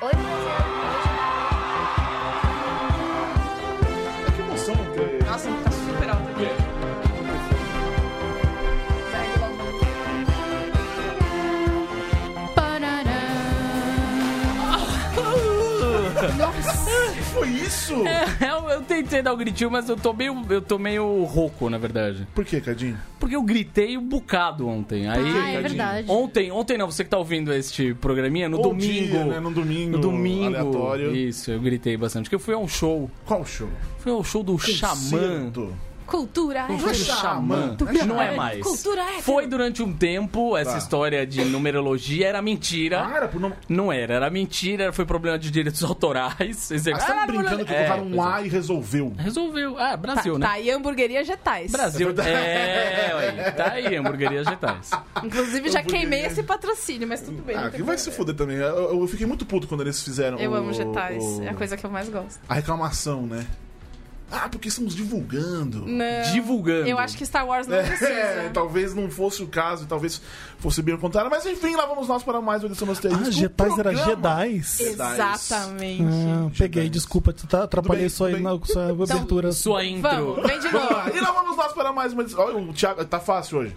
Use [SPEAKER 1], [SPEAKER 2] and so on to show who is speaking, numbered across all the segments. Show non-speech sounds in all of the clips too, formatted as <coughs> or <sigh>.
[SPEAKER 1] Oi, Brasil.
[SPEAKER 2] É que emoção É. ter.
[SPEAKER 3] Nossa, tá super alto aqui.
[SPEAKER 1] Hoje sai logo.
[SPEAKER 2] Que foi isso?
[SPEAKER 4] É, <laughs> eu, eu tentei dar o gritinho, mas eu tô meio. Eu tô meio rouco, na verdade.
[SPEAKER 2] Por que, Cadinho?
[SPEAKER 4] Porque eu gritei um bocado ontem. Aí.
[SPEAKER 5] Ah, é
[SPEAKER 2] Tadinho.
[SPEAKER 5] verdade.
[SPEAKER 4] Ontem, ontem não, você que tá ouvindo este programinha, no
[SPEAKER 2] Ou
[SPEAKER 4] domingo.
[SPEAKER 2] dia, né? No domingo
[SPEAKER 4] No domingo.
[SPEAKER 2] aleatório.
[SPEAKER 4] Isso, eu gritei bastante. Porque eu fui a um show.
[SPEAKER 2] Qual show?
[SPEAKER 4] Fui ao show do Xamã.
[SPEAKER 2] Concerto.
[SPEAKER 5] Cultura.
[SPEAKER 2] é
[SPEAKER 4] Do Xamã. Não é mais.
[SPEAKER 5] Cultura hétero.
[SPEAKER 4] Foi durante um tempo essa
[SPEAKER 2] Tá. Ah.
[SPEAKER 4] história de numerologia, era mentira.
[SPEAKER 2] Para, por não.
[SPEAKER 4] Não era, era mentira, foi problema de direitos autorais. Esse-
[SPEAKER 2] Ah, você tá
[SPEAKER 4] Ah,
[SPEAKER 2] brincando que
[SPEAKER 4] é,
[SPEAKER 2] colocaram um
[SPEAKER 4] pois é.
[SPEAKER 2] A e resolveu.
[SPEAKER 4] Resolveu. Ah,
[SPEAKER 5] Tá,
[SPEAKER 4] Brasil, né?
[SPEAKER 5] tá aí hamburgueria Getais.
[SPEAKER 4] Brasil. É, ué, tá aí, hamburgueria Getais.
[SPEAKER 5] Inclusive, já
[SPEAKER 2] Hamburgueria.
[SPEAKER 5] queimei esse patrocínio, mas tudo bem.
[SPEAKER 2] Ah,
[SPEAKER 5] não tem
[SPEAKER 2] que vai
[SPEAKER 5] problema.
[SPEAKER 2] se fuder também. Eu, eu fiquei muito puto quando eles fizeram.
[SPEAKER 5] Eu
[SPEAKER 2] o-
[SPEAKER 5] amo Getais.
[SPEAKER 2] o-
[SPEAKER 5] É a coisa que eu mais gosto.
[SPEAKER 2] A reclamação, né? Ah, porque estamos divulgando.
[SPEAKER 5] Não.
[SPEAKER 4] Divulgando.
[SPEAKER 5] Eu acho que Star Wars não precisa.
[SPEAKER 2] <laughs> É, talvez não fosse o caso, talvez fosse bem o contrário, mas enfim, lá vamos nós para mais uma edição do Asterisco.
[SPEAKER 6] Ah,
[SPEAKER 2] um
[SPEAKER 6] Getais era
[SPEAKER 2] programa. tá
[SPEAKER 6] Jedais.
[SPEAKER 5] Exatamente.
[SPEAKER 6] Ah, peguei, desculpa, tu tá, atrapalhei
[SPEAKER 2] bem,
[SPEAKER 6] só aí
[SPEAKER 2] tudo
[SPEAKER 6] na
[SPEAKER 2] bem. Então,
[SPEAKER 6] sua abertura.
[SPEAKER 4] Sua intro.
[SPEAKER 5] Vamos, vem de
[SPEAKER 2] Vamos lá,
[SPEAKER 5] novo.
[SPEAKER 2] E lá vamos nós para mais uma edição. Olha, o Thiago, tá fácil hoje.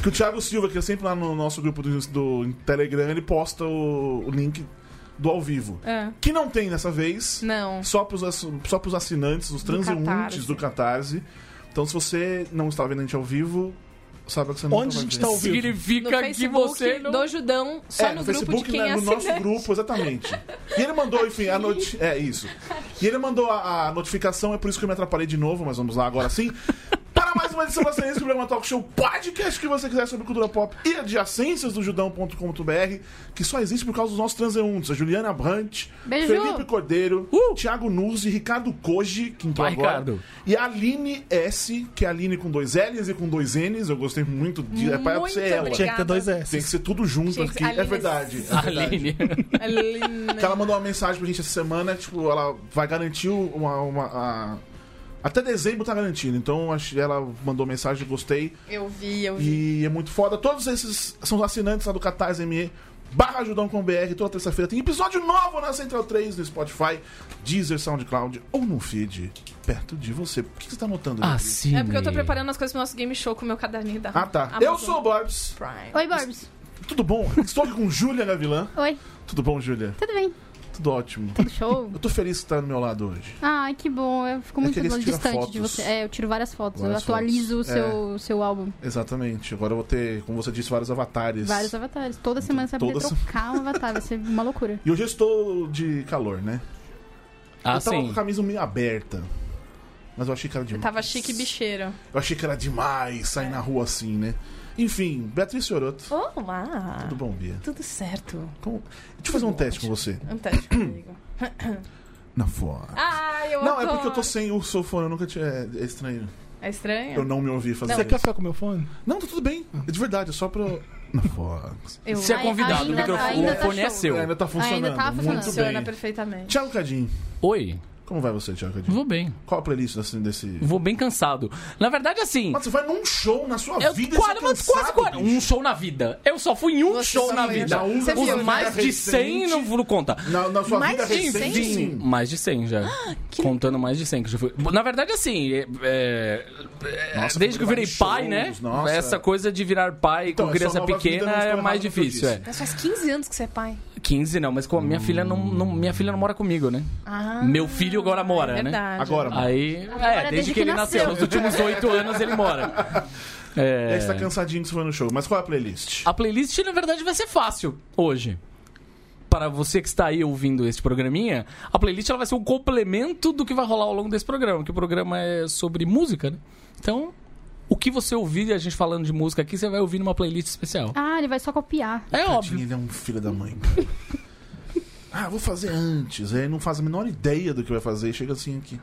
[SPEAKER 2] Que o Thiago Silva, que é sempre lá no nosso grupo do, do Telegram, ele posta o, o link do ao vivo.
[SPEAKER 5] É.
[SPEAKER 2] Que não tem dessa vez.
[SPEAKER 5] Não.
[SPEAKER 2] Só pros, ass- só pros assinantes, os transeuntes
[SPEAKER 5] Catarse.
[SPEAKER 2] do Catarse. Então, se você não está vendo a gente ao vivo, saiba que você não
[SPEAKER 6] Onde a
[SPEAKER 2] vai
[SPEAKER 6] gente
[SPEAKER 2] ver.
[SPEAKER 6] tá ouvindo?
[SPEAKER 5] No
[SPEAKER 4] Significa que
[SPEAKER 5] Facebook
[SPEAKER 4] você não.
[SPEAKER 5] do Judão, só
[SPEAKER 2] é,
[SPEAKER 5] no,
[SPEAKER 2] no,
[SPEAKER 5] grupo
[SPEAKER 2] Facebook,
[SPEAKER 5] de quem
[SPEAKER 2] né,
[SPEAKER 5] é
[SPEAKER 2] no nosso
[SPEAKER 5] <laughs> assinante.
[SPEAKER 2] grupo, exatamente. E ele mandou, enfim, a notificação. É isso. E ele mandou a, a notificação, é por isso que eu me atrapalhei de novo, mas vamos lá agora sim. Para mais uma edição do Asterisco, programa Talk Show Podcast que você quiser sobre cultura pop e adjacências do judão.com.br, que só existe por causa dos nossos transeuntes. A Juliana Brandt,
[SPEAKER 5] Beijo!
[SPEAKER 2] Felipe Cordeiro,
[SPEAKER 4] Uh!
[SPEAKER 2] Thiago Nuzzi, Ricardo Koji, que entrou
[SPEAKER 4] Vai,
[SPEAKER 2] agora,
[SPEAKER 4] Ricardo.
[SPEAKER 2] e a Aline S, que é a Aline com dois L's e com dois N's. Eu gostei muito de... é pra
[SPEAKER 5] Muito
[SPEAKER 2] ser ela.
[SPEAKER 5] obrigada.
[SPEAKER 6] Tinha que ter dois
[SPEAKER 2] Tem que
[SPEAKER 6] S.
[SPEAKER 2] ser tudo junto
[SPEAKER 5] Tinha
[SPEAKER 2] aqui.
[SPEAKER 5] que ser Aline
[SPEAKER 2] É verdade. É verdade.
[SPEAKER 4] Aline.
[SPEAKER 2] Que
[SPEAKER 5] Aline.
[SPEAKER 2] ela mandou uma mensagem pra gente essa semana, tipo, ela vai garantir uma. uma a- Até dezembro tá garantindo. Então acho- ela mandou mensagem, gostei.
[SPEAKER 5] Eu vi, eu vi.
[SPEAKER 2] E é muito foda. Todos esses são os assinantes lá do Catarse ME. Barra Judão com BR, toda terça-feira tem episódio novo na Central 3, no Spotify, Deezer, SoundCloud ou no feed perto de você. Por que você tá anotando? Gabriel?
[SPEAKER 4] Assine.
[SPEAKER 5] É porque eu tô preparando as coisas pro nosso game show com o meu caderninho da
[SPEAKER 2] Ah, tá.
[SPEAKER 5] Amazon
[SPEAKER 2] Eu sou o Borbs.
[SPEAKER 5] Prime.
[SPEAKER 1] Oi, Borbs.
[SPEAKER 2] Tudo bom? Estou aqui com Júlia Gavilã.
[SPEAKER 1] Oi, Tá
[SPEAKER 2] Tudo bom, Júlia?
[SPEAKER 1] tudo bem?
[SPEAKER 2] Tudo ótimo.
[SPEAKER 1] Tudo show?
[SPEAKER 2] Eu tô feliz que você tá do meu lado hoje.
[SPEAKER 1] <laughs> Ai, que bom. Eu fico
[SPEAKER 2] É
[SPEAKER 1] muito
[SPEAKER 2] que eles tiram
[SPEAKER 1] distante de
[SPEAKER 2] fotos.
[SPEAKER 1] você. É, eu tiro várias fotos.
[SPEAKER 2] Várias
[SPEAKER 1] eu atualizo
[SPEAKER 2] fotos. É.
[SPEAKER 1] o seu, seu álbum.
[SPEAKER 2] Exatamente. Agora eu vou ter, como você disse, vários avatares.
[SPEAKER 1] Vários avatares. Toda semana você vai
[SPEAKER 2] Toda
[SPEAKER 1] poder
[SPEAKER 2] se-
[SPEAKER 1] trocar um avatar. Vai ser uma loucura.
[SPEAKER 2] E hoje eu estou de calor, né?
[SPEAKER 4] Ah,
[SPEAKER 2] eu tava com
[SPEAKER 4] sim.
[SPEAKER 2] a camisa meio aberta. Mas eu achei que era
[SPEAKER 5] Eu
[SPEAKER 2] demais.
[SPEAKER 5] tava chique e bicheiro.
[SPEAKER 2] Eu achei que era demais sair na rua assim, né? Enfim, Beatriz Fioroto.
[SPEAKER 5] Olá!
[SPEAKER 2] Tudo bom, Bia?
[SPEAKER 5] Tudo certo. tá
[SPEAKER 2] Como... Deixa eu fazer um teste com você.
[SPEAKER 5] Fantástico, <coughs> amigo.
[SPEAKER 2] Na fora.
[SPEAKER 5] Ah, eu
[SPEAKER 2] não, é
[SPEAKER 5] adoro.
[SPEAKER 2] porque eu tô sem o sofone, eu nunca tinha. É é estranho.
[SPEAKER 5] É
[SPEAKER 2] Eu
[SPEAKER 5] estranho?
[SPEAKER 2] não me ouvi fazer
[SPEAKER 6] Você
[SPEAKER 2] isso.
[SPEAKER 6] quer ficar com meu fone?
[SPEAKER 2] Não, tá tudo bem. É de verdade, é só pra. eu- Na Fox.
[SPEAKER 5] Eu
[SPEAKER 4] Você é
[SPEAKER 1] Ai,
[SPEAKER 4] convidado, o
[SPEAKER 1] ainda tá-
[SPEAKER 4] microfone
[SPEAKER 1] ainda
[SPEAKER 4] o
[SPEAKER 1] tá
[SPEAKER 4] fone é
[SPEAKER 1] show.
[SPEAKER 4] seu.
[SPEAKER 2] Ainda tá funcionando.
[SPEAKER 1] Ainda tá funcionando.
[SPEAKER 2] Muito
[SPEAKER 5] funciona
[SPEAKER 2] bem.
[SPEAKER 5] perfeitamente.
[SPEAKER 2] Tiago Cadinho.
[SPEAKER 4] Oi.
[SPEAKER 2] Como vai você, Tiago Cadinho?
[SPEAKER 4] Vou bem.
[SPEAKER 2] Qual a playlist assim, desse.
[SPEAKER 4] Vou bem cansado. Na verdade, assim.
[SPEAKER 2] Mano, você vai num show na sua
[SPEAKER 4] Eu,
[SPEAKER 2] vida
[SPEAKER 4] quase,
[SPEAKER 2] e
[SPEAKER 4] mas
[SPEAKER 2] você é
[SPEAKER 4] quase,
[SPEAKER 2] cansado,
[SPEAKER 4] quase.
[SPEAKER 2] bicho.
[SPEAKER 4] Um show na vida. Eu só fui em um
[SPEAKER 5] Você
[SPEAKER 4] show
[SPEAKER 5] só
[SPEAKER 4] na
[SPEAKER 5] foi
[SPEAKER 4] vida.
[SPEAKER 2] já um,
[SPEAKER 5] Você
[SPEAKER 4] Os
[SPEAKER 5] viu, né?
[SPEAKER 4] mais de
[SPEAKER 2] Recente.
[SPEAKER 4] 100 não vou contar.
[SPEAKER 2] Na, na sua
[SPEAKER 5] Mais
[SPEAKER 2] vida
[SPEAKER 5] de
[SPEAKER 2] recente,
[SPEAKER 5] 100?
[SPEAKER 2] sim.
[SPEAKER 4] Mais de 100 já. Contando mais de 100 que eu já fui. Na verdade, assim, é- é- é,
[SPEAKER 2] Nossa,
[SPEAKER 4] desde que eu virei
[SPEAKER 2] vários
[SPEAKER 4] pai,
[SPEAKER 2] shows,
[SPEAKER 4] né?
[SPEAKER 2] nossa.
[SPEAKER 4] Essa coisa de virar pai
[SPEAKER 2] Então,
[SPEAKER 4] com
[SPEAKER 2] é
[SPEAKER 4] criança
[SPEAKER 2] sua nova vida
[SPEAKER 4] pequena
[SPEAKER 2] não
[SPEAKER 4] é
[SPEAKER 2] escorrega
[SPEAKER 4] mais
[SPEAKER 2] no que eu
[SPEAKER 4] difícil,
[SPEAKER 2] disse.
[SPEAKER 4] é.
[SPEAKER 5] Mas faz 15 anos que você é pai.
[SPEAKER 4] 15 não, mas com a
[SPEAKER 2] Hum.
[SPEAKER 4] minha filha não, não- minha filha não mora comigo, né?
[SPEAKER 5] Ah,
[SPEAKER 4] Meu filho agora mora, né?
[SPEAKER 5] verdade.
[SPEAKER 2] Agora, mano.
[SPEAKER 4] Aí, é,
[SPEAKER 1] desde
[SPEAKER 4] desde,
[SPEAKER 1] que
[SPEAKER 4] que ele nasceu,
[SPEAKER 1] nasceu.
[SPEAKER 4] nos últimos oito anos ele mora.
[SPEAKER 2] <laughs>
[SPEAKER 4] É, Ah,
[SPEAKER 2] Aí você tá cansadinho que você foi no show. Mas qual é a playlist?
[SPEAKER 4] a playlist, na verdade, vai ser fácil hoje. Para você que está aí ouvindo este programinha, a playlist ela vai ser um complemento do que vai rolar ao longo desse programa, que o programa é sobre música, né? Então, o que você ouvir de a gente falando de música aqui, você vai ouvir numa playlist especial.
[SPEAKER 1] Ah, ele vai só copiar.
[SPEAKER 4] É
[SPEAKER 2] Tadinho,
[SPEAKER 4] óbvio.
[SPEAKER 2] ele é um filho da mãe. <laughs> cara. ah, vou fazer antes. Aí não faz a menor ideia do que vai fazer. e Chega assim aqui.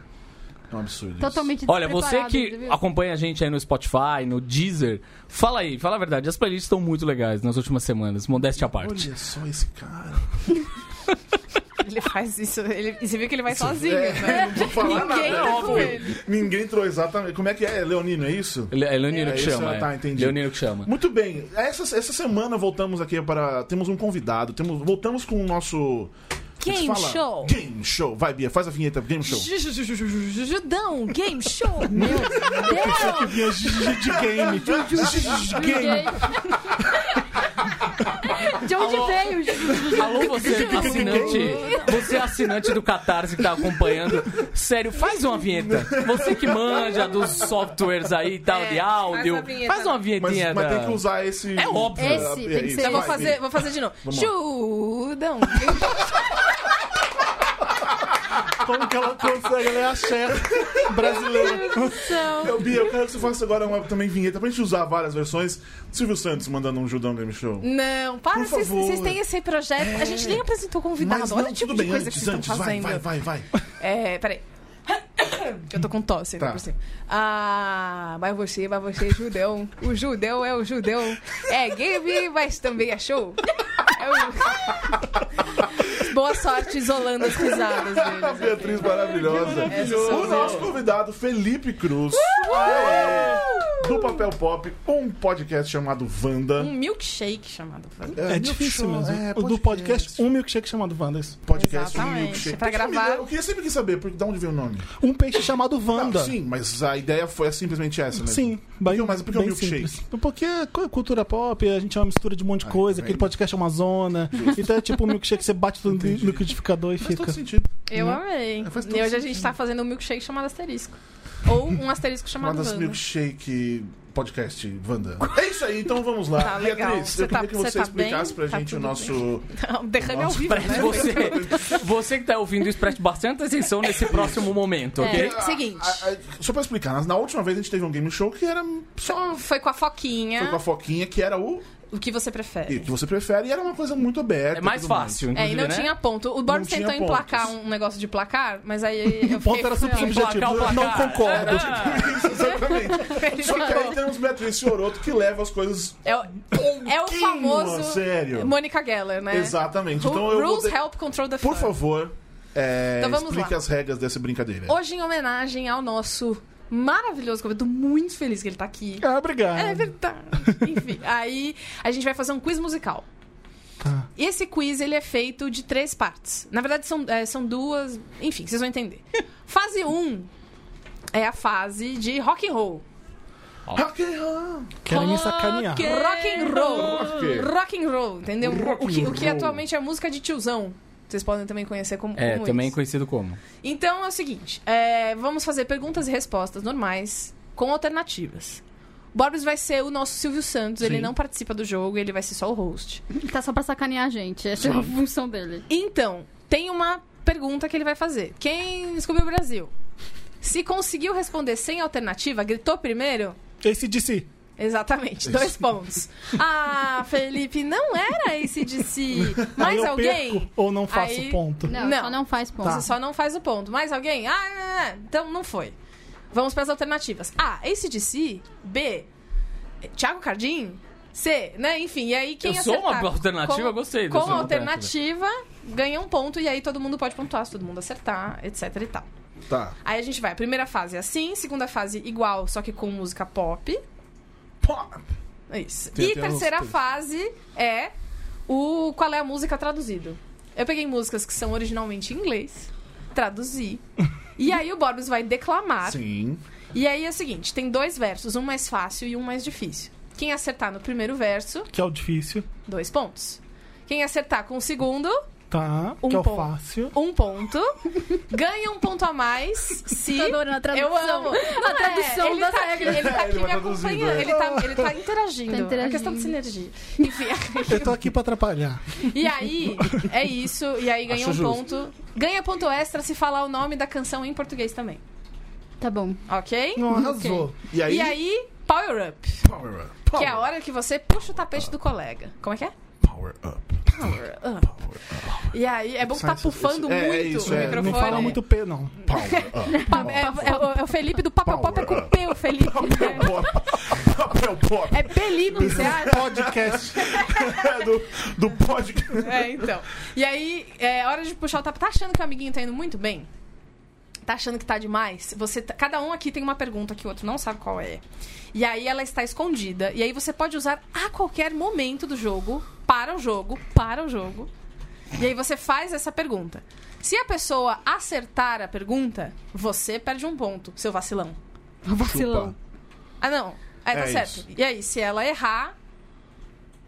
[SPEAKER 2] É um absurdo.
[SPEAKER 1] Totalmente
[SPEAKER 4] Olha, você
[SPEAKER 1] despreparado,
[SPEAKER 4] que
[SPEAKER 1] viu?
[SPEAKER 4] acompanha a gente aí no Spotify, no Deezer, fala aí, fala a verdade. As playlists estão muito legais nas últimas semanas, modéstia à
[SPEAKER 2] Isso.
[SPEAKER 4] parte.
[SPEAKER 2] Olha só esse cara.
[SPEAKER 5] Ele faz isso. Ele... E você viu que ele vai sozinho,
[SPEAKER 2] É,
[SPEAKER 5] né?
[SPEAKER 2] não vou falar
[SPEAKER 5] Ninguém
[SPEAKER 2] nada.
[SPEAKER 5] tá
[SPEAKER 2] É
[SPEAKER 5] com
[SPEAKER 2] óbvio.
[SPEAKER 5] ele.
[SPEAKER 2] Ninguém entrou exatamente. Como é que é? Leonino, é isso?
[SPEAKER 4] Le- É Leonino
[SPEAKER 2] É,
[SPEAKER 4] que
[SPEAKER 2] isso,
[SPEAKER 4] chama.
[SPEAKER 2] tá,
[SPEAKER 4] é.
[SPEAKER 2] entendi.
[SPEAKER 4] Leonino que chama.
[SPEAKER 2] Muito bem. Essa, essa semana voltamos aqui para. Temos um convidado. Temos, voltamos com o nosso
[SPEAKER 5] Game
[SPEAKER 2] Fala,
[SPEAKER 5] show.
[SPEAKER 2] Game show. Vai, Bia, faz a vinheta Game show.
[SPEAKER 5] Ju- ju- ju- ju- ju- ju- ju- Judão, game show.
[SPEAKER 6] Que vinha de- de de game.
[SPEAKER 4] <laughs>
[SPEAKER 6] De game.
[SPEAKER 2] <laughs>
[SPEAKER 1] De onde veio?
[SPEAKER 4] Alô, você é assinante. Você é assinante do Catarse que tá acompanhando. Sério, faz uma vinheta. Você que manja dos softwares aí e tal,
[SPEAKER 5] É,
[SPEAKER 4] de
[SPEAKER 5] faz
[SPEAKER 4] áudio.
[SPEAKER 5] uma vinheta.
[SPEAKER 4] Faz uma
[SPEAKER 2] Mas,
[SPEAKER 4] vinhetinha.
[SPEAKER 2] mas
[SPEAKER 4] da-
[SPEAKER 2] tem que usar esse.
[SPEAKER 4] É óbvio.
[SPEAKER 2] Ah,
[SPEAKER 1] Esse,
[SPEAKER 2] Bia,
[SPEAKER 1] tem que
[SPEAKER 2] isso.
[SPEAKER 1] ser
[SPEAKER 5] Eu vou
[SPEAKER 2] Vai,
[SPEAKER 5] fazer,
[SPEAKER 2] Bia.
[SPEAKER 5] vou fazer de novo.
[SPEAKER 2] Vamos lá.
[SPEAKER 5] Judão.
[SPEAKER 6] Como que ela consegue
[SPEAKER 2] é
[SPEAKER 6] ler a
[SPEAKER 5] <laughs>
[SPEAKER 6] chefe brasileira?
[SPEAKER 2] Eu, Bia, eu quero que você faça agora uma também vinheta pra gente usar várias versões. Silvio Santos mandando um Judão Game Show.
[SPEAKER 5] Não, para,
[SPEAKER 2] Por
[SPEAKER 5] vocês,
[SPEAKER 2] favor. É.
[SPEAKER 5] vocês têm esse projeto. A gente nem apresentou convidado.
[SPEAKER 2] Mas
[SPEAKER 5] Olha
[SPEAKER 2] não,
[SPEAKER 5] o tipo
[SPEAKER 2] tudo
[SPEAKER 5] de
[SPEAKER 2] bem,
[SPEAKER 5] coisa
[SPEAKER 2] antes,
[SPEAKER 5] que vocês
[SPEAKER 2] antes.
[SPEAKER 5] estão fazendo.
[SPEAKER 2] Vai, vai, vai, vai.
[SPEAKER 5] É, peraí. <coughs> Eu tô com tosse ainda
[SPEAKER 2] Tá.
[SPEAKER 5] por cima. Ah, mas você, mas você é judeu. O judeu é o judeu. É game, mas também é show. É o- <laughs> Boa sorte isolando as risadas
[SPEAKER 2] A
[SPEAKER 5] deles.
[SPEAKER 2] <laughs> Beatriz maravilhosa. O nosso convidado, Felipe Cruz. Aê! Do Papel Pop, um podcast chamado Wanda.
[SPEAKER 5] Um milkshake chamado.
[SPEAKER 6] É difícil mesmo.
[SPEAKER 2] É,
[SPEAKER 6] O do podcast, um milkshake chamado Wanders.
[SPEAKER 2] Podcast
[SPEAKER 5] Exatamente,
[SPEAKER 2] milkshake.
[SPEAKER 5] pra
[SPEAKER 2] Por que me
[SPEAKER 5] gravar.
[SPEAKER 2] deu- Eu queria sempre quis saber, porque de onde veio o nome?
[SPEAKER 6] Um peixe chamado
[SPEAKER 2] Não,
[SPEAKER 6] Wanda.
[SPEAKER 2] sim, mas a ideia foi simplesmente essa, né?
[SPEAKER 6] Sim,
[SPEAKER 2] Por que- mas por que o
[SPEAKER 6] bem
[SPEAKER 2] milkshake?
[SPEAKER 6] simples. Porque é cu- cultura pop, a gente é uma mistura de um monte de coisa,
[SPEAKER 2] tá
[SPEAKER 6] aquele
[SPEAKER 2] vendo?
[SPEAKER 6] podcast é uma zona. Então é tipo um milkshake que você bate no
[SPEAKER 2] Entendi. então
[SPEAKER 6] liquidificador e
[SPEAKER 2] Faz
[SPEAKER 6] fica.
[SPEAKER 2] todo sentido.
[SPEAKER 5] Eu amei.
[SPEAKER 2] É, faz todo
[SPEAKER 5] E hoje a
[SPEAKER 2] sentido.
[SPEAKER 5] gente tá fazendo um milkshake chamado asterisco. Ou um asterisco chamado
[SPEAKER 2] Mandas
[SPEAKER 5] Wanda.
[SPEAKER 2] Milkshake Podcast
[SPEAKER 5] <laughs>
[SPEAKER 2] Wanda. É isso aí, então vamos lá.
[SPEAKER 5] Tá, legal.
[SPEAKER 2] Beatriz,
[SPEAKER 5] Você
[SPEAKER 2] eu
[SPEAKER 5] tá-
[SPEAKER 2] queria que
[SPEAKER 5] você
[SPEAKER 2] você,
[SPEAKER 5] tá
[SPEAKER 2] explicasse
[SPEAKER 5] bem?
[SPEAKER 2] pra
[SPEAKER 5] Tá
[SPEAKER 2] gente o
[SPEAKER 5] tudo
[SPEAKER 2] nosso. <laughs>
[SPEAKER 5] Não, Derrame ao
[SPEAKER 2] Nossa,
[SPEAKER 5] vivo,
[SPEAKER 4] Preste
[SPEAKER 5] né?
[SPEAKER 4] <laughs> você, você que tá ouvindo isso, preste bastante atenção nesse próximo momento, ok?
[SPEAKER 5] É, seguinte.
[SPEAKER 2] A- a- só pra explicar, na- na última vez a gente teve um game show que era só.
[SPEAKER 5] Foi com a Foquinha.
[SPEAKER 2] Foi com a Foquinha, que era o
[SPEAKER 5] O que você
[SPEAKER 2] e
[SPEAKER 5] prefere?
[SPEAKER 2] o que você prefere, e era uma coisa muito aberta.
[SPEAKER 4] É
[SPEAKER 2] e
[SPEAKER 4] mais
[SPEAKER 2] tudo
[SPEAKER 4] fácil,
[SPEAKER 5] É, e
[SPEAKER 4] inclusive,
[SPEAKER 5] não
[SPEAKER 4] né?
[SPEAKER 5] tinha ponto. O Boris
[SPEAKER 2] Não tinha
[SPEAKER 5] tentou emplacar
[SPEAKER 2] pontos.
[SPEAKER 5] um negócio de placar,
[SPEAKER 2] <laughs>
[SPEAKER 5] mas aí eu
[SPEAKER 6] O ponto
[SPEAKER 5] fiquei...
[SPEAKER 6] era sempre
[SPEAKER 5] Não,
[SPEAKER 6] subjetivo.
[SPEAKER 4] placar, o
[SPEAKER 6] Não
[SPEAKER 4] placar.
[SPEAKER 6] concordo.
[SPEAKER 2] É, tipo
[SPEAKER 5] Ah.
[SPEAKER 2] Isso,
[SPEAKER 5] <laughs>
[SPEAKER 2] Exatamente.
[SPEAKER 5] ele
[SPEAKER 2] Só que aí
[SPEAKER 5] ficou.
[SPEAKER 2] temos Beatriz Fioroto que leva as coisas
[SPEAKER 5] É, o- é o
[SPEAKER 2] pouquinho
[SPEAKER 5] famoso
[SPEAKER 2] a sério.
[SPEAKER 5] Mônica Geller, né?
[SPEAKER 2] Exatamente.
[SPEAKER 5] Ru-
[SPEAKER 2] Então eu vou
[SPEAKER 5] rules
[SPEAKER 2] de-
[SPEAKER 5] help control the
[SPEAKER 2] Por
[SPEAKER 5] fun.
[SPEAKER 2] favor, é,
[SPEAKER 5] Então vamos
[SPEAKER 2] explique
[SPEAKER 5] lá.
[SPEAKER 2] as regras dessa brincadeira.
[SPEAKER 5] Hoje, em homenagem ao nosso maravilhoso convidado, tô muito feliz que ele tá aqui.
[SPEAKER 6] Ah, obrigado.
[SPEAKER 5] É verdade. <laughs> Enfim, aí a gente vai fazer um quiz musical.
[SPEAKER 6] Tá.
[SPEAKER 5] E Esse quiz ele é feito de três partes. Na verdade, são, eh, são duas. Enfim, vocês vão <laughs> entender. Fase 1 um é a fase de rock and roll.
[SPEAKER 2] Rock and roll.
[SPEAKER 6] Querem me sacanear.
[SPEAKER 5] Rock, and roll.
[SPEAKER 2] Rock.
[SPEAKER 5] Rock and roll, entendeu?
[SPEAKER 2] Rock
[SPEAKER 5] o, que,
[SPEAKER 2] and
[SPEAKER 5] o que
[SPEAKER 2] roll.
[SPEAKER 5] atualmente é música de tiozão. Vocês podem também conhecer como,
[SPEAKER 4] É,
[SPEAKER 5] como
[SPEAKER 4] também
[SPEAKER 5] isso.
[SPEAKER 4] conhecido como.
[SPEAKER 5] Então é o seguinte, é, vamos fazer perguntas e respostas normais com alternativas. Borbs vai ser o nosso Silvio Santos, ele
[SPEAKER 6] Sim.
[SPEAKER 5] não participa do jogo, ele vai ser só o host.
[SPEAKER 1] Ele tá só pra sacanear a gente. Essa é a função dele.
[SPEAKER 5] Então, tem uma pergunta que ele vai fazer. Quem descobriu o Brasil? Se conseguiu responder sem alternativa, gritou primeiro?
[SPEAKER 6] Esse disse.
[SPEAKER 5] Exatamente, dois pontos. Ah, Felipe, não era esse de si.
[SPEAKER 6] <laughs> aí
[SPEAKER 5] Mais
[SPEAKER 6] eu
[SPEAKER 5] alguém?
[SPEAKER 6] perco ou não faço
[SPEAKER 5] Aí-
[SPEAKER 6] ponto.
[SPEAKER 1] Não,
[SPEAKER 5] Não.
[SPEAKER 1] só não faz ponto.
[SPEAKER 4] Tá.
[SPEAKER 2] Tá.
[SPEAKER 5] Você só não faz o ponto. Mais alguém? Ah, não, não, não. então não foi. Vamos para as alternativas. A, ACDC. B, Thiago Cardim. C, né? Enfim, e aí quem
[SPEAKER 4] Eu sou uma
[SPEAKER 5] acertar
[SPEAKER 4] alternativa, eu gostei
[SPEAKER 5] Com
[SPEAKER 4] dessa
[SPEAKER 5] alternativa, ganha um ponto e aí todo mundo pode pontuar se todo mundo acertar, etc e tal.
[SPEAKER 2] Tá.
[SPEAKER 5] Aí a gente vai. Primeira fase assim, segunda fase igual, só que com música pop.
[SPEAKER 2] Pop.
[SPEAKER 5] É Isso.
[SPEAKER 2] Tem
[SPEAKER 5] e
[SPEAKER 2] até uns
[SPEAKER 5] terceira
[SPEAKER 2] textos.
[SPEAKER 5] fase é o qual é a música traduzido. Eu peguei músicas que são originalmente em inglês,
[SPEAKER 2] <laughs>
[SPEAKER 5] traduzi. e aí o Borbs vai declamar.
[SPEAKER 2] Sim.
[SPEAKER 5] E aí é o seguinte, tem dois versos, um mais fácil e um mais difícil. Quem acertar no primeiro verso,
[SPEAKER 6] Que é o difícil.
[SPEAKER 5] dois pontos. Quem acertar com o segundo,
[SPEAKER 6] Tá.
[SPEAKER 5] Um
[SPEAKER 6] que é o
[SPEAKER 5] ponto.
[SPEAKER 6] fácil.
[SPEAKER 2] <laughs>
[SPEAKER 5] um ponto. Ganha um ponto a mais se
[SPEAKER 2] Tá
[SPEAKER 1] Tô adorando a
[SPEAKER 5] eu
[SPEAKER 1] tradução.
[SPEAKER 5] amo.
[SPEAKER 1] A tradução
[SPEAKER 5] ele
[SPEAKER 1] das
[SPEAKER 5] tá aqui,
[SPEAKER 1] regras.
[SPEAKER 5] ele
[SPEAKER 2] É, ele
[SPEAKER 5] tá aqui
[SPEAKER 2] vai
[SPEAKER 5] me
[SPEAKER 2] traduzindo,
[SPEAKER 5] acompanhando.
[SPEAKER 2] é.
[SPEAKER 5] Ele tá, ele tá interagindo.
[SPEAKER 1] Tá
[SPEAKER 5] É questão
[SPEAKER 1] interagindo.
[SPEAKER 5] de sinergia. Enfim,
[SPEAKER 6] Eu tô aqui pra atrapalhar.
[SPEAKER 5] e aí, é isso. E aí ganha
[SPEAKER 4] Acho
[SPEAKER 5] um
[SPEAKER 4] justo.
[SPEAKER 5] ponto. Ganha ponto extra se falar o nome da canção em português também.
[SPEAKER 1] Tá bom.
[SPEAKER 5] Ok?
[SPEAKER 6] Não, arrasou.
[SPEAKER 2] E aí,
[SPEAKER 5] E aí, power up.
[SPEAKER 2] Power Up.
[SPEAKER 5] Que é a hora que você puxa o tapete do colega. Como é que é?
[SPEAKER 2] Power Up.
[SPEAKER 5] Power up. E aí, é bom que tá
[SPEAKER 6] Isso, isso,
[SPEAKER 5] pufando
[SPEAKER 2] isso. É, é
[SPEAKER 5] muito
[SPEAKER 2] isso,
[SPEAKER 5] o
[SPEAKER 2] é.
[SPEAKER 5] né? microfone.
[SPEAKER 6] Não fala muito P, não.
[SPEAKER 2] Power
[SPEAKER 5] <laughs>
[SPEAKER 2] Up.
[SPEAKER 5] Pa- É, é- é o Felipe do Papel Pop, é com P, o Felipe.
[SPEAKER 2] Papel Pop. Papel Pop.
[SPEAKER 5] É Felipe, você acha?
[SPEAKER 6] Podcast.
[SPEAKER 2] É, do, do podcast.
[SPEAKER 5] É, então. E aí, é hora de puxar o tapa. Tá achando que o amiguinho tá indo muito bem? Tá achando que tá demais? Você tá- Cada um aqui tem uma pergunta que o outro não sabe qual é. E aí ela está escondida. E aí você pode usar a qualquer momento do jogo, para o jogo, para o jogo. E aí você faz essa pergunta. Se a pessoa acertar a pergunta, você perde um ponto, seu vacilão.
[SPEAKER 1] Vacilão.
[SPEAKER 5] Ah, não. É, tá
[SPEAKER 2] É
[SPEAKER 5] certo.
[SPEAKER 2] isso.
[SPEAKER 5] E aí, se ela errar.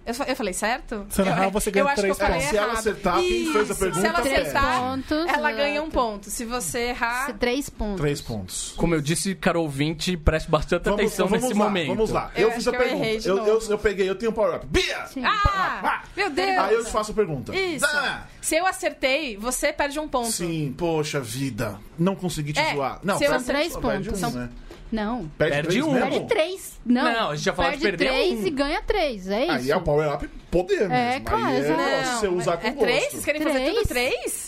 [SPEAKER 5] Eu, fa- eu falei certo?
[SPEAKER 6] Se ela
[SPEAKER 5] Eu-
[SPEAKER 6] errar, você ganha
[SPEAKER 5] eu acho que eu
[SPEAKER 6] três
[SPEAKER 5] falei
[SPEAKER 2] pontos. Se ela
[SPEAKER 5] errado.
[SPEAKER 2] acertar, quem fez a
[SPEAKER 5] Isso. Se
[SPEAKER 2] pergunta,
[SPEAKER 5] ela
[SPEAKER 2] perde.
[SPEAKER 5] acertar,
[SPEAKER 1] pontos.
[SPEAKER 5] ela ganha um
[SPEAKER 1] exato.
[SPEAKER 5] ponto. Se você errar.
[SPEAKER 1] Se- Três pontos.
[SPEAKER 2] Três pontos.
[SPEAKER 4] Como eu disse, cara ouvinte, preste bastante atenção nesse
[SPEAKER 2] lá,
[SPEAKER 4] momento.
[SPEAKER 2] Vamos lá.
[SPEAKER 5] Eu
[SPEAKER 2] Eu,
[SPEAKER 5] acho
[SPEAKER 2] fiz a
[SPEAKER 5] que eu
[SPEAKER 2] pergunta.
[SPEAKER 5] errei de
[SPEAKER 2] eu,
[SPEAKER 5] novo.
[SPEAKER 2] eu- eu peguei, eu tenho um power-up. Bia!
[SPEAKER 1] Sim.
[SPEAKER 5] Ah! Meu Deus!
[SPEAKER 2] Aí eu te faço a pergunta.
[SPEAKER 5] Isso.
[SPEAKER 2] Ah,
[SPEAKER 5] Se eu acertei, você perde um ponto.
[SPEAKER 2] sim, poxa vida. Não consegui te
[SPEAKER 5] É,
[SPEAKER 2] zoar. Não,
[SPEAKER 5] se eu
[SPEAKER 2] perde-
[SPEAKER 5] acertar-
[SPEAKER 1] Três
[SPEAKER 2] só perde
[SPEAKER 1] pontos.
[SPEAKER 2] um, né?
[SPEAKER 1] Não.
[SPEAKER 2] Perde,
[SPEAKER 4] Perde
[SPEAKER 2] três
[SPEAKER 4] um.
[SPEAKER 2] mesmo?
[SPEAKER 1] Perde três. Não.
[SPEAKER 4] Não, a gente já falou
[SPEAKER 1] Perde
[SPEAKER 4] de perder
[SPEAKER 1] três
[SPEAKER 4] um.
[SPEAKER 1] e ganha três. É isso.
[SPEAKER 2] Aí é o power-up poder
[SPEAKER 1] É,
[SPEAKER 2] mesmo.
[SPEAKER 1] claro,
[SPEAKER 2] Aí é
[SPEAKER 1] exato.
[SPEAKER 2] negócio de você usar com
[SPEAKER 5] é três? Vocês
[SPEAKER 2] gosto.
[SPEAKER 5] querem fazer tudo
[SPEAKER 1] Três?
[SPEAKER 5] três?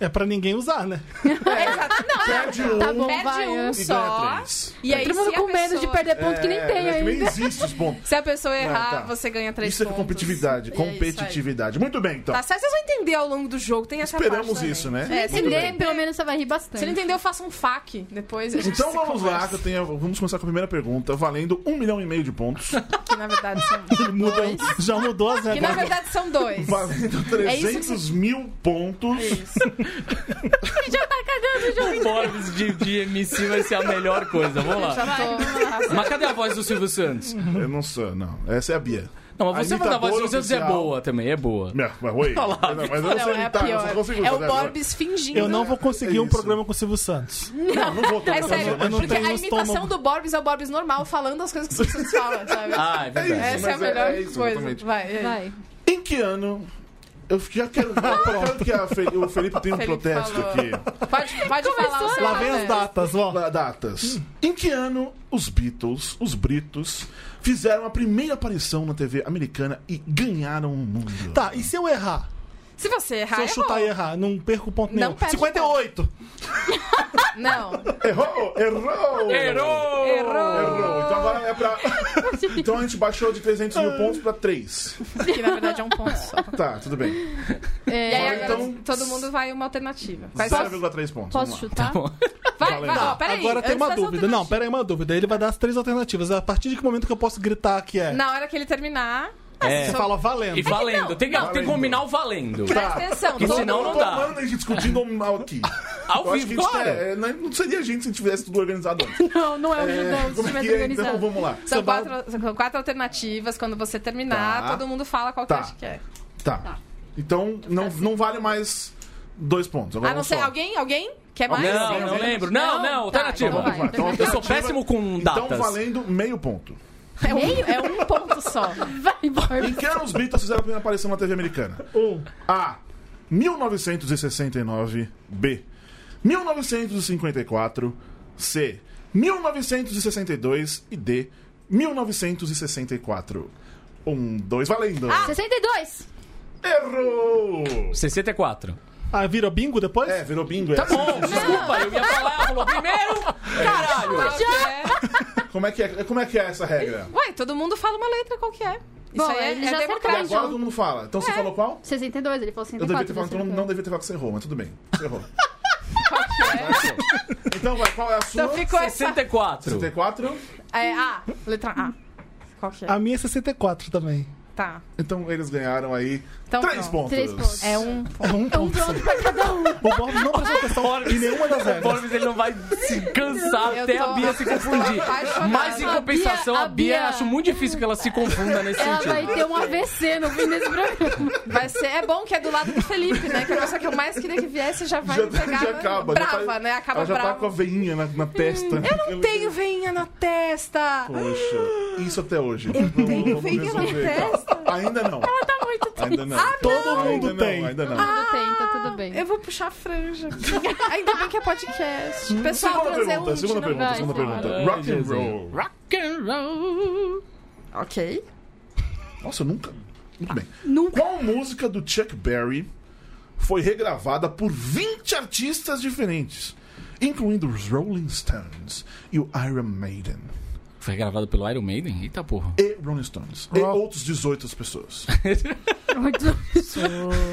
[SPEAKER 5] É,
[SPEAKER 6] É pra ninguém usar, né?
[SPEAKER 5] Exato. Não,
[SPEAKER 2] Perde um
[SPEAKER 1] Tá bom,
[SPEAKER 5] perde
[SPEAKER 1] vai.
[SPEAKER 5] um
[SPEAKER 1] é.
[SPEAKER 2] É. e
[SPEAKER 5] só.
[SPEAKER 2] ganha três.
[SPEAKER 5] É E aí,
[SPEAKER 1] Todo mundo
[SPEAKER 5] se a
[SPEAKER 1] com medo de
[SPEAKER 5] pessoa-
[SPEAKER 1] perder ponto que nem
[SPEAKER 2] É,
[SPEAKER 1] tem
[SPEAKER 2] mas que
[SPEAKER 1] ainda.
[SPEAKER 2] Nem existe os pontos.
[SPEAKER 5] Se a pessoa errar,
[SPEAKER 2] tá.
[SPEAKER 5] você ganha três
[SPEAKER 2] Isso é
[SPEAKER 5] pontos.
[SPEAKER 2] competitividade.
[SPEAKER 5] E é isso aí.
[SPEAKER 2] Competitividade. Muito bem, então.
[SPEAKER 5] Tá certo? Vocês vão entender ao longo do jogo. Tem essa
[SPEAKER 2] Esperamos
[SPEAKER 5] parte também.
[SPEAKER 2] isso, né?
[SPEAKER 5] É,
[SPEAKER 2] Muito
[SPEAKER 5] se
[SPEAKER 2] bem.
[SPEAKER 5] entender,
[SPEAKER 1] Entender, pelo menos você vai rir bastante.
[SPEAKER 5] Se não entendeu, faça um fac depois. A gente
[SPEAKER 2] Então
[SPEAKER 5] se
[SPEAKER 2] vamos lá, que
[SPEAKER 5] conversa.
[SPEAKER 2] eu tenho, vamos começar com a primeira pergunta, valendo um milhão e meio de
[SPEAKER 5] <laughs>
[SPEAKER 2] pontos.
[SPEAKER 5] Que na verdade são,
[SPEAKER 6] Muda, já mudou as
[SPEAKER 5] que, na
[SPEAKER 6] regras.
[SPEAKER 5] verdade, são dois.
[SPEAKER 2] Valendo
[SPEAKER 5] É isso que- É
[SPEAKER 2] 300 mil pontos.
[SPEAKER 1] já tá cagando, já.
[SPEAKER 4] O Boris de, de MC vai ser a melhor coisa. Vamos lá.
[SPEAKER 5] <laughs> Já tô-
[SPEAKER 4] Mas cadê a voz do Silvio Santos?
[SPEAKER 2] Eu não sou, não. Essa é a Bia.
[SPEAKER 4] Não, mas você
[SPEAKER 2] Anitta
[SPEAKER 4] falando a voz do
[SPEAKER 2] Boa
[SPEAKER 4] Silvio Santos é
[SPEAKER 2] oficial.
[SPEAKER 4] boa também,
[SPEAKER 2] <laughs>
[SPEAKER 4] é boa.
[SPEAKER 2] Minha- Mas, oi.
[SPEAKER 4] Olha
[SPEAKER 2] Não,
[SPEAKER 4] lá.
[SPEAKER 2] mas eu não,
[SPEAKER 5] Não,
[SPEAKER 2] sei
[SPEAKER 5] é a
[SPEAKER 2] imitar, eu só
[SPEAKER 5] pior.
[SPEAKER 2] consigo
[SPEAKER 5] É o
[SPEAKER 2] fazer agora.
[SPEAKER 5] Borbis fingindo.
[SPEAKER 6] Eu não vou conseguir
[SPEAKER 2] É
[SPEAKER 6] um
[SPEAKER 2] isso.
[SPEAKER 6] programa com o Silvio Santos.
[SPEAKER 2] Não, não vou.
[SPEAKER 5] É
[SPEAKER 2] não,
[SPEAKER 5] sério,
[SPEAKER 2] eu não
[SPEAKER 5] porque
[SPEAKER 6] tenho
[SPEAKER 5] a imitação
[SPEAKER 6] estômago.
[SPEAKER 5] do Borbis é o Borbis normal, falando as coisas que os pessoas falam, sabe?
[SPEAKER 4] Ah, é verdade.
[SPEAKER 2] É
[SPEAKER 5] Essa é a
[SPEAKER 2] mas é-
[SPEAKER 5] melhor
[SPEAKER 2] é isso,
[SPEAKER 5] coisa.
[SPEAKER 2] exatamente.
[SPEAKER 5] Vai, é.
[SPEAKER 1] Vai.
[SPEAKER 2] Em que ano? Eu já
[SPEAKER 5] <laughs>
[SPEAKER 2] quero. Pronto, que a Fe- o Felipe tem um
[SPEAKER 5] Felipe
[SPEAKER 2] protesto
[SPEAKER 5] falou.
[SPEAKER 2] aqui.
[SPEAKER 5] Pode, pode falar o seu
[SPEAKER 6] Lá vem as
[SPEAKER 5] processo.
[SPEAKER 6] datas, ó.
[SPEAKER 2] Da- Datas. Em que ano os Beatles, os Britos, fizeram a primeira aparição na TV americana e ganharam o mundo?
[SPEAKER 6] Tá, e se eu errar?
[SPEAKER 5] Se você errar, é
[SPEAKER 6] Se eu chutar e
[SPEAKER 5] errou.
[SPEAKER 6] errar, não perco ponto
[SPEAKER 5] Não
[SPEAKER 6] nenhum.
[SPEAKER 5] perde
[SPEAKER 6] 58!
[SPEAKER 5] Não.
[SPEAKER 2] Errou! Errou!
[SPEAKER 4] Errou!
[SPEAKER 5] Errou.
[SPEAKER 2] Errou. Então agora é pra. Então a gente baixou de 300 mil pontos pra 3.
[SPEAKER 5] Que na verdade é um ponto
[SPEAKER 6] <laughs>
[SPEAKER 5] só.
[SPEAKER 2] Tá, tudo bem.
[SPEAKER 6] É,
[SPEAKER 5] E aí
[SPEAKER 2] Bom,
[SPEAKER 5] agora
[SPEAKER 2] então-
[SPEAKER 5] todo mundo vai uma alternativa. Quais são?
[SPEAKER 2] 0,3 pontos.
[SPEAKER 1] Posso
[SPEAKER 2] vamos lá.
[SPEAKER 1] chutar?
[SPEAKER 5] Vai, vai, ó, peraí.
[SPEAKER 6] Agora tem
[SPEAKER 5] antes
[SPEAKER 6] uma
[SPEAKER 5] das
[SPEAKER 6] dúvida. Não,
[SPEAKER 5] alternativas.
[SPEAKER 6] pera aí, uma dúvida. Ele vai dar as três alternativas. A partir de que momento que eu posso gritar que é?
[SPEAKER 5] Na hora que ele terminar,
[SPEAKER 6] Você
[SPEAKER 4] É.
[SPEAKER 6] fala valendo.
[SPEAKER 4] E valendo. Tem que, tem que
[SPEAKER 2] Valendo.
[SPEAKER 4] combinar o valendo.
[SPEAKER 5] presta
[SPEAKER 2] Tá.
[SPEAKER 5] atenção.
[SPEAKER 4] Que
[SPEAKER 5] todo
[SPEAKER 4] senão não
[SPEAKER 5] mundo-
[SPEAKER 4] dá.
[SPEAKER 2] Tomando a gente discutindo um aqui.
[SPEAKER 4] Ao
[SPEAKER 2] Eu acho que
[SPEAKER 4] vivo,
[SPEAKER 2] a gente
[SPEAKER 4] claro.
[SPEAKER 2] é, é, não seria a gente se tivesse tudo organizado antes.
[SPEAKER 1] Não, não é o
[SPEAKER 2] É,
[SPEAKER 1] judão, o
[SPEAKER 2] como é
[SPEAKER 1] time
[SPEAKER 2] que é? Então
[SPEAKER 1] organizado.
[SPEAKER 2] vamos lá.
[SPEAKER 5] São
[SPEAKER 6] São Paulo-
[SPEAKER 5] quatro, são quatro alternativas. Quando você terminar,
[SPEAKER 2] Tá.
[SPEAKER 5] todo mundo fala qual que
[SPEAKER 2] Tá.
[SPEAKER 5] acha que é.
[SPEAKER 2] Tá. Então não, não vale mais dois pontos. Agora
[SPEAKER 5] Ah, não
[SPEAKER 2] um
[SPEAKER 5] sei.
[SPEAKER 2] só.
[SPEAKER 5] Alguém? Alguém? Quer mais?
[SPEAKER 4] Não,
[SPEAKER 5] Sim,
[SPEAKER 4] não
[SPEAKER 5] alguém?
[SPEAKER 4] lembro. Não, não, alternativa.
[SPEAKER 5] Tá, então vai.
[SPEAKER 2] Então,
[SPEAKER 4] Eu sou péssimo com
[SPEAKER 2] Então
[SPEAKER 4] datas.
[SPEAKER 2] valendo meio ponto.
[SPEAKER 5] É um, é um ponto só.
[SPEAKER 1] Vai,
[SPEAKER 2] Em
[SPEAKER 1] Borbs.
[SPEAKER 2] que ano os Beatles fizeram a primeira aparição na TV americana?
[SPEAKER 6] Um.
[SPEAKER 2] A. 1969. B. 1954. C. 1962. E D. 1964. Um, dois, valendo!
[SPEAKER 5] Ah!
[SPEAKER 1] 62.
[SPEAKER 2] Errou!
[SPEAKER 4] 64.
[SPEAKER 6] Ah, vira bingo depois?
[SPEAKER 2] É, virou bingo.
[SPEAKER 4] Tá
[SPEAKER 2] é.
[SPEAKER 4] bom, desculpa, eu ia falar, falou primeiro. Caralho.
[SPEAKER 5] Qual que é?
[SPEAKER 2] Como é que é, como é, que é essa regra?
[SPEAKER 5] Ué, todo mundo fala uma letra qual que é.
[SPEAKER 1] Bom,
[SPEAKER 5] Isso aí é,
[SPEAKER 1] ele
[SPEAKER 5] é
[SPEAKER 1] já
[SPEAKER 2] E
[SPEAKER 5] democrático.
[SPEAKER 1] acertou.
[SPEAKER 2] agora todo mundo fala. Então
[SPEAKER 5] É.
[SPEAKER 2] você falou qual?
[SPEAKER 1] 62, ele falou 64.
[SPEAKER 2] Eu devia ter falado,
[SPEAKER 1] você
[SPEAKER 2] então não,
[SPEAKER 1] falou.
[SPEAKER 2] não devia ter falado que você errou, mas tudo bem. Você errou.
[SPEAKER 5] <laughs> Qual que
[SPEAKER 2] Então vai, qual é a sua?
[SPEAKER 5] é? Então ficou essa.
[SPEAKER 4] 64.
[SPEAKER 2] 64?
[SPEAKER 5] É, A. Letra A. Qual que é?
[SPEAKER 6] A minha é 64 também.
[SPEAKER 5] Tá.
[SPEAKER 2] Então eles ganharam aí
[SPEAKER 5] Então
[SPEAKER 2] três
[SPEAKER 5] pronto.
[SPEAKER 2] pontos.
[SPEAKER 1] Três pontos.
[SPEAKER 5] É um ponto. um.
[SPEAKER 6] É um ponto. O Bob não prestou atenção
[SPEAKER 4] Boris.
[SPEAKER 6] em nenhuma das
[SPEAKER 4] O
[SPEAKER 6] regras.
[SPEAKER 4] Boris ele não vai se cansar
[SPEAKER 5] Eu
[SPEAKER 4] até
[SPEAKER 5] tô-
[SPEAKER 4] a Bia se
[SPEAKER 5] eu
[SPEAKER 4] confundir.
[SPEAKER 5] tô apaixonada.
[SPEAKER 4] Mas em
[SPEAKER 1] A Bia-
[SPEAKER 4] compensação, a
[SPEAKER 1] a
[SPEAKER 4] Bia,
[SPEAKER 1] Bia-
[SPEAKER 4] acho muito difícil que ela se confunda nesse
[SPEAKER 1] Ela
[SPEAKER 4] sentido.
[SPEAKER 1] vai ter um AVC no fim desse programa.
[SPEAKER 5] Vai ser, é bom que é do lado do Felipe, né? Que é a pessoa que eu mais queria que viesse já vai
[SPEAKER 2] Já,
[SPEAKER 5] me pegar.
[SPEAKER 2] já acaba. já
[SPEAKER 5] brava,
[SPEAKER 2] tá-
[SPEAKER 5] né? Acaba
[SPEAKER 2] ela já
[SPEAKER 5] brava.
[SPEAKER 2] tá com a veinha na, na testa. Eu não
[SPEAKER 5] Tenho veinha na testa!
[SPEAKER 2] Poxa, isso até hoje. Eu tenho
[SPEAKER 5] veinha na testa.
[SPEAKER 2] Ainda não.
[SPEAKER 1] Tá muito triste.
[SPEAKER 2] Ainda não.
[SPEAKER 5] Ah,
[SPEAKER 6] Todo mundo
[SPEAKER 2] ainda
[SPEAKER 6] tem.
[SPEAKER 2] Não, ainda não.
[SPEAKER 1] Tudo tem, tá tudo bem.
[SPEAKER 5] Eu vou puxar a franja. <laughs> Ainda bem que é podcast. Pessoal, um
[SPEAKER 2] segunda pergunta,
[SPEAKER 5] transeunte,
[SPEAKER 2] segunda
[SPEAKER 5] não
[SPEAKER 2] pergunta,
[SPEAKER 1] vai,
[SPEAKER 2] segunda
[SPEAKER 1] senhora.
[SPEAKER 2] pergunta. Rock and
[SPEAKER 4] Jesus.
[SPEAKER 2] roll.
[SPEAKER 4] Rock and roll.
[SPEAKER 5] Ok.
[SPEAKER 2] Nossa, eu nunca. Muito bem.
[SPEAKER 1] Nunca.
[SPEAKER 2] Qual música do Chuck Berry foi regravada por 20 artistas diferentes, incluindo os Rolling Stones e o Iron Maiden?
[SPEAKER 4] Foi gravado pelo Iron Maiden? Eita porra.
[SPEAKER 2] E Rolling Stones. E
[SPEAKER 6] Rock.
[SPEAKER 2] outros 18 pessoas.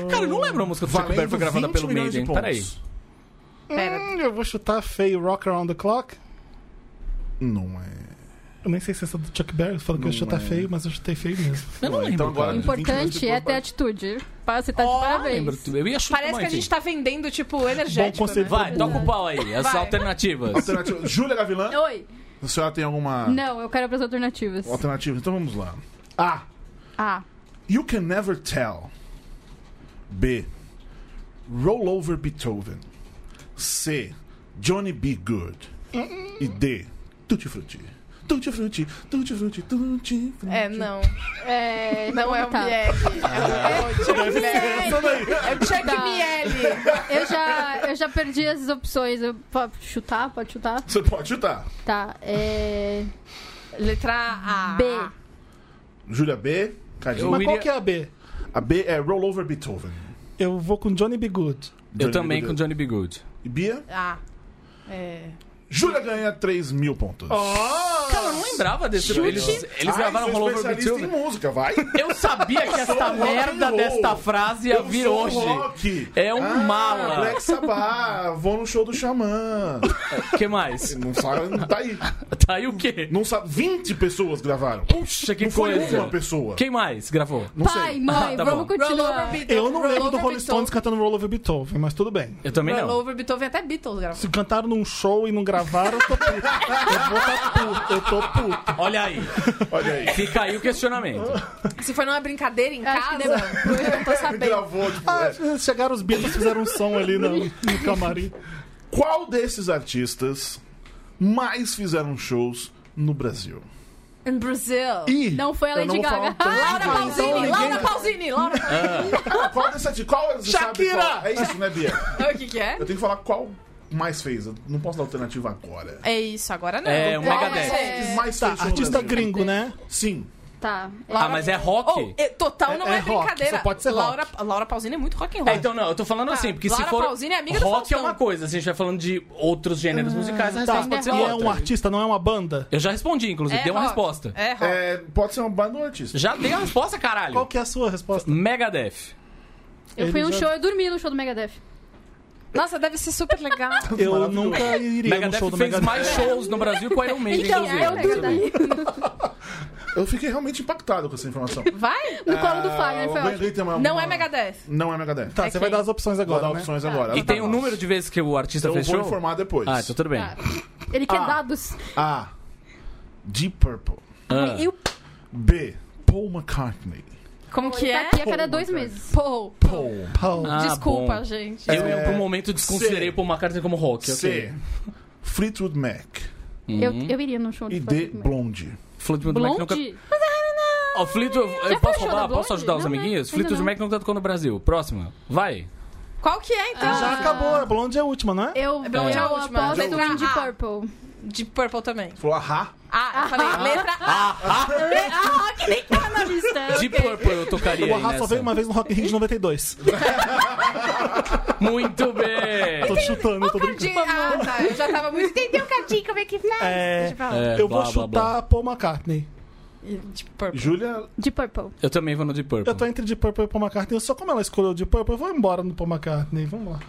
[SPEAKER 4] Cara, eu não lembro a música do Chuck Berry foi gravada
[SPEAKER 2] 20
[SPEAKER 4] pelo
[SPEAKER 2] milhões de
[SPEAKER 4] Maiden.
[SPEAKER 2] pontos.
[SPEAKER 4] Peraí.
[SPEAKER 5] Pera.
[SPEAKER 6] Hum, eu vou chutar feio Rock Around the Clock.
[SPEAKER 2] Não é.
[SPEAKER 6] Eu nem sei se essa do Chuck Berry, falando que eu
[SPEAKER 2] Não
[SPEAKER 6] chutar
[SPEAKER 2] é.
[SPEAKER 6] feio, mas eu chutei feio mesmo.
[SPEAKER 4] Eu não
[SPEAKER 2] Bom,
[SPEAKER 4] lembro.
[SPEAKER 2] então agora-
[SPEAKER 4] cara.
[SPEAKER 2] Importante
[SPEAKER 1] Importante é ter atitude. Pa- Você tá de
[SPEAKER 5] Ó,
[SPEAKER 4] Eu
[SPEAKER 1] parabéns.
[SPEAKER 4] lembro. Eu ia chutar
[SPEAKER 5] Parece que a
[SPEAKER 4] mais,
[SPEAKER 5] gente tá vendendo, tipo, energético.
[SPEAKER 6] Bom conselho.
[SPEAKER 5] né?
[SPEAKER 4] Vai, toca o pau aí. é As
[SPEAKER 5] Vai.
[SPEAKER 4] alternativas.
[SPEAKER 2] Alternativa.
[SPEAKER 4] <laughs>
[SPEAKER 2] Júlia Gavilã,
[SPEAKER 1] Oi.
[SPEAKER 2] a senhora tem alguma
[SPEAKER 1] Não, eu quero as alternativas.
[SPEAKER 2] alternativa? Então vamos lá. A.
[SPEAKER 1] Ah,
[SPEAKER 2] You Can Never Tell. B. Roll Over Beethoven. C. Johnny B. Good. E D. Tutti Frutti. Tutti Frutti, Tutti Frutti, Tutti Frutti.
[SPEAKER 5] É, não.
[SPEAKER 1] é...
[SPEAKER 5] Não é o
[SPEAKER 1] complicado.
[SPEAKER 5] Miele. um É o é, Miele. É o Chuck
[SPEAKER 1] Tá.
[SPEAKER 5] Miele.
[SPEAKER 1] Eu já, eu já perdi as opções. Eu, pode chutar? Pode chutar?
[SPEAKER 2] Você pode chutar.
[SPEAKER 1] Tá. É...
[SPEAKER 5] Letra A.
[SPEAKER 1] B.
[SPEAKER 2] Júlia B. Cadinho.
[SPEAKER 4] Eu
[SPEAKER 6] Mas qual
[SPEAKER 4] iria-
[SPEAKER 6] que é a B?
[SPEAKER 2] A B é Roll Over Beethoven.
[SPEAKER 6] Eu vou com Johnny B. Good.
[SPEAKER 4] Eu também com
[SPEAKER 2] Good.
[SPEAKER 4] Johnny B. Good.
[SPEAKER 2] E Bia?
[SPEAKER 5] A. É.
[SPEAKER 2] Júlia ganha 3 mil pontos.
[SPEAKER 4] Cara, eu não lembrava desse. Eles, eles
[SPEAKER 2] Ai,
[SPEAKER 4] gravaram
[SPEAKER 2] sou
[SPEAKER 4] Roll Over
[SPEAKER 2] especialista
[SPEAKER 4] Beethoven.
[SPEAKER 2] em música,
[SPEAKER 4] <laughs>
[SPEAKER 2] vai.
[SPEAKER 4] Eu sabia que esta
[SPEAKER 2] rock and
[SPEAKER 4] merda
[SPEAKER 2] roll.
[SPEAKER 4] desta frase ia
[SPEAKER 2] Eu
[SPEAKER 4] vir
[SPEAKER 2] sou um
[SPEAKER 4] hoje.
[SPEAKER 2] rock.
[SPEAKER 4] É um
[SPEAKER 2] ah,
[SPEAKER 4] mala.
[SPEAKER 2] Black Sabbath, vou no show do Xamã.
[SPEAKER 4] O que mais?
[SPEAKER 2] Não sabe, não tá aí.
[SPEAKER 4] Tá aí o quê?
[SPEAKER 2] Não sabe, 20 pessoas gravaram.
[SPEAKER 4] Puxa, que
[SPEAKER 2] não foi
[SPEAKER 4] coisa.
[SPEAKER 2] uma pessoa.
[SPEAKER 4] Quem mais gravou?
[SPEAKER 2] Não
[SPEAKER 1] Pai,
[SPEAKER 2] sei.
[SPEAKER 1] mãe,
[SPEAKER 4] Ah, tá
[SPEAKER 1] vamos
[SPEAKER 4] bom.
[SPEAKER 1] continuar.
[SPEAKER 6] Eu não lembro do Rolling Stones cantando Roll Over Beethoven, mas tudo bem.
[SPEAKER 4] Eu também não.
[SPEAKER 5] Rollover Beethoven, é até Beatles gravou.
[SPEAKER 6] Se cantaram num show e não gravaram, eu tô puto. Eu vou tá puto, eu tô puto.
[SPEAKER 4] Olha aí.
[SPEAKER 2] Olha aí.
[SPEAKER 4] Fica aí o questionamento.
[SPEAKER 5] Se foi numa brincadeira em
[SPEAKER 1] Acho que
[SPEAKER 5] casa, <laughs> eu não tô sabendo.
[SPEAKER 2] Gravou, tipo, é.
[SPEAKER 6] Ah, chegaram os Beatles, fizeram um som ali no, no camarim.
[SPEAKER 2] Qual desses artistas mais fizeram shows no Brasil?
[SPEAKER 5] In Brazil.
[SPEAKER 2] Ih,
[SPEAKER 1] Não foi a
[SPEAKER 2] eu não
[SPEAKER 1] Lady
[SPEAKER 2] vou falar
[SPEAKER 1] Gaga.
[SPEAKER 2] um tanto de
[SPEAKER 5] Laura
[SPEAKER 2] coisa, então
[SPEAKER 5] Pausini,
[SPEAKER 2] ninguém-
[SPEAKER 5] Laura Pausini, Laura Pausini.
[SPEAKER 2] Ah, Qual desses artistas? Qual você sabe
[SPEAKER 6] Shakira!
[SPEAKER 2] qual? É isso, né, Bia?
[SPEAKER 5] O que que é?
[SPEAKER 2] Eu tenho que falar qual mais fez. Eu não posso dar alternativa agora.
[SPEAKER 5] É isso, agora não.
[SPEAKER 4] É, o
[SPEAKER 5] Qual vai
[SPEAKER 4] Megadeth.
[SPEAKER 5] ser?
[SPEAKER 2] Que mais
[SPEAKER 6] Tá,
[SPEAKER 2] fez show no
[SPEAKER 6] artista
[SPEAKER 2] Brasil?
[SPEAKER 6] gringo, né?
[SPEAKER 2] Sim.
[SPEAKER 1] Tá.
[SPEAKER 4] Ah, mas é rock?
[SPEAKER 5] Oh, é- total não
[SPEAKER 6] É-
[SPEAKER 5] é,
[SPEAKER 6] é rock,
[SPEAKER 5] brincadeira.
[SPEAKER 6] só pode ser
[SPEAKER 5] Laura, Laura Pausini é muito rock and roll.
[SPEAKER 4] É, então não, eu tô falando assim, porque se
[SPEAKER 5] Laura
[SPEAKER 4] for.
[SPEAKER 5] Pausini é amiga do
[SPEAKER 4] rock é
[SPEAKER 5] Faustão.
[SPEAKER 4] uma coisa, se a gente vai falando de outros gêneros musicais, a resposta pode ser
[SPEAKER 6] E é um
[SPEAKER 4] outra.
[SPEAKER 6] artista, não é uma banda?
[SPEAKER 4] Eu já respondi, inclusive,
[SPEAKER 5] É
[SPEAKER 4] dei uma
[SPEAKER 5] rock.
[SPEAKER 4] resposta.
[SPEAKER 5] É rock.
[SPEAKER 2] É, pode ser um bando artista.
[SPEAKER 4] Já dei a resposta, caralho.
[SPEAKER 6] Qual que é a sua resposta?
[SPEAKER 4] Megadeth.
[SPEAKER 1] Eu fui
[SPEAKER 6] Ele
[SPEAKER 1] num
[SPEAKER 6] já-
[SPEAKER 1] show e dormi no show do Megadeth.
[SPEAKER 4] é.
[SPEAKER 5] Nossa, deve ser super
[SPEAKER 4] <laughs>
[SPEAKER 5] legal.
[SPEAKER 6] Eu
[SPEAKER 2] Tá Maravilhoso.
[SPEAKER 6] nunca iria no
[SPEAKER 4] Megadeth
[SPEAKER 6] show do
[SPEAKER 4] fez
[SPEAKER 6] Megadeth.
[SPEAKER 4] mais shows no Brasil que o Iron Maiden.
[SPEAKER 1] Então,
[SPEAKER 4] inclusive.
[SPEAKER 1] eu dormi
[SPEAKER 2] Eu fiquei realmente impactado com essa informação.
[SPEAKER 5] Vai?
[SPEAKER 1] no colo do Fagner. Foi
[SPEAKER 2] Ah,
[SPEAKER 1] ótimo.
[SPEAKER 2] alguém tem uma-
[SPEAKER 5] Não
[SPEAKER 2] uma-
[SPEAKER 5] é Megadeth.
[SPEAKER 2] Não é Megadeth.
[SPEAKER 6] Tá, você vai dar as opções
[SPEAKER 2] Vou dar
[SPEAKER 6] agora, né?
[SPEAKER 2] opções agora.
[SPEAKER 4] E tem o número de vezes que o artista
[SPEAKER 2] tá Eu vou
[SPEAKER 4] fez show?
[SPEAKER 2] informar depois.
[SPEAKER 4] Ah, então tudo bem.
[SPEAKER 1] Tá. Ele quer
[SPEAKER 2] ah.
[SPEAKER 1] dados.
[SPEAKER 2] A. Deep Purple.
[SPEAKER 4] Ah.
[SPEAKER 1] E o
[SPEAKER 2] B. Paul McCartney.
[SPEAKER 5] Como que
[SPEAKER 1] que
[SPEAKER 5] é?
[SPEAKER 1] tá aqui a cada dois meses.
[SPEAKER 5] Paul.
[SPEAKER 2] Paul.
[SPEAKER 6] Paul.
[SPEAKER 4] Ah,
[SPEAKER 5] Desculpa,
[SPEAKER 4] bom.
[SPEAKER 5] gente.
[SPEAKER 4] Eu, eu, por um momento, desconsiderei
[SPEAKER 2] C.
[SPEAKER 4] Paul McCartney como rock. ok.
[SPEAKER 2] C. Fleetwood Mac.
[SPEAKER 1] Eu, eu iria num show do
[SPEAKER 2] E D.
[SPEAKER 1] Fagner também.
[SPEAKER 2] Blonde.
[SPEAKER 4] Fleetwood Mac nunca...
[SPEAKER 1] Uhum. Blonde? Então
[SPEAKER 4] Ó, Fleetwood... Eu
[SPEAKER 1] foi
[SPEAKER 4] posso
[SPEAKER 1] no show
[SPEAKER 4] roubar?
[SPEAKER 1] da
[SPEAKER 4] Posso
[SPEAKER 1] Blonde?
[SPEAKER 4] ajudar os
[SPEAKER 1] Não, né?
[SPEAKER 4] amiguinhos?
[SPEAKER 1] Ainda
[SPEAKER 4] Fleetwood
[SPEAKER 1] não.
[SPEAKER 4] Mac nunca tocou no Brasil. Próxima. Vai.
[SPEAKER 5] Qual que é, então?
[SPEAKER 6] Já acabou, a Blonde é a última, não é?
[SPEAKER 1] Eu,
[SPEAKER 5] É Blonde
[SPEAKER 1] eu
[SPEAKER 5] é a última.
[SPEAKER 1] aposto Ah.
[SPEAKER 5] Letra
[SPEAKER 1] em Deep
[SPEAKER 5] A.
[SPEAKER 1] Purple.
[SPEAKER 5] De Purple também.
[SPEAKER 2] Falou, ahá.
[SPEAKER 5] Ah, eu falei letra A.
[SPEAKER 4] ah,
[SPEAKER 5] Ah, que nem tá na lista.
[SPEAKER 4] Deep Purple eu tocaria
[SPEAKER 6] O
[SPEAKER 4] aí
[SPEAKER 6] Arra
[SPEAKER 4] nessa.
[SPEAKER 6] só
[SPEAKER 4] É.
[SPEAKER 6] veio uma vez no Rock in Rio
[SPEAKER 4] <laughs>
[SPEAKER 6] de 92.
[SPEAKER 4] Muito bem.
[SPEAKER 6] Tô chutando, tô
[SPEAKER 5] <laughs>
[SPEAKER 6] brincando.
[SPEAKER 5] De- Ah, tá. Eu já tava muito. Entendeu, Cadinho? Como é que faz?
[SPEAKER 6] É.
[SPEAKER 5] Deixa pra lá.
[SPEAKER 4] É,
[SPEAKER 6] Eu
[SPEAKER 4] blá, blá,
[SPEAKER 6] vou
[SPEAKER 4] blá.
[SPEAKER 6] chutar Paul McCartney.
[SPEAKER 5] De Purple.
[SPEAKER 2] Júlia.
[SPEAKER 1] Deep Purple.
[SPEAKER 4] Eu também vou no Deep Purple.
[SPEAKER 6] Eu tô entre Deep Purple e Paul McCartney. Só como ela escolheu Deep Purple, eu vou embora no Paul McCartney. Vamos lá.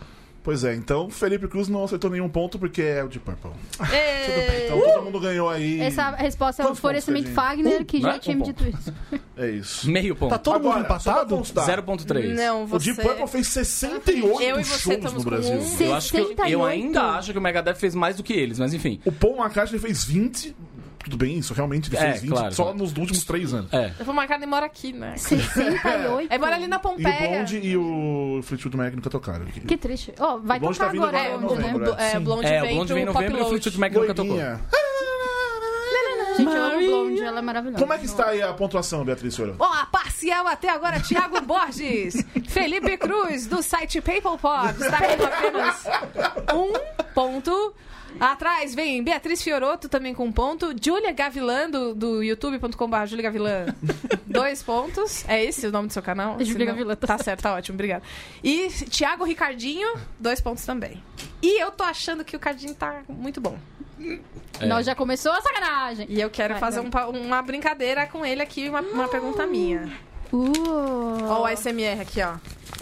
[SPEAKER 2] Pois é, então Felipe Cruz não acertou nenhum ponto porque é o Deep Purple.
[SPEAKER 5] É.
[SPEAKER 2] Então todo mundo ganhou aí.
[SPEAKER 1] Essa resposta é o
[SPEAKER 2] Quantos pontos
[SPEAKER 1] Florescimento
[SPEAKER 2] tem,
[SPEAKER 1] Fagner, que
[SPEAKER 4] né?
[SPEAKER 1] já tinha
[SPEAKER 2] Tá
[SPEAKER 4] Um
[SPEAKER 1] me
[SPEAKER 2] <laughs>
[SPEAKER 1] dito isso.
[SPEAKER 2] É isso.
[SPEAKER 4] Meio ponto.
[SPEAKER 6] Tá todo mundo
[SPEAKER 2] Agora, só pra
[SPEAKER 6] empatado?
[SPEAKER 2] constar,
[SPEAKER 4] 0.3.
[SPEAKER 5] Não,
[SPEAKER 2] O
[SPEAKER 5] você...
[SPEAKER 2] Deep Purple fez 68
[SPEAKER 5] Eu e você
[SPEAKER 2] shows no
[SPEAKER 5] estamos com
[SPEAKER 2] Brasil.
[SPEAKER 5] um.
[SPEAKER 4] Eu, acho que eu, eu
[SPEAKER 1] 68.
[SPEAKER 4] ainda acho que o Megadeth fez mais do que eles, mas enfim.
[SPEAKER 2] O Paul McCartney fez 20. Tudo bem, isso realmente ele
[SPEAKER 4] É,
[SPEAKER 2] fez 20
[SPEAKER 4] claro.
[SPEAKER 2] só nos últimos 3 anos.
[SPEAKER 4] É.
[SPEAKER 5] Eu vou marcar, demora aqui, né?
[SPEAKER 1] 68?
[SPEAKER 5] É, mora ali na
[SPEAKER 2] E o
[SPEAKER 5] Pompeia.
[SPEAKER 2] Blonde e o Fleetwood Mac nunca tocaram aqui.
[SPEAKER 1] Que triste. Ó, vai
[SPEAKER 2] O Blonde
[SPEAKER 1] tocar
[SPEAKER 2] tá vindo agora,
[SPEAKER 1] agora, é,
[SPEAKER 5] É,
[SPEAKER 2] eu
[SPEAKER 5] o
[SPEAKER 2] não
[SPEAKER 1] onde, né?
[SPEAKER 2] lembro.
[SPEAKER 5] Blo- é,
[SPEAKER 1] Sim.
[SPEAKER 5] Blonde
[SPEAKER 4] É, o
[SPEAKER 5] vem
[SPEAKER 4] Blonde
[SPEAKER 5] do
[SPEAKER 4] vem em novembro
[SPEAKER 5] Pop
[SPEAKER 4] e o
[SPEAKER 5] Load.
[SPEAKER 4] Fleetwood Mac nunca tocou.
[SPEAKER 2] Loirinha.
[SPEAKER 1] Gente, eu amo Blonde, ela é maravilhosa.
[SPEAKER 2] Como é que está aí a pontuação, Beatriz Soro?
[SPEAKER 5] Ó, parcial até agora, Thiago
[SPEAKER 4] <laughs>
[SPEAKER 5] Borges. Felipe Cruz, do site PaperPop. Está com apenas um ponto. Atrás vem Beatriz Fioroto, também com um ponto. Júlia Gavilan, do, do youtube.com.br. Júlia
[SPEAKER 4] <laughs>
[SPEAKER 5] Gavilan, dois pontos. É esse o nome do seu canal?
[SPEAKER 1] Júlia
[SPEAKER 5] Se não-
[SPEAKER 1] Gavilan, tá
[SPEAKER 5] Tá certo, tá ótimo, obrigada. E Thiago Ricardinho, dois pontos também. E eu tô achando que o Cardinho tá muito bom.
[SPEAKER 4] É.
[SPEAKER 1] Nós já começou a sacanagem.
[SPEAKER 5] E eu quero
[SPEAKER 1] Vai,
[SPEAKER 5] fazer
[SPEAKER 1] vai. Ah.
[SPEAKER 5] um pa- uma brincadeira com ele aqui, uma, uma pergunta minha.
[SPEAKER 1] Uh.
[SPEAKER 5] Ó, o ASMR aqui, ó.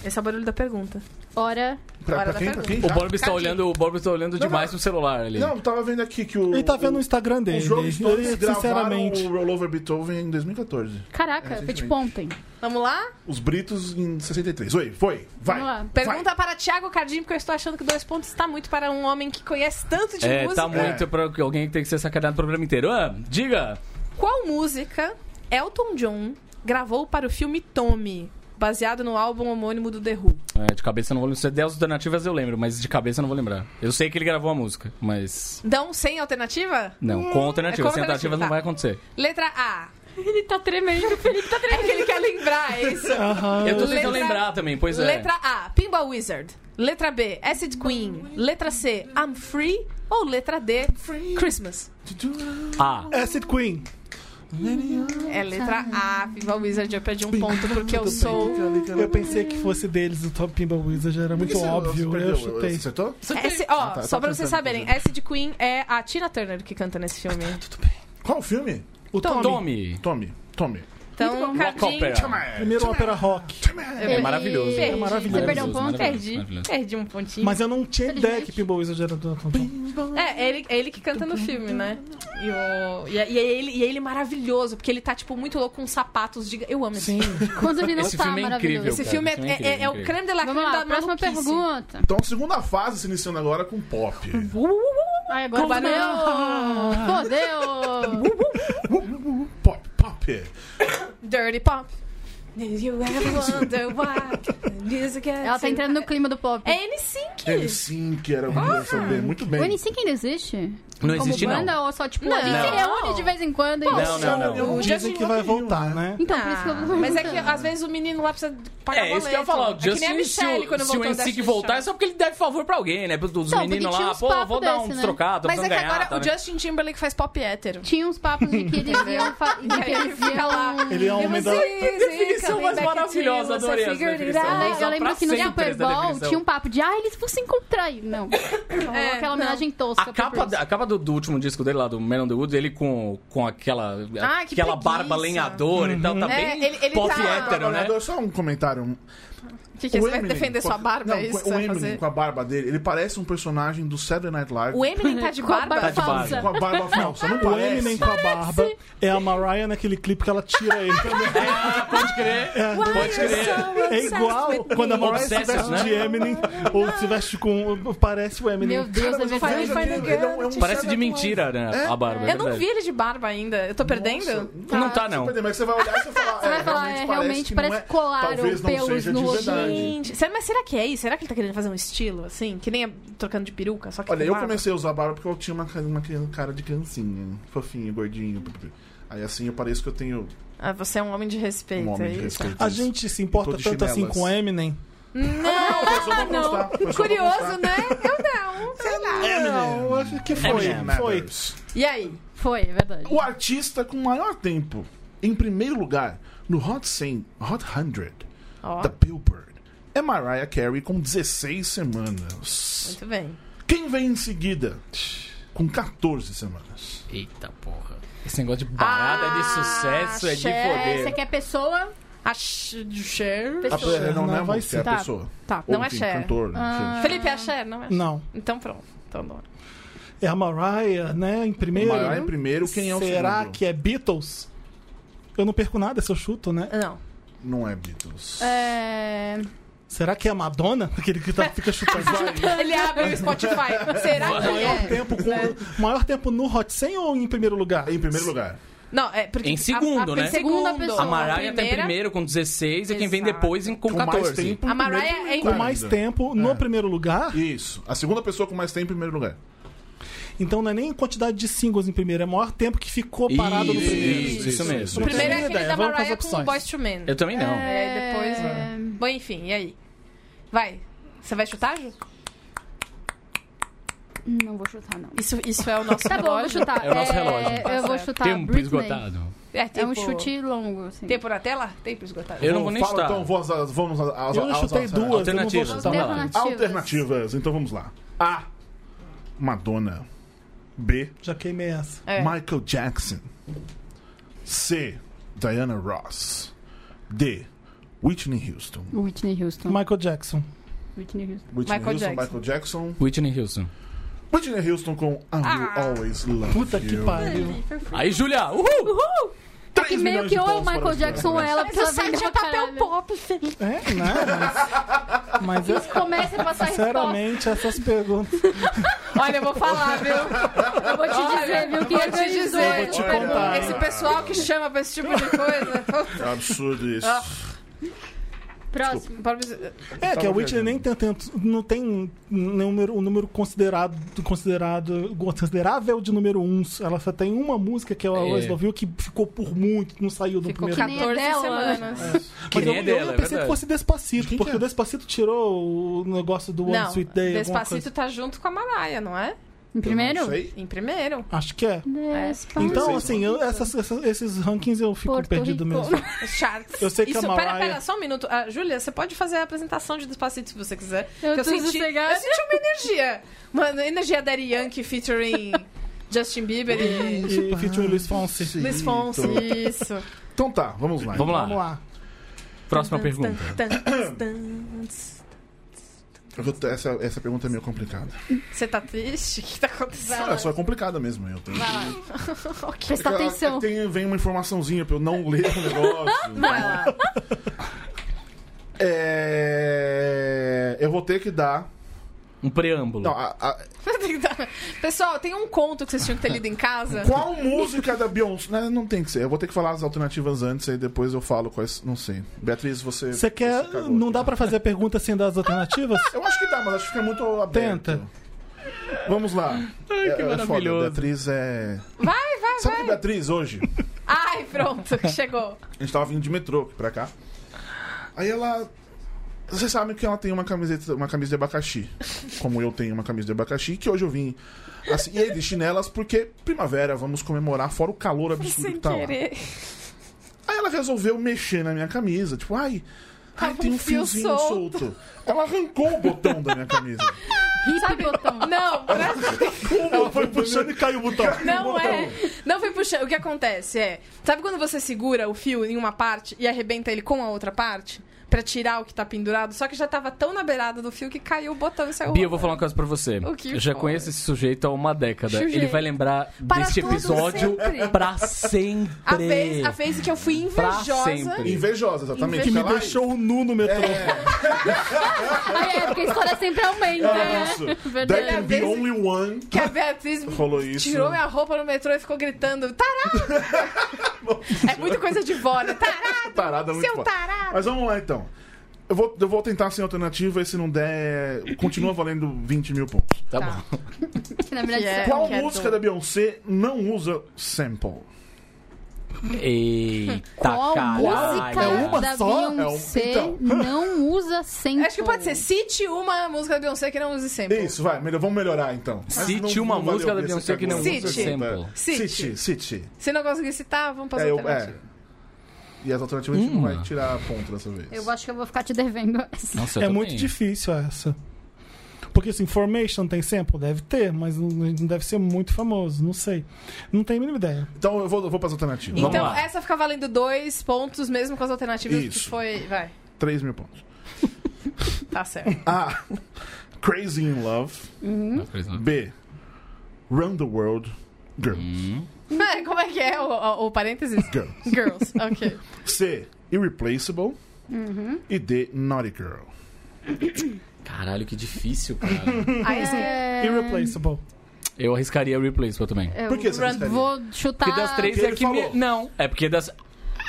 [SPEAKER 5] Esse é o barulho da pergunta.
[SPEAKER 1] Hora.
[SPEAKER 2] Pra, pra
[SPEAKER 5] Hora da
[SPEAKER 2] quem? Pra quem?
[SPEAKER 4] O
[SPEAKER 2] Já?
[SPEAKER 4] Bob está olhando, o Bob está olhando
[SPEAKER 2] Não,
[SPEAKER 4] demais
[SPEAKER 2] mas-
[SPEAKER 4] no celular ali.
[SPEAKER 2] Não, eu tava vendo aqui que o.
[SPEAKER 6] Ele tá vendo o
[SPEAKER 2] o,
[SPEAKER 6] Instagram dele.
[SPEAKER 2] os Rolling Stones
[SPEAKER 6] Ele,
[SPEAKER 2] gravaram
[SPEAKER 6] sinceramente.
[SPEAKER 2] o Rollover Beethoven em 2014.
[SPEAKER 1] Caraca,
[SPEAKER 2] É,
[SPEAKER 1] foi tipo ontem.
[SPEAKER 5] Vamos lá?
[SPEAKER 2] Os Britos em 63. Oi, foi, vai.
[SPEAKER 1] Vamos lá.
[SPEAKER 5] Pergunta para Thiago Cardim, porque eu estou achando que dois pontos está muito para um homem que conhece tanto de
[SPEAKER 4] É,
[SPEAKER 5] música.
[SPEAKER 4] tá muito pra alguém que tem que ser sacaneado o programa inteiro. Ah, diga!
[SPEAKER 5] Qual música Elton John gravou para o filme Tommy, baseado no álbum homônimo do The Who?
[SPEAKER 4] É, de cabeça eu não vou lembrar. Se der as alternativas eu lembro, mas de cabeça eu não vou lembrar. Eu sei que ele gravou a música, mas.
[SPEAKER 5] Dão sem alternativa?
[SPEAKER 4] Não, com alternativas.
[SPEAKER 5] é com
[SPEAKER 4] Sem alternativas
[SPEAKER 5] alternativa,
[SPEAKER 4] não
[SPEAKER 5] tá.
[SPEAKER 4] vai acontecer.
[SPEAKER 5] Letra A.
[SPEAKER 1] Ele tá tremendo, o Felipe tá
[SPEAKER 5] É que ele quer lembrar, <laughs> é isso.
[SPEAKER 6] Aham.
[SPEAKER 4] Eu tô
[SPEAKER 5] Letra-
[SPEAKER 4] tentando lembrar também, pois é.
[SPEAKER 5] Letra A, Pinball Wizard. Letra B, Acid Queen. Letra C, I'm Free. Ou letra D, Christmas. um
[SPEAKER 4] A.
[SPEAKER 6] Acid Queen.
[SPEAKER 5] É letra A, Pinball Wizard. Eu perdi um ponto porque eu sou.
[SPEAKER 6] Eu pensei que fosse deles, o Top Pinball Wizard era muito óbvio.
[SPEAKER 2] Você
[SPEAKER 6] Eu chutei.
[SPEAKER 2] Acertou?
[SPEAKER 5] Essa- ó,
[SPEAKER 2] tá, eu
[SPEAKER 5] só
[SPEAKER 2] tô
[SPEAKER 5] pra
[SPEAKER 2] pensando,
[SPEAKER 5] vocês saberem,
[SPEAKER 2] tô
[SPEAKER 5] Acid Queen é a Tina Turner que canta nesse filme.
[SPEAKER 2] Qual o filme?
[SPEAKER 6] O
[SPEAKER 5] Tommy.
[SPEAKER 6] Tommy.
[SPEAKER 4] Tommy.
[SPEAKER 2] Tome, tome.
[SPEAKER 5] Então,
[SPEAKER 1] bom.
[SPEAKER 4] Rock
[SPEAKER 5] Cardim,
[SPEAKER 4] Opera.
[SPEAKER 6] Primeiro ópera rock.
[SPEAKER 4] É maravilhoso. É
[SPEAKER 1] Perdi. Você
[SPEAKER 4] Maravilhoso,
[SPEAKER 1] perdeu um ponto?
[SPEAKER 4] maravilhoso,
[SPEAKER 1] Perdi.
[SPEAKER 4] maravilhoso.
[SPEAKER 5] perdi um pontinho.
[SPEAKER 6] Mas eu não tinha ideia que Pinball Wizard era do Elton John.
[SPEAKER 5] É, é ele, é ele que canta no filme, né? E, o- e é- e é ele, e é ele maravilhoso, porque ele tá, tipo, muito louco com sapatos de. Eu amo esse filme.
[SPEAKER 1] Quando ele não
[SPEAKER 4] Esse
[SPEAKER 1] tá
[SPEAKER 4] filme é
[SPEAKER 1] maravilhoso.
[SPEAKER 4] incrível.
[SPEAKER 5] Esse
[SPEAKER 4] cara,
[SPEAKER 5] filme é,
[SPEAKER 4] esse filme é
[SPEAKER 5] é- é- é o
[SPEAKER 4] incrível.
[SPEAKER 5] creme de la creme
[SPEAKER 1] Vamos
[SPEAKER 5] da
[SPEAKER 1] lá, próxima
[SPEAKER 5] maluquice.
[SPEAKER 1] pergunta.
[SPEAKER 2] Então, segunda fase se iniciando agora com pop.
[SPEAKER 5] Uh, uh, uh,
[SPEAKER 1] Ai, agora
[SPEAKER 5] Como
[SPEAKER 1] fodeu! <laughs> Fodeu!
[SPEAKER 2] pop, pop.
[SPEAKER 5] Dirty Pop. Did you ever
[SPEAKER 1] <laughs>
[SPEAKER 5] wonder why this gets
[SPEAKER 1] Ela tá
[SPEAKER 5] you?
[SPEAKER 1] entrando no clima do pop.
[SPEAKER 5] É N5.
[SPEAKER 2] N5 era o que eu queria saber. Muito
[SPEAKER 1] O
[SPEAKER 2] bem.
[SPEAKER 1] NSYNC ainda existe?
[SPEAKER 4] Não
[SPEAKER 1] Como
[SPEAKER 4] existe, não.
[SPEAKER 1] banda ou só tipo,
[SPEAKER 5] Não.
[SPEAKER 1] a gente
[SPEAKER 4] Não.
[SPEAKER 1] se reúne de vez em quando? e-
[SPEAKER 4] Não, não, não.
[SPEAKER 2] O
[SPEAKER 6] Dizem
[SPEAKER 5] Justin
[SPEAKER 6] que vai
[SPEAKER 2] Rock in Rio,
[SPEAKER 6] voltar, né?
[SPEAKER 1] Então, por isso que eu tô
[SPEAKER 5] Ah, mas é que
[SPEAKER 1] perguntando.
[SPEAKER 5] às vezes o menino lá precisa pagar
[SPEAKER 4] É, isso que eu ia
[SPEAKER 5] boleto.
[SPEAKER 4] falar. O
[SPEAKER 5] É que nem a
[SPEAKER 4] Justin, se
[SPEAKER 5] Michelle quando
[SPEAKER 4] o, se o
[SPEAKER 5] voltou da
[SPEAKER 4] NSYNC
[SPEAKER 5] Xuxa.
[SPEAKER 4] voltar, é só porque ele deve favor pra alguém, né? Pros dos
[SPEAKER 1] Não, porque
[SPEAKER 4] meninos
[SPEAKER 1] tinha
[SPEAKER 4] lá.
[SPEAKER 1] uns
[SPEAKER 4] Pô,
[SPEAKER 1] papo
[SPEAKER 4] vou dar
[SPEAKER 1] desse,
[SPEAKER 4] uns
[SPEAKER 1] né?
[SPEAKER 4] trocados, tô
[SPEAKER 5] Mas é
[SPEAKER 4] precisando
[SPEAKER 5] que
[SPEAKER 4] ganhar.
[SPEAKER 5] agora
[SPEAKER 4] tá,
[SPEAKER 5] o
[SPEAKER 4] né?
[SPEAKER 5] Justin Timberlake faz pop hétero.
[SPEAKER 1] Tinha uns papos de que eles iam... fa- de que eles iam...
[SPEAKER 6] Ele é um homem da...
[SPEAKER 4] definição mais maravilhosa, adorei essa definição.
[SPEAKER 1] Ah,
[SPEAKER 4] Vou usar
[SPEAKER 1] eu lembro
[SPEAKER 4] pra
[SPEAKER 1] que no
[SPEAKER 4] sempre
[SPEAKER 1] Super
[SPEAKER 4] essa
[SPEAKER 1] Bowl
[SPEAKER 4] definição.
[SPEAKER 1] tinha um papo de, ah, eles vão se encontrar. E Não. Rolou aquela
[SPEAKER 5] não.
[SPEAKER 1] homenagem tosca.
[SPEAKER 4] A
[SPEAKER 1] pro
[SPEAKER 4] capa,
[SPEAKER 1] Prince.
[SPEAKER 4] da- a capa do, do último disco dele lá, do Man on the Woods, ele com, com aquela,
[SPEAKER 5] Ah, que preguiça.
[SPEAKER 4] aquela barba lenhadora e tal, tá
[SPEAKER 5] É,
[SPEAKER 4] bem
[SPEAKER 5] ele- ele
[SPEAKER 4] pop
[SPEAKER 5] tá-
[SPEAKER 4] hétero, né?
[SPEAKER 2] Trabalhador, Só um comentário.
[SPEAKER 5] O que, que
[SPEAKER 2] O
[SPEAKER 5] você vai
[SPEAKER 2] Eminem
[SPEAKER 5] defender
[SPEAKER 2] com a-
[SPEAKER 5] sua barba?
[SPEAKER 2] Não,
[SPEAKER 5] é isso que
[SPEAKER 2] o
[SPEAKER 5] você vai
[SPEAKER 2] Eminem
[SPEAKER 5] fazer?
[SPEAKER 2] com a barba dele, ele parece um personagem do Saturday Night Live.
[SPEAKER 5] O Eminem
[SPEAKER 4] <laughs>
[SPEAKER 5] tá de
[SPEAKER 1] Com a
[SPEAKER 5] barba?
[SPEAKER 1] barba
[SPEAKER 4] Tá de barba.
[SPEAKER 1] falsa.
[SPEAKER 2] Com a barba falsa, não
[SPEAKER 6] O
[SPEAKER 2] parece?
[SPEAKER 6] Eminem com a barba é a Mariah naquele clipe que ela tira ele.
[SPEAKER 4] Ah, pode crer, pode crer.
[SPEAKER 6] É igual quando a Mariah se
[SPEAKER 4] Obsessed,
[SPEAKER 6] veste
[SPEAKER 4] né?
[SPEAKER 6] de Eminem ou se veste com... Parece o Eminem.
[SPEAKER 1] Meu Deus,
[SPEAKER 2] Cara,
[SPEAKER 1] é
[SPEAKER 2] mas
[SPEAKER 1] verdade.
[SPEAKER 2] veja
[SPEAKER 5] Faz
[SPEAKER 2] que
[SPEAKER 5] no
[SPEAKER 2] ele é um- é um
[SPEAKER 4] Parece de
[SPEAKER 2] Saturday Night Live.
[SPEAKER 4] mentira, né?
[SPEAKER 2] É?
[SPEAKER 4] A barba, é
[SPEAKER 5] Eu não vi
[SPEAKER 4] verdade.
[SPEAKER 5] ele de barba ainda. Eu tô perdendo?
[SPEAKER 4] Não tá, não.
[SPEAKER 2] Mas você vai olhar e você vai falar,
[SPEAKER 1] Você vai falar, é, realmente parece que colaram
[SPEAKER 2] talvez não
[SPEAKER 1] pelos
[SPEAKER 2] seja de
[SPEAKER 1] no
[SPEAKER 2] verdade.
[SPEAKER 5] Gente, sério, mas será que é isso? Será que ele tá querendo fazer um estilo, assim? Que nem a- trocando de peruca, só que
[SPEAKER 2] Olha,
[SPEAKER 5] com
[SPEAKER 2] eu
[SPEAKER 5] barba?
[SPEAKER 2] comecei a usar barba porque eu tinha uma, cara- uma criança- cara de criancinha, fofinho, gordinho. Aí assim eu pareço que eu tenho
[SPEAKER 5] Ah, você é um homem de respeito,
[SPEAKER 2] um homem
[SPEAKER 5] é
[SPEAKER 2] de
[SPEAKER 5] isso?
[SPEAKER 2] respeito.
[SPEAKER 6] A gente se importa
[SPEAKER 2] Tô de
[SPEAKER 6] tanto assim
[SPEAKER 2] chinelas.
[SPEAKER 6] com o Eminem.
[SPEAKER 5] Ah,
[SPEAKER 2] <laughs>
[SPEAKER 5] Não,
[SPEAKER 2] Foi só pra constar, foi só pra
[SPEAKER 5] curioso,
[SPEAKER 2] constar.
[SPEAKER 5] né? Eu não, sei lá.
[SPEAKER 6] Não, acho que foi.
[SPEAKER 2] Eminem
[SPEAKER 6] É Foi.
[SPEAKER 2] Matters.
[SPEAKER 5] E aí?
[SPEAKER 1] Foi, é verdade.
[SPEAKER 2] O artista com maior tempo em primeiro lugar no Hot 100, Hot 100
[SPEAKER 5] Ó,
[SPEAKER 2] da Billboard é Mariah Carey com 16 semanas.
[SPEAKER 5] muito bem.
[SPEAKER 2] Quem vem em seguida com 14 semanas?
[SPEAKER 5] Tipo,
[SPEAKER 4] Eita porra. Esse negócio de parada
[SPEAKER 5] Ah,
[SPEAKER 4] de sucesso é de
[SPEAKER 1] É, você
[SPEAKER 4] poder.
[SPEAKER 1] quer pessoa?
[SPEAKER 5] A Cher- Cher?
[SPEAKER 2] A,
[SPEAKER 1] Pessoa.
[SPEAKER 2] pe- não, não é
[SPEAKER 6] Não, vai
[SPEAKER 2] você, é a
[SPEAKER 1] ser.
[SPEAKER 2] pessoa.
[SPEAKER 5] Tá,
[SPEAKER 2] Ou,
[SPEAKER 5] não é
[SPEAKER 2] enfim,
[SPEAKER 5] Cher.
[SPEAKER 2] Cantor, né?
[SPEAKER 1] Ah.
[SPEAKER 5] Felipe, é a Cher? Não é Cher.
[SPEAKER 6] Não.
[SPEAKER 5] Então pronto. Então não. é.
[SPEAKER 6] É a Mariah, né? Em primeiro.
[SPEAKER 2] Mariah em primeiro, quem é o
[SPEAKER 6] Será
[SPEAKER 2] segundo?
[SPEAKER 6] que é Beatles? Eu não perco nada se eu chuto, né?
[SPEAKER 5] Não.
[SPEAKER 2] Não é Beatles.
[SPEAKER 1] É...
[SPEAKER 6] Será que é a Madonna? Aquele que tá, fica chutando.
[SPEAKER 5] Ah.
[SPEAKER 6] <laughs>
[SPEAKER 5] Ele abre o
[SPEAKER 4] <laughs>
[SPEAKER 5] Spotify. Será que
[SPEAKER 2] Maior
[SPEAKER 5] é?
[SPEAKER 2] tempo com...
[SPEAKER 6] Maior tempo no Hot 100 ou em primeiro lugar?
[SPEAKER 2] Em primeiro lugar.
[SPEAKER 5] Não, é porque...
[SPEAKER 4] Em
[SPEAKER 5] a-
[SPEAKER 4] segundo,
[SPEAKER 5] a,
[SPEAKER 4] né?
[SPEAKER 5] Em segunda
[SPEAKER 1] Segunda
[SPEAKER 5] pessoa.
[SPEAKER 1] pessoa.
[SPEAKER 4] A Mariah tá em
[SPEAKER 5] primeira-
[SPEAKER 4] primeiro com 16 e quem vem
[SPEAKER 5] Exato.
[SPEAKER 4] depois em- com
[SPEAKER 2] Com mais
[SPEAKER 4] 14.
[SPEAKER 2] tempo.
[SPEAKER 5] A Mariah é em...
[SPEAKER 6] Com mais tempo
[SPEAKER 4] É.
[SPEAKER 6] no primeiro lugar?
[SPEAKER 2] Isso. A segunda pessoa com mais tempo em primeiro lugar.
[SPEAKER 6] Então não é nem quantidade de singles em primeiro, é o maior tempo que ficou parado no
[SPEAKER 4] Isso,
[SPEAKER 6] primeiro.
[SPEAKER 4] Isso, isso mesmo.
[SPEAKER 5] O primeiro é
[SPEAKER 6] Não tenho
[SPEAKER 5] aquele
[SPEAKER 6] ideia,
[SPEAKER 5] da
[SPEAKER 6] vamos com as
[SPEAKER 5] Mariah com o
[SPEAKER 6] opções.
[SPEAKER 5] Boyz II Men.
[SPEAKER 4] Eu também não.
[SPEAKER 5] É, e depois...
[SPEAKER 1] É.
[SPEAKER 5] Bom, enfim, e aí? Vai. Você vai chutar, Ju?
[SPEAKER 1] Não vou chutar, não.
[SPEAKER 5] Isso, isso é o nosso
[SPEAKER 1] <laughs> Tá bom, eu vou
[SPEAKER 5] relógio.
[SPEAKER 1] chutar.
[SPEAKER 4] É o nosso relógio.
[SPEAKER 1] Eu vou
[SPEAKER 5] tá,
[SPEAKER 1] chutar
[SPEAKER 4] Tempo
[SPEAKER 1] Britney.
[SPEAKER 4] um esgotado.
[SPEAKER 5] É,
[SPEAKER 1] É
[SPEAKER 5] tipo-
[SPEAKER 1] um chute longo, assim.
[SPEAKER 5] Tempo na tela? Tempo esgotado.
[SPEAKER 4] Eu não vou nem
[SPEAKER 2] Fala,
[SPEAKER 4] chutar.
[SPEAKER 2] então, vamos às- vamos às- às-
[SPEAKER 6] Eu
[SPEAKER 2] às-
[SPEAKER 6] chutei
[SPEAKER 2] às-
[SPEAKER 6] duas, eu não vou
[SPEAKER 4] Alternativas.
[SPEAKER 6] chutar.
[SPEAKER 4] Vamos Então lá.
[SPEAKER 1] Alternativas.
[SPEAKER 2] Alternativas. Então vamos lá. A. Madonna. B.
[SPEAKER 6] Já queimei essa.
[SPEAKER 5] É.
[SPEAKER 2] Michael Jackson. C. Diana Ross. D. Whitney Houston.
[SPEAKER 1] Whitney Houston.
[SPEAKER 6] Michael Jackson.
[SPEAKER 1] Whitney Houston.
[SPEAKER 2] Whitney
[SPEAKER 5] Michael
[SPEAKER 2] Houston,
[SPEAKER 5] Jackson.
[SPEAKER 2] Michael Jackson.
[SPEAKER 4] Whitney Houston.
[SPEAKER 2] Whitney Houston com I Will Always Love
[SPEAKER 6] Puta
[SPEAKER 2] You.
[SPEAKER 6] que pariu.
[SPEAKER 4] Aí, Julia! Uhul!
[SPEAKER 2] Três
[SPEAKER 1] Que meio
[SPEAKER 2] milhões
[SPEAKER 1] que
[SPEAKER 2] de
[SPEAKER 1] ou é o
[SPEAKER 2] pontos para
[SPEAKER 1] Michael
[SPEAKER 2] esse
[SPEAKER 1] Jackson ou
[SPEAKER 2] programa.
[SPEAKER 1] ela, porque ela vende
[SPEAKER 5] tá
[SPEAKER 1] pra caralho.
[SPEAKER 5] pop, filho.
[SPEAKER 6] É, né?
[SPEAKER 5] <laughs>
[SPEAKER 6] Mas, mas eu-
[SPEAKER 1] Começa a
[SPEAKER 5] é
[SPEAKER 1] passar resposta.
[SPEAKER 6] sinceramente, essas perguntas.
[SPEAKER 5] Olha, eu vou falar, viu?
[SPEAKER 1] Eu vou te dizer, viu, que
[SPEAKER 5] Eu vou te
[SPEAKER 1] organizou.
[SPEAKER 5] dizer.
[SPEAKER 6] Eu vou te contar.
[SPEAKER 5] Esse pessoal que chama pra esse tipo de
[SPEAKER 1] <laughs>
[SPEAKER 5] coisa.
[SPEAKER 2] É absurdo isso.
[SPEAKER 5] Ah.
[SPEAKER 1] Próximo.
[SPEAKER 6] É, que a
[SPEAKER 2] Tava
[SPEAKER 6] Whitney nem tem tanto. Não tem número, um número considerado, considerado. considerável de número uns. Ela só tem uma música que ela
[SPEAKER 4] É.
[SPEAKER 6] Always Love You que ficou por muito, não saiu do
[SPEAKER 5] Ficou
[SPEAKER 6] primeiro.
[SPEAKER 1] que nem
[SPEAKER 5] 14
[SPEAKER 1] é dela,
[SPEAKER 5] semanas.
[SPEAKER 4] Que
[SPEAKER 6] Mas eu,
[SPEAKER 4] nem é
[SPEAKER 6] eu
[SPEAKER 4] dela, é
[SPEAKER 6] pensei
[SPEAKER 4] verdade.
[SPEAKER 6] que fosse Despacito,
[SPEAKER 2] Quem
[SPEAKER 6] porque
[SPEAKER 2] que é?
[SPEAKER 6] o Despacito tirou o negócio do One
[SPEAKER 5] Não,
[SPEAKER 6] Sweet Day. alguma
[SPEAKER 5] Despacito tá junto com a Mariah, não é?
[SPEAKER 1] Em primeiro?
[SPEAKER 2] Eu não sei.
[SPEAKER 5] Em primeiro.
[SPEAKER 6] coisa. Acho que é.
[SPEAKER 1] Despacito.
[SPEAKER 6] Então, assim, eu- essas- essas- esses rankings eu fico
[SPEAKER 1] Porto
[SPEAKER 6] perdido
[SPEAKER 1] Rico.
[SPEAKER 6] mesmo.
[SPEAKER 5] Os charts.
[SPEAKER 6] Eu sei que
[SPEAKER 5] Isso,
[SPEAKER 6] a
[SPEAKER 5] pera,
[SPEAKER 6] Mariah-
[SPEAKER 5] pera, só um minuto. Ah, Júlia, você pode fazer a apresentação de Despacito se você quiser.
[SPEAKER 1] Eu
[SPEAKER 5] Que
[SPEAKER 1] tô
[SPEAKER 5] senti,
[SPEAKER 1] sossegada.
[SPEAKER 5] eu senti uma energia. Mano, energia da Yankee featuring Justin Bieber e
[SPEAKER 6] E featuring Luiz Fonsi.
[SPEAKER 5] Luiz Fonsi. Isso.
[SPEAKER 2] Então tá, vamos lá.
[SPEAKER 4] Vamos lá.
[SPEAKER 6] Vamos lá.
[SPEAKER 4] Próxima pergunta.
[SPEAKER 5] Tan, tan, tan, tan.
[SPEAKER 2] Eu vou- Essa, essa pergunta é meio complicada.
[SPEAKER 5] Você tá triste? O que tá acontecendo?
[SPEAKER 2] Cara, só é complicada mesmo. Eu tenho... É
[SPEAKER 5] Ok.
[SPEAKER 1] Presta
[SPEAKER 2] Porque ela-
[SPEAKER 1] atenção.
[SPEAKER 2] tem- vem uma informaçãozinha pra eu não ler o negócio.
[SPEAKER 5] Vai lá.
[SPEAKER 2] é... Eu vou ter que dar.
[SPEAKER 4] Um preâmbulo.
[SPEAKER 2] Não, a- a-
[SPEAKER 5] <laughs> Tem que dar- Pessoal, tem um conto que vocês tinham que ter lido em casa.
[SPEAKER 2] Qual música da Beyoncé? né, Não, não tem que ser. Eu vou ter que falar as alternativas antes, aí depois eu falo quais. Não sei. Beatriz, você.
[SPEAKER 6] Você quer.
[SPEAKER 2] cagou.
[SPEAKER 6] Não dá pra fazer a pergunta sem dar as
[SPEAKER 5] <laughs>
[SPEAKER 6] alternativas?
[SPEAKER 2] Eu acho que dá, mas acho que fica muito aberto.
[SPEAKER 6] Tenta.
[SPEAKER 2] Vamos lá. Ai,
[SPEAKER 4] que maravilhoso.
[SPEAKER 2] Beatriz é.
[SPEAKER 5] Vai, vai,
[SPEAKER 2] Sabe
[SPEAKER 5] vai.
[SPEAKER 2] que Beatriz hoje?
[SPEAKER 5] Ai, pronto, chegou.
[SPEAKER 2] A gente tava vindo de metrô aqui pra cá. Aí ela. Vocês sabem que ela tem uma camiseta, uma camisa de abacaxi. Como eu tenho uma camisa de abacaxi, que hoje eu vim. Assim, e aí de chinelas, porque primavera, vamos comemorar, fora o calor absurdo que
[SPEAKER 5] Sem
[SPEAKER 2] tá lá.
[SPEAKER 5] querer.
[SPEAKER 2] Aí ela resolveu mexer na minha camisa, tipo, ai. Ai,
[SPEAKER 5] Tava
[SPEAKER 2] tem
[SPEAKER 5] um
[SPEAKER 2] um
[SPEAKER 5] fio
[SPEAKER 2] fiozinho
[SPEAKER 5] solto.
[SPEAKER 2] solto. Ela arrancou o botão da minha camisa.
[SPEAKER 1] Hip botão.
[SPEAKER 5] <laughs> Não, pra-
[SPEAKER 2] Ela foi
[SPEAKER 6] Puxando e caiu o botão.
[SPEAKER 5] não
[SPEAKER 2] um.
[SPEAKER 5] é. Não foi puxando. O que acontece é. Sabe quando você segura o fio em uma parte e arrebenta ele com a outra parte? Pra tirar o que tá pendurado? Só que já tava tão na beirada do fio que caiu o botão e saiu
[SPEAKER 4] Bia, eu vou falar uma coisa pra você.
[SPEAKER 5] O que
[SPEAKER 4] eu já
[SPEAKER 5] foi?
[SPEAKER 4] conheço esse sujeito há uma década.
[SPEAKER 1] Sujeito.
[SPEAKER 4] Ele vai lembrar
[SPEAKER 5] Para
[SPEAKER 4] deste
[SPEAKER 5] tudo,
[SPEAKER 4] episódio
[SPEAKER 5] sempre.
[SPEAKER 4] pra sempre.
[SPEAKER 5] A vez, a vez que eu fui
[SPEAKER 4] Pra
[SPEAKER 5] invejosa.
[SPEAKER 4] sempre.
[SPEAKER 2] Invejosa, exatamente.
[SPEAKER 6] Que me
[SPEAKER 2] Ela-
[SPEAKER 6] deixou nu no metrô.
[SPEAKER 1] Ah, é, porque a história sempre aumenta,
[SPEAKER 2] É,
[SPEAKER 1] né?
[SPEAKER 2] isso. There
[SPEAKER 1] Verdade.
[SPEAKER 2] can be only one.
[SPEAKER 5] Que a Beatriz me
[SPEAKER 2] Falou isso.
[SPEAKER 5] tirou minha roupa no metrô e ficou gritando: tarado! é muita coisa de vó, né? Tarado!
[SPEAKER 2] Parada muito
[SPEAKER 5] Seu
[SPEAKER 2] foda.
[SPEAKER 5] tarado!
[SPEAKER 2] Mas vamos lá então. Eu vou, eu vou tentar sem alternativa e se não der, continua valendo 20 mil pontos.
[SPEAKER 4] Tá
[SPEAKER 5] Tá.
[SPEAKER 4] bom.
[SPEAKER 1] Que na verdade
[SPEAKER 5] Que é-
[SPEAKER 1] são-
[SPEAKER 2] Qual
[SPEAKER 5] quero.
[SPEAKER 2] música da Beyoncé não usa sample?
[SPEAKER 4] Eita,
[SPEAKER 1] Qual música
[SPEAKER 4] caralho.
[SPEAKER 6] É uma
[SPEAKER 1] da
[SPEAKER 6] só?
[SPEAKER 1] Beyoncé
[SPEAKER 2] É um-
[SPEAKER 1] não usa sempre?
[SPEAKER 5] Acho que pode ser. Cite uma música da Beyoncé que não use sempre.
[SPEAKER 2] Isso, vai, melhor, vamos melhorar então. Mas
[SPEAKER 4] Cite
[SPEAKER 2] não-
[SPEAKER 4] uma
[SPEAKER 2] não valeu
[SPEAKER 4] música da
[SPEAKER 2] essa
[SPEAKER 4] Beyoncé que não
[SPEAKER 2] cagou.
[SPEAKER 5] usa
[SPEAKER 4] sample.
[SPEAKER 5] Cite.
[SPEAKER 2] Cite, cite.
[SPEAKER 5] Se não conseguir citar, vamos passar
[SPEAKER 2] É, eu-
[SPEAKER 5] alternativa.
[SPEAKER 2] é. E as alternativas a gente não
[SPEAKER 4] Uma.
[SPEAKER 2] vai tirar a ponta dessa vez.
[SPEAKER 1] Eu acho que eu vou ficar te devendo <laughs> essa.
[SPEAKER 4] Nossa, eu
[SPEAKER 6] É
[SPEAKER 4] tô
[SPEAKER 6] muito
[SPEAKER 4] bem.
[SPEAKER 6] difícil essa. Porque assim, Formation tem sample? Deve ter, mas não não deve ser muito famoso, não sei. Não tenho a mínima ideia.
[SPEAKER 2] Então eu vou, eu vou para as alternativas.
[SPEAKER 4] Vamos
[SPEAKER 5] Então,
[SPEAKER 4] lá.
[SPEAKER 5] essa fica valendo dois pontos mesmo com as alternativas que
[SPEAKER 2] Isso.
[SPEAKER 5] foi. Vai,
[SPEAKER 2] 3 mil pontos.
[SPEAKER 5] tá certo.
[SPEAKER 2] A. Crazy in Love.
[SPEAKER 4] Não, por exemplo.
[SPEAKER 2] B. Run the World. Girls.
[SPEAKER 4] Hum.
[SPEAKER 5] Mas Como é que é o, o- o parênteses?
[SPEAKER 2] Girls.
[SPEAKER 5] Girls, ok.
[SPEAKER 2] C. Irreplaceable. E D. Naughty Girl.
[SPEAKER 4] Caralho, que difícil, cara.
[SPEAKER 5] Aí assim,
[SPEAKER 6] É. Irreplaceable.
[SPEAKER 4] Eu arriscaria Replaceable também.
[SPEAKER 1] Eu
[SPEAKER 2] Por que você
[SPEAKER 1] run-
[SPEAKER 2] arriscaria?
[SPEAKER 1] Vou chutar...
[SPEAKER 4] Porque das três
[SPEAKER 2] que
[SPEAKER 4] é
[SPEAKER 2] ele
[SPEAKER 4] que me...
[SPEAKER 2] falou.
[SPEAKER 4] Não, é porque das...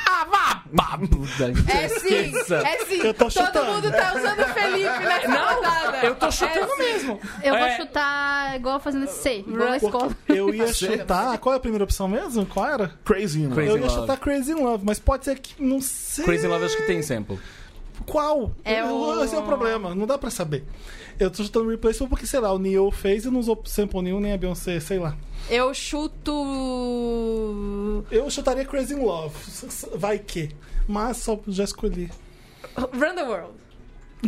[SPEAKER 4] Ah, vá, vá, puta,
[SPEAKER 5] É sim,
[SPEAKER 4] <laughs> esqueça.
[SPEAKER 5] é sim.
[SPEAKER 6] Eu tô
[SPEAKER 5] Todo
[SPEAKER 6] chutando.
[SPEAKER 5] mundo tá usando o Felipe nessa
[SPEAKER 4] Não,
[SPEAKER 5] rodada.
[SPEAKER 4] eu tô chutando
[SPEAKER 5] é mesmo.
[SPEAKER 1] Eu vou
[SPEAKER 4] É.
[SPEAKER 1] chutar igual fazendo C. Igual na
[SPEAKER 6] Porque
[SPEAKER 1] escola.
[SPEAKER 5] <laughs>
[SPEAKER 6] Eu
[SPEAKER 5] Tá
[SPEAKER 6] ia chutar. Qual é a primeira opção mesmo? Qual era?
[SPEAKER 2] Crazy in Love.
[SPEAKER 4] Crazy
[SPEAKER 6] eu ia
[SPEAKER 4] Love.
[SPEAKER 6] chutar Crazy in Love, mas pode ser que. Não sei.
[SPEAKER 4] Crazy Love acho que tem sample.
[SPEAKER 6] Qual?
[SPEAKER 5] É
[SPEAKER 6] Eu-
[SPEAKER 5] o-
[SPEAKER 6] Esse é o problema, não dá pra saber. Eu tô chutando Replaceable porque, sei lá, o Neo fez e não usou sample nenhum, nem a Beyoncé, sei lá.
[SPEAKER 5] Eu chuto.
[SPEAKER 6] Eu chutaria Crazy in Love, s- s- vai que. Mas só já escolhi.
[SPEAKER 5] Run the World.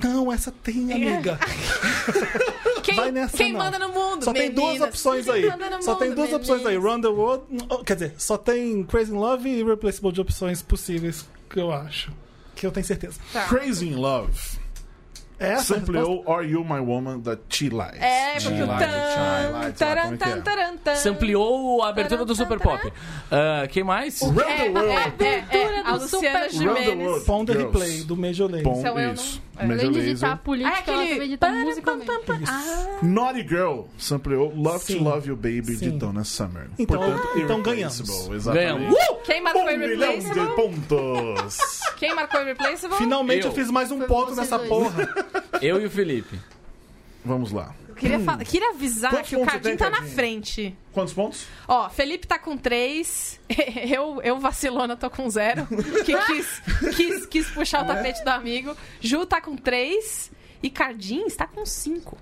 [SPEAKER 6] Não, essa tem,
[SPEAKER 5] É.
[SPEAKER 6] amiga.
[SPEAKER 5] <laughs> Quem,
[SPEAKER 6] Vai nessa,
[SPEAKER 5] quem
[SPEAKER 6] não.
[SPEAKER 5] manda no mundo?
[SPEAKER 6] Só tem
[SPEAKER 5] meninas? Tá
[SPEAKER 6] duas opções
[SPEAKER 5] Quem
[SPEAKER 6] aí.
[SPEAKER 5] manda no
[SPEAKER 6] Só tem
[SPEAKER 5] mundo,
[SPEAKER 6] duas
[SPEAKER 5] meninas?
[SPEAKER 6] opções aí. Run the World. oh, Quer dizer, só tem Crazy in Love e Replaceable de opções possíveis, que eu acho. Que eu tenho certeza.
[SPEAKER 5] Tá.
[SPEAKER 2] Crazy in Love.
[SPEAKER 6] Essa resposta-
[SPEAKER 2] Sampleou Are You My Woman da T-Light.
[SPEAKER 5] É, porque o
[SPEAKER 4] Light,
[SPEAKER 5] tan,
[SPEAKER 6] é
[SPEAKER 5] taran, tan, taran, tan.
[SPEAKER 4] Você ampliou a abertura do Super Pop. Ah, quem mais?
[SPEAKER 2] Round
[SPEAKER 5] É,
[SPEAKER 2] the World.
[SPEAKER 5] é, é, é, a
[SPEAKER 1] do
[SPEAKER 5] Luciana
[SPEAKER 1] Super
[SPEAKER 2] Round the
[SPEAKER 5] Gimenez.
[SPEAKER 2] World.
[SPEAKER 6] Ponder
[SPEAKER 2] Girls.
[SPEAKER 6] Replay, do Major Lazer.
[SPEAKER 2] Bom,
[SPEAKER 5] Isso eu não-
[SPEAKER 2] isso.
[SPEAKER 5] Além
[SPEAKER 1] Além de
[SPEAKER 2] Major
[SPEAKER 1] editar a
[SPEAKER 2] Laser.
[SPEAKER 1] política,
[SPEAKER 5] Ah, aquele-
[SPEAKER 1] ela também edita
[SPEAKER 5] Pam,
[SPEAKER 1] musicalmente.
[SPEAKER 5] pam, pam, pam. Ah,
[SPEAKER 2] Naughty Girl sampleou Love
[SPEAKER 6] Sim.
[SPEAKER 2] to Love You Baby de
[SPEAKER 6] Sim.
[SPEAKER 2] Donna Summer.
[SPEAKER 6] Então- então ganhamos.
[SPEAKER 2] Irreplaceable,
[SPEAKER 4] Ganhamos.
[SPEAKER 2] Exatamente.
[SPEAKER 4] Uh!
[SPEAKER 5] Quem marcou
[SPEAKER 2] Um milhão
[SPEAKER 5] Irreplaceable?
[SPEAKER 2] de pontos.
[SPEAKER 5] Quem marcou Irreplaceable?
[SPEAKER 6] Finalmente
[SPEAKER 4] Eu.
[SPEAKER 6] eu. fiz mais um
[SPEAKER 1] Foi
[SPEAKER 6] ponto
[SPEAKER 1] vocês
[SPEAKER 6] nessa
[SPEAKER 1] dois.
[SPEAKER 6] porra.
[SPEAKER 4] Eu e o Felipe.
[SPEAKER 2] Vamos lá.
[SPEAKER 5] Queria,
[SPEAKER 2] Hum.
[SPEAKER 5] fa- queria avisar
[SPEAKER 2] Quantos
[SPEAKER 5] que o
[SPEAKER 2] pontos
[SPEAKER 5] Cadinho
[SPEAKER 2] tem,
[SPEAKER 5] tá na
[SPEAKER 2] Cadinho?
[SPEAKER 5] frente.
[SPEAKER 2] Quantos pontos?
[SPEAKER 5] Ó, Felipe tá com três. <laughs> Eu, eu vacilona, tô com zero. Que quis, quis, quis puxar o
[SPEAKER 2] É.
[SPEAKER 5] tapete do amigo. Ju tá com três. E Cardim está com cinco.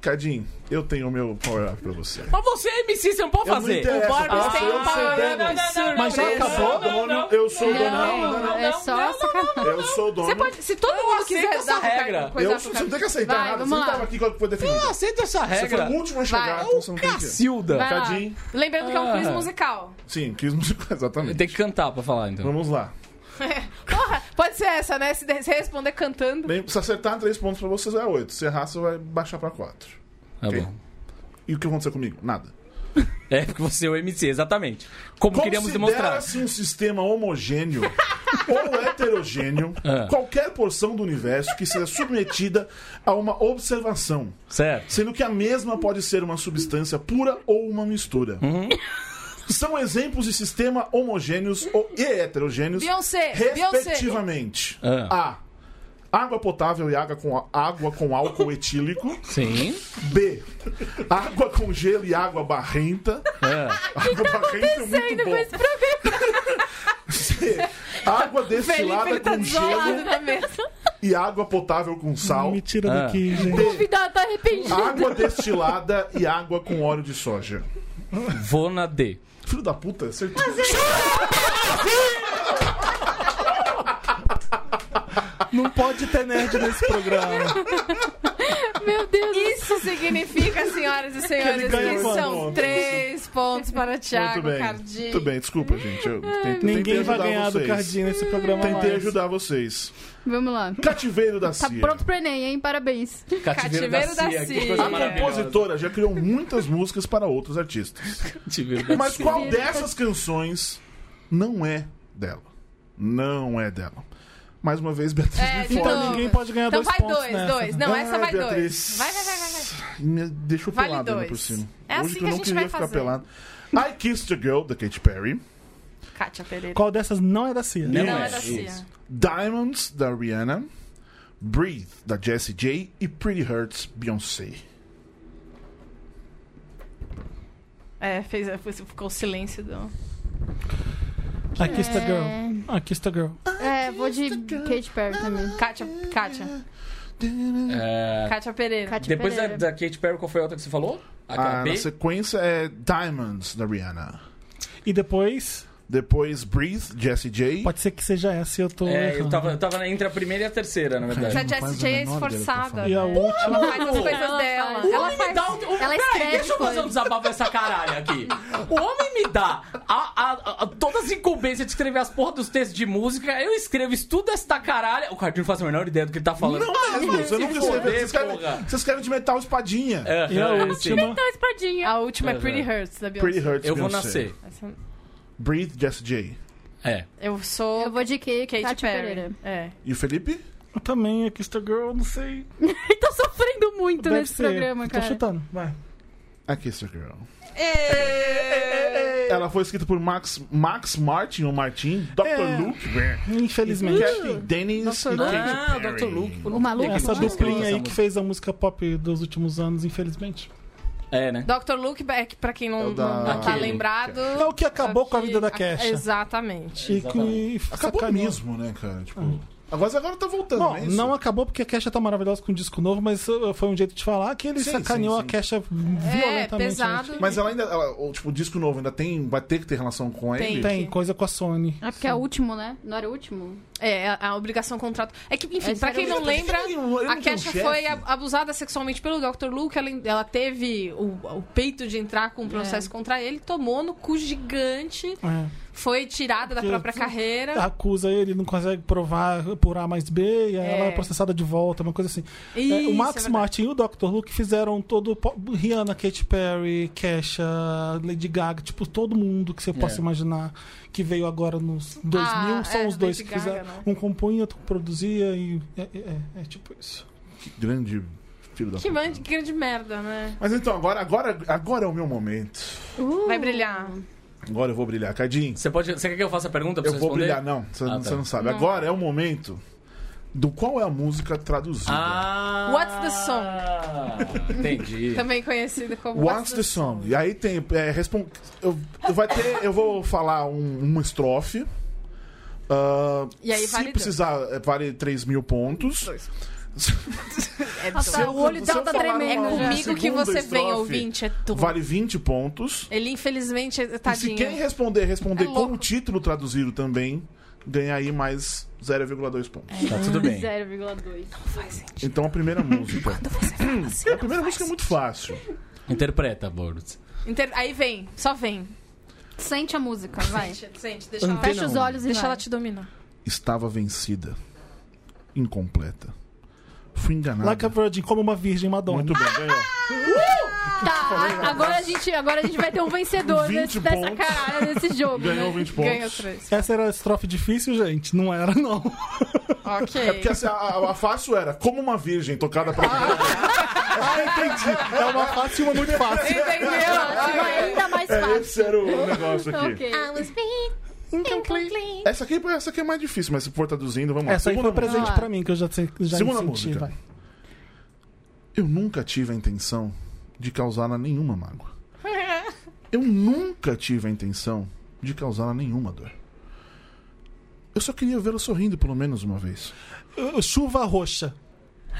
[SPEAKER 2] Cadinho, eu tenho o meu power-up pra você.
[SPEAKER 4] Mas você, MC, você não pode
[SPEAKER 2] Eu
[SPEAKER 4] fazer.
[SPEAKER 2] não interessa,
[SPEAKER 5] Borbs
[SPEAKER 2] eu
[SPEAKER 5] tem
[SPEAKER 2] sou
[SPEAKER 5] um power-up
[SPEAKER 2] o dono.
[SPEAKER 5] absurdo.
[SPEAKER 6] Mas já acabou?
[SPEAKER 2] Eu sou o dono, Eu sou o
[SPEAKER 1] Não,
[SPEAKER 2] dono.
[SPEAKER 1] é só sacanagem.
[SPEAKER 2] Eu sou o dono.
[SPEAKER 5] Você pode, se todo mundo
[SPEAKER 4] aceito
[SPEAKER 5] quiser
[SPEAKER 4] essa
[SPEAKER 5] dar
[SPEAKER 4] regra.
[SPEAKER 5] coisa
[SPEAKER 2] Eu
[SPEAKER 5] pro
[SPEAKER 2] sou, você
[SPEAKER 5] Cadinho.
[SPEAKER 2] não tem que aceitar
[SPEAKER 1] Vai,
[SPEAKER 2] nada.
[SPEAKER 1] vamos
[SPEAKER 2] Você não
[SPEAKER 1] lá.
[SPEAKER 2] tava aqui quando foi definido.
[SPEAKER 4] Eu aceito Ah,
[SPEAKER 2] Você
[SPEAKER 4] essa
[SPEAKER 2] foi
[SPEAKER 4] regra. Ah, é
[SPEAKER 2] o último a chegar,
[SPEAKER 1] Vai.
[SPEAKER 2] então você não tem que...
[SPEAKER 4] Cacilda.
[SPEAKER 1] Vai.
[SPEAKER 2] Cadinho.
[SPEAKER 5] Lembrando que é um quiz
[SPEAKER 4] Ah.
[SPEAKER 5] musical. <laughs>
[SPEAKER 2] Sim, quis musical, <laughs> exatamente.
[SPEAKER 4] Tem que cantar pra falar, então.
[SPEAKER 2] Vamos lá.
[SPEAKER 5] Porra, pode ser essa, né? Se de- se responder cantando.
[SPEAKER 2] Bem, se acertar três pontos pra vocês é oito. Se errar, você vai baixar pra quatro.
[SPEAKER 4] Tá
[SPEAKER 2] Ok.
[SPEAKER 4] bom.
[SPEAKER 2] E o que aconteceu comigo? Nada.
[SPEAKER 4] É, porque você é o MC, exatamente. Como queríamos demonstrar.
[SPEAKER 2] Considera-se um sistema homogêneo <laughs> ou
[SPEAKER 4] <laughs>
[SPEAKER 2] heterogêneo,
[SPEAKER 4] Ah.
[SPEAKER 2] qualquer porção do universo que seja submetida a uma observação,
[SPEAKER 4] Certo.
[SPEAKER 2] sendo que a mesma pode ser uma substância pura ou uma mistura.
[SPEAKER 4] Uhum.
[SPEAKER 2] São exemplos de sistema homogêneos ou e heterogêneos,
[SPEAKER 5] É, Beyoncé, Beyoncé.
[SPEAKER 2] respectivamente.
[SPEAKER 6] É.
[SPEAKER 4] Ah.
[SPEAKER 2] A. Água potável e água com, água com álcool etílico.
[SPEAKER 4] Sim.
[SPEAKER 2] B. Água com gelo e água
[SPEAKER 5] <laughs>
[SPEAKER 2] barrenta.
[SPEAKER 4] Ah.
[SPEAKER 2] água barrenta é muito
[SPEAKER 5] Então, Ainda
[SPEAKER 2] bom.
[SPEAKER 5] mais pra
[SPEAKER 2] C. Água
[SPEAKER 5] Felipe,
[SPEAKER 2] destilada
[SPEAKER 5] ele tá
[SPEAKER 2] com
[SPEAKER 5] desolado
[SPEAKER 2] gelo
[SPEAKER 5] na
[SPEAKER 1] <laughs>
[SPEAKER 5] mesa.
[SPEAKER 2] e água potável com sal.
[SPEAKER 6] <laughs> Me tira
[SPEAKER 4] Ah.
[SPEAKER 6] daqui, gente.
[SPEAKER 1] O convidado tá arrependido.
[SPEAKER 2] Água destilada e água com óleo de soja.
[SPEAKER 4] Vou na D.
[SPEAKER 2] Filho da puta,
[SPEAKER 5] é
[SPEAKER 2] acertou.
[SPEAKER 6] <laughs> Não pode ter nerd nesse programa.
[SPEAKER 1] Meu Deus.
[SPEAKER 5] Isso significa, senhoras e senhores,
[SPEAKER 2] ganha
[SPEAKER 5] que
[SPEAKER 2] quanto?
[SPEAKER 5] são três pontos para Thiago
[SPEAKER 2] Muito bem.
[SPEAKER 5] Cardim.
[SPEAKER 2] Muito bem, desculpa, gente. Eu tentei, tentei
[SPEAKER 6] Ninguém
[SPEAKER 2] ajudar
[SPEAKER 6] vai ganhar
[SPEAKER 2] vocês.
[SPEAKER 6] do Cardinho nesse programa
[SPEAKER 2] Tentei
[SPEAKER 6] mais.
[SPEAKER 2] ajudar vocês.
[SPEAKER 1] Vamos lá.
[SPEAKER 2] Cativeiro da
[SPEAKER 1] Tá
[SPEAKER 2] Cia.
[SPEAKER 1] pronto pro Enem, hein? Parabéns.
[SPEAKER 4] Cativeiro,
[SPEAKER 5] Cativeiro da
[SPEAKER 4] da Cia. Que
[SPEAKER 5] Cia.
[SPEAKER 4] coisa
[SPEAKER 2] A
[SPEAKER 4] maravilhosa.
[SPEAKER 2] compositora já criou muitas músicas para outros artistas.
[SPEAKER 4] Cativeiro da
[SPEAKER 2] Mas
[SPEAKER 4] Cia.
[SPEAKER 2] qual dessas canções não é dela? Não é dela. Mais uma vez, Beatriz
[SPEAKER 5] É,
[SPEAKER 2] me
[SPEAKER 5] de
[SPEAKER 2] fala.
[SPEAKER 5] novo.
[SPEAKER 6] Então ninguém pode ganhar
[SPEAKER 5] Então
[SPEAKER 6] dois
[SPEAKER 5] vai
[SPEAKER 6] pontos
[SPEAKER 5] dois,
[SPEAKER 6] nessa.
[SPEAKER 5] dois. Não,
[SPEAKER 2] Ah,
[SPEAKER 5] essa vai
[SPEAKER 2] Beatriz.
[SPEAKER 5] dois. Vai, vai, vai, vai, vai.
[SPEAKER 2] Me deixou
[SPEAKER 5] Vale
[SPEAKER 2] pelado ainda né, por
[SPEAKER 5] dois.
[SPEAKER 2] cima.
[SPEAKER 5] É
[SPEAKER 2] Hoje
[SPEAKER 5] assim
[SPEAKER 2] eu
[SPEAKER 5] que a
[SPEAKER 2] não
[SPEAKER 5] gente
[SPEAKER 2] queria
[SPEAKER 5] vai
[SPEAKER 2] ficar
[SPEAKER 5] fazer.
[SPEAKER 2] pelado. I Kissed a Girl, da Katy Perry.
[SPEAKER 5] Kátia Pereira.
[SPEAKER 6] Qual dessas não é da CIA?
[SPEAKER 4] Não
[SPEAKER 5] Não,
[SPEAKER 4] é.
[SPEAKER 5] é da Cia.
[SPEAKER 2] Diamonds, da Rihanna. Breathe, da Jessie J. E Pretty Hurts, Beyoncé.
[SPEAKER 5] É, fez, foi- ficou o silêncio do...
[SPEAKER 6] I Kissed
[SPEAKER 5] É.
[SPEAKER 6] a Girl. I Kissed a Girl.
[SPEAKER 1] É, vou de Katy Perry também.
[SPEAKER 5] Kátia, Kátia.
[SPEAKER 4] É,
[SPEAKER 5] Kátia Pereira.
[SPEAKER 1] Katy
[SPEAKER 4] Depois da,
[SPEAKER 1] Pereira.
[SPEAKER 4] da Kate Perry, qual foi a outra que você falou?
[SPEAKER 2] Ah,
[SPEAKER 4] A
[SPEAKER 2] na
[SPEAKER 4] KP?
[SPEAKER 2] sequência é Diamonds, da Rihanna.
[SPEAKER 6] E depois,
[SPEAKER 2] Depois Breathe, Jessie J.
[SPEAKER 6] pode ser que seja essa e eu tô.
[SPEAKER 4] É, eu
[SPEAKER 6] errando.
[SPEAKER 4] tava, eu tava entre a primeira e a terceira, na verdade.
[SPEAKER 5] Mas a
[SPEAKER 2] Não faz
[SPEAKER 5] Jessie
[SPEAKER 2] a
[SPEAKER 5] J é
[SPEAKER 2] menor ideia do que eu
[SPEAKER 5] esforçada.
[SPEAKER 6] tá E a
[SPEAKER 5] né?
[SPEAKER 6] última.
[SPEAKER 5] Ela faz as coisas
[SPEAKER 1] Ela
[SPEAKER 5] dela.
[SPEAKER 1] fala.
[SPEAKER 5] é Ela faz...
[SPEAKER 4] dá o- o-
[SPEAKER 1] Ela escreve
[SPEAKER 4] deixa eu fazer
[SPEAKER 1] coisa.
[SPEAKER 4] um desabafo essa caralho aqui. O homem me dá a, a- a- todas as incumbências de escrever as porras dos textos de música, eu escrevo, estudo esta caralho. O Cardinho não faz a menor ideia do que ele tá falando.
[SPEAKER 2] Não mesmo, você
[SPEAKER 4] se
[SPEAKER 2] nunca
[SPEAKER 4] foder,
[SPEAKER 2] escreveu. Vocês
[SPEAKER 4] porra.
[SPEAKER 2] escrevem- Vocês escrevem de metal espadinha.
[SPEAKER 4] É,
[SPEAKER 6] E a
[SPEAKER 4] é, sim.
[SPEAKER 6] última.
[SPEAKER 1] Então, espadinha.
[SPEAKER 5] A última é
[SPEAKER 4] Uhum.
[SPEAKER 5] Pretty Hurts, da
[SPEAKER 2] Pretty
[SPEAKER 5] Beyoncé.
[SPEAKER 2] Hurts,
[SPEAKER 4] Eu vou
[SPEAKER 2] Beyoncé.
[SPEAKER 4] nascer.
[SPEAKER 5] Essa-
[SPEAKER 2] Breathe, Jessie J.
[SPEAKER 4] É.
[SPEAKER 5] Eu sou...
[SPEAKER 1] Eu vou de Katy,
[SPEAKER 5] Katy, Perry.
[SPEAKER 1] Pereira.
[SPEAKER 5] É.
[SPEAKER 2] E o Felipe?
[SPEAKER 6] Eu também, I Kissed a Girl, não sei.
[SPEAKER 1] Tá sofrendo muito
[SPEAKER 6] Deve
[SPEAKER 1] nesse
[SPEAKER 6] ser.
[SPEAKER 1] programa,
[SPEAKER 6] Tô
[SPEAKER 1] cara.
[SPEAKER 6] chutando, vai.
[SPEAKER 2] I Kissed a Girl.
[SPEAKER 5] É.
[SPEAKER 2] Ela foi escrita por Max, Max Martin, ou Martin, Dr.
[SPEAKER 6] É.
[SPEAKER 2] Luke, né?
[SPEAKER 6] Infelizmente.
[SPEAKER 2] Kathy Dennis e
[SPEAKER 1] Dr. Luke.
[SPEAKER 4] Ah,
[SPEAKER 2] Katy Perry.
[SPEAKER 4] Dr. Luke.
[SPEAKER 5] um
[SPEAKER 1] O maluco
[SPEAKER 6] Essa
[SPEAKER 1] Nossa,
[SPEAKER 6] duplinha aí
[SPEAKER 4] essa
[SPEAKER 6] que fez a música pop dos últimos anos, infelizmente.
[SPEAKER 4] É, né?
[SPEAKER 5] Dr. Luke, é que pra quem
[SPEAKER 2] É
[SPEAKER 5] não,
[SPEAKER 2] o da-
[SPEAKER 5] não- não tá
[SPEAKER 4] Aquele.
[SPEAKER 5] lembrado...
[SPEAKER 6] É o que acabou com a vida da
[SPEAKER 5] Aqui-
[SPEAKER 6] Kesha.
[SPEAKER 5] Ah, é, Exatamente.
[SPEAKER 6] E que
[SPEAKER 2] Acabou
[SPEAKER 6] sacaneou.
[SPEAKER 2] mesmo, né, cara? Tipo, agora, agora tá voltando,
[SPEAKER 6] Bom,
[SPEAKER 2] é isso?
[SPEAKER 6] não acabou porque a Kesha tá maravilhosa com um disco novo, mas uh, foi um jeito de falar que ele
[SPEAKER 2] Sim,
[SPEAKER 6] sacaneou
[SPEAKER 2] sim, sim.
[SPEAKER 6] a Kesha violentamente. né?
[SPEAKER 5] É, pesado.
[SPEAKER 2] Mas ela ainda, ela, o, tipo, o disco novo ainda tem, vai ter que ter relação com
[SPEAKER 5] Tem.
[SPEAKER 2] ele?
[SPEAKER 6] Tem coisa com a Sony.
[SPEAKER 1] É porque é o último, né? Não era o último?
[SPEAKER 5] É, a, a obrigação contrato. É que, enfim,
[SPEAKER 1] É,
[SPEAKER 5] pra quem
[SPEAKER 1] sério,
[SPEAKER 5] não
[SPEAKER 1] eu-
[SPEAKER 5] lembra,
[SPEAKER 2] eu não tenho um
[SPEAKER 5] a Kesha
[SPEAKER 2] chefe.
[SPEAKER 5] foi a- abusada sexualmente pelo Dr. Luke. Ela, ela teve o, o peito de entrar com um processo contra ele, tomou no cu gigante,
[SPEAKER 6] É.
[SPEAKER 5] foi tirada da
[SPEAKER 6] Que-
[SPEAKER 5] própria
[SPEAKER 6] que-
[SPEAKER 5] carreira.
[SPEAKER 6] Acusa ele, não consegue provar por A mais B, e aí
[SPEAKER 5] É.
[SPEAKER 6] ela é processada de volta, uma coisa assim.
[SPEAKER 5] Isso,
[SPEAKER 6] É, o
[SPEAKER 5] é
[SPEAKER 6] Max
[SPEAKER 5] verdade.
[SPEAKER 6] Martin e o Dr. Luke fizeram todo. po- Rihanna, Katy Perry, Kesha, Lady Gaga, tipo, todo mundo que você possa
[SPEAKER 4] É.
[SPEAKER 6] imaginar que veio agora nos 2000.
[SPEAKER 5] Ah,
[SPEAKER 6] só
[SPEAKER 5] é,
[SPEAKER 6] os dois
[SPEAKER 5] Lady
[SPEAKER 6] que
[SPEAKER 5] Gaga,
[SPEAKER 6] fizeram.
[SPEAKER 5] né?
[SPEAKER 6] Um compunha, outro produzia e. É, é- é tipo isso.
[SPEAKER 2] Que grande filho da
[SPEAKER 5] Que
[SPEAKER 2] puta.
[SPEAKER 5] grande, que grande merda, né?
[SPEAKER 2] Mas então, agora, agora, agora é o meu momento.
[SPEAKER 5] Vai brilhar.
[SPEAKER 2] Agora eu vou brilhar. Cadinho,
[SPEAKER 4] Você, pode, você quer que eu faça a pergunta pra
[SPEAKER 2] eu
[SPEAKER 4] você
[SPEAKER 2] vou
[SPEAKER 4] responder?
[SPEAKER 2] brilhar. Não, você,
[SPEAKER 4] Ah,
[SPEAKER 2] não-
[SPEAKER 4] tá.
[SPEAKER 2] você não sabe. Agora é o momento do qual é a música traduzida.
[SPEAKER 4] Ah!
[SPEAKER 5] What's the song?
[SPEAKER 4] Entendi.
[SPEAKER 5] <laughs> Também conhecido como
[SPEAKER 2] What's the song? E aí tem. É, respon- eu, eu vai ter, eu vou falar um- uma estrofe. Ah,
[SPEAKER 5] E aí
[SPEAKER 2] se
[SPEAKER 5] vale dois.
[SPEAKER 2] precisar, é, vale 3 mil pontos.
[SPEAKER 5] É do-
[SPEAKER 1] Nossa, o olho
[SPEAKER 2] se
[SPEAKER 1] dela
[SPEAKER 2] eu
[SPEAKER 1] tá
[SPEAKER 2] falar
[SPEAKER 5] É
[SPEAKER 1] tremendo.
[SPEAKER 2] uma-
[SPEAKER 1] já.
[SPEAKER 5] comigo que
[SPEAKER 2] segunda
[SPEAKER 5] você vem,
[SPEAKER 2] estrofe
[SPEAKER 5] ouvinte, é tu.
[SPEAKER 2] Vale 20 pontos.
[SPEAKER 5] Ele, infelizmente, é-
[SPEAKER 2] E se
[SPEAKER 5] tadinho.
[SPEAKER 2] quem responder, responder
[SPEAKER 5] É
[SPEAKER 2] com
[SPEAKER 5] louco.
[SPEAKER 2] o título traduzido também, ganha aí mais 0,2 pontos.
[SPEAKER 5] É.
[SPEAKER 4] Tá tudo bem.
[SPEAKER 1] 0,2.
[SPEAKER 2] Então a
[SPEAKER 5] <laughs>
[SPEAKER 2] primeira música.
[SPEAKER 5] assim,
[SPEAKER 2] a primeira música é muito fácil.
[SPEAKER 4] Interpreta, Boris.
[SPEAKER 5] Inter- Aí vem, só vem.
[SPEAKER 1] Sente a música, vai.
[SPEAKER 5] Sente, sente, deixa ela,
[SPEAKER 1] Fecha os
[SPEAKER 4] um.
[SPEAKER 1] olhos e
[SPEAKER 5] deixa
[SPEAKER 1] vai.
[SPEAKER 5] ela te dominar.
[SPEAKER 2] Estava vencida. Incompleta. Fui enganada.
[SPEAKER 6] Like a Virgin, como uma virgem Madonna.
[SPEAKER 2] Muito bem, ganhou.
[SPEAKER 1] Tá, agora a, gente, agora a gente vai ter um
[SPEAKER 2] <laughs>
[SPEAKER 1] vencedor
[SPEAKER 2] 20
[SPEAKER 1] desse, dessa
[SPEAKER 2] pontos.
[SPEAKER 1] caralho desse jogo.
[SPEAKER 2] Ganhou
[SPEAKER 1] né?
[SPEAKER 2] 20 pontos.
[SPEAKER 5] Ganhou três.
[SPEAKER 6] Essa era a estrofe difícil, gente? Não era, não. <laughs>
[SPEAKER 2] <laughs>
[SPEAKER 5] Ok.
[SPEAKER 2] É porque assim, a, a, a fácil era como uma virgem tocada pra
[SPEAKER 5] <laughs>
[SPEAKER 2] Ah, entendi.
[SPEAKER 6] É uma fácil e uma muito fácil.
[SPEAKER 5] Entendeu?
[SPEAKER 1] Vai ainda mais
[SPEAKER 2] É,
[SPEAKER 1] fácil.
[SPEAKER 2] esse era o negócio aqui.
[SPEAKER 1] Ok.
[SPEAKER 5] Ah,
[SPEAKER 2] Essa, aqui, essa aqui é mais difícil, mas se for traduzindo, vamos lá.
[SPEAKER 6] É, Essa aí foi
[SPEAKER 2] Segunda música.
[SPEAKER 6] presente
[SPEAKER 1] música.
[SPEAKER 6] pra mim, que eu já, sei- já me
[SPEAKER 2] Segunda
[SPEAKER 6] senti.
[SPEAKER 2] música.
[SPEAKER 6] vai.
[SPEAKER 2] Eu nunca tive a intenção de causar a nenhuma mágoa. Eu nunca tive a intenção de causar a nenhuma dor. Eu só queria vê-la sorrindo pelo menos uma vez.
[SPEAKER 6] Uh, Chuva roxa.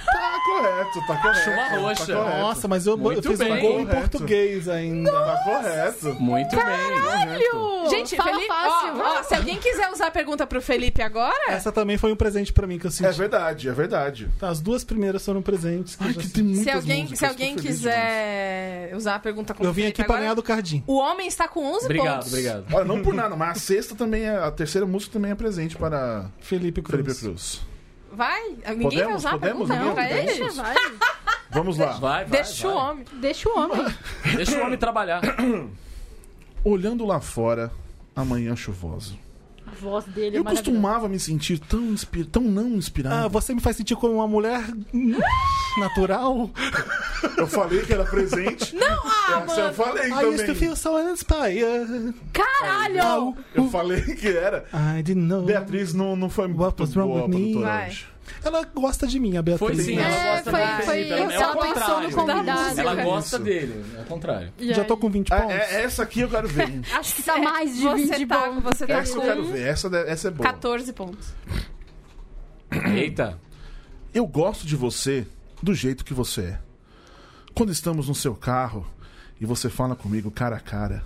[SPEAKER 2] Tá correto, tá correto.
[SPEAKER 4] Chuva
[SPEAKER 2] tá
[SPEAKER 4] roxa.
[SPEAKER 2] correto,
[SPEAKER 6] Nossa, mas eu, eu
[SPEAKER 4] Muito
[SPEAKER 6] fiz um
[SPEAKER 4] bem.
[SPEAKER 6] gol em
[SPEAKER 2] Correto.
[SPEAKER 6] português ainda.
[SPEAKER 2] Tá correto.
[SPEAKER 4] Muito bem.
[SPEAKER 1] Caralho!
[SPEAKER 5] Gente,
[SPEAKER 1] fala
[SPEAKER 5] Felipe,
[SPEAKER 1] fácil.
[SPEAKER 5] ó, ó, se alguém quiser usar a pergunta pro Felipe agora,
[SPEAKER 6] Essa também foi um presente pra mim que eu
[SPEAKER 2] É
[SPEAKER 6] senti.
[SPEAKER 2] verdade, é verdade.
[SPEAKER 6] As duas primeiras foram presentes. que eu
[SPEAKER 2] Ai,
[SPEAKER 6] já
[SPEAKER 2] É que
[SPEAKER 6] senti.
[SPEAKER 2] tem muitas
[SPEAKER 5] se alguém,
[SPEAKER 2] músicas,
[SPEAKER 5] se alguém
[SPEAKER 2] tô feliz
[SPEAKER 5] quiser usar a pergunta com
[SPEAKER 6] Eu
[SPEAKER 5] o
[SPEAKER 6] vim
[SPEAKER 5] Felipe
[SPEAKER 6] aqui pra
[SPEAKER 5] agora,
[SPEAKER 6] ganhar do Cardim.
[SPEAKER 5] O homem está com 11
[SPEAKER 4] Obrigado,
[SPEAKER 5] pontos.
[SPEAKER 4] obrigado.
[SPEAKER 2] demais. Olha, não por nada, mas a sexta também é. A terceira música também é presente para
[SPEAKER 6] Felipe Cruz.
[SPEAKER 2] Felipe Cruz.
[SPEAKER 5] Vai? Ninguém vai
[SPEAKER 2] Podemos?
[SPEAKER 5] usar
[SPEAKER 2] Podemos?
[SPEAKER 5] a pergunta não,
[SPEAKER 2] Ninguém?
[SPEAKER 5] pra ele?
[SPEAKER 1] Deixa, vai.
[SPEAKER 2] <laughs> Vamos lá.
[SPEAKER 4] Vai, vai.
[SPEAKER 5] Deixa
[SPEAKER 4] vai.
[SPEAKER 5] o homem.
[SPEAKER 1] Deixa
[SPEAKER 5] <laughs>
[SPEAKER 1] o homem.
[SPEAKER 4] Deixa o homem trabalhar.
[SPEAKER 2] Olhando lá fora, amanhã chuvosa.
[SPEAKER 1] A voz dele é
[SPEAKER 2] Eu
[SPEAKER 1] maravilhosa.
[SPEAKER 2] costumava me sentir tão, inspi- tão não
[SPEAKER 6] Ah,
[SPEAKER 2] inspirado.
[SPEAKER 6] você me faz sentir como uma mulher <laughs> natural?
[SPEAKER 2] eu falei que era presente. Não, ah, Essa eu falei
[SPEAKER 6] I used to feel so inspired.
[SPEAKER 1] Caralho!
[SPEAKER 2] Eu falei que era.
[SPEAKER 6] I didn't know.
[SPEAKER 2] Beatriz não, não foi
[SPEAKER 6] What
[SPEAKER 2] muito
[SPEAKER 6] was wrong
[SPEAKER 2] boa
[SPEAKER 6] with me?
[SPEAKER 2] produtora
[SPEAKER 5] Vai.
[SPEAKER 2] hoje.
[SPEAKER 6] Ela gosta de mim, a Beatriz.
[SPEAKER 4] Foi sim,
[SPEAKER 2] É,
[SPEAKER 4] ela gosta
[SPEAKER 1] foi-
[SPEAKER 4] dele.
[SPEAKER 1] foi-
[SPEAKER 4] ela
[SPEAKER 1] ela
[SPEAKER 4] é ao
[SPEAKER 1] pensou no
[SPEAKER 4] contrário.
[SPEAKER 1] convidado.
[SPEAKER 4] Ela
[SPEAKER 2] Isso.
[SPEAKER 4] gosta dele, é ao contrário.
[SPEAKER 1] E
[SPEAKER 6] Já
[SPEAKER 1] aí?
[SPEAKER 6] tô com 20
[SPEAKER 2] Ah,
[SPEAKER 6] pontos.
[SPEAKER 2] é- essa aqui eu quero ver. <laughs> hein?
[SPEAKER 1] Acho que tá mais de 20
[SPEAKER 5] você tá,
[SPEAKER 1] pontos.
[SPEAKER 5] você tá
[SPEAKER 2] Essa eu quero
[SPEAKER 5] com
[SPEAKER 2] ver. Essa, de- essa é boa.
[SPEAKER 5] 14 pontos.
[SPEAKER 4] Eita.
[SPEAKER 2] Eu gosto de você do jeito que você é. Quando estamos no seu carro e você fala comigo cara a cara.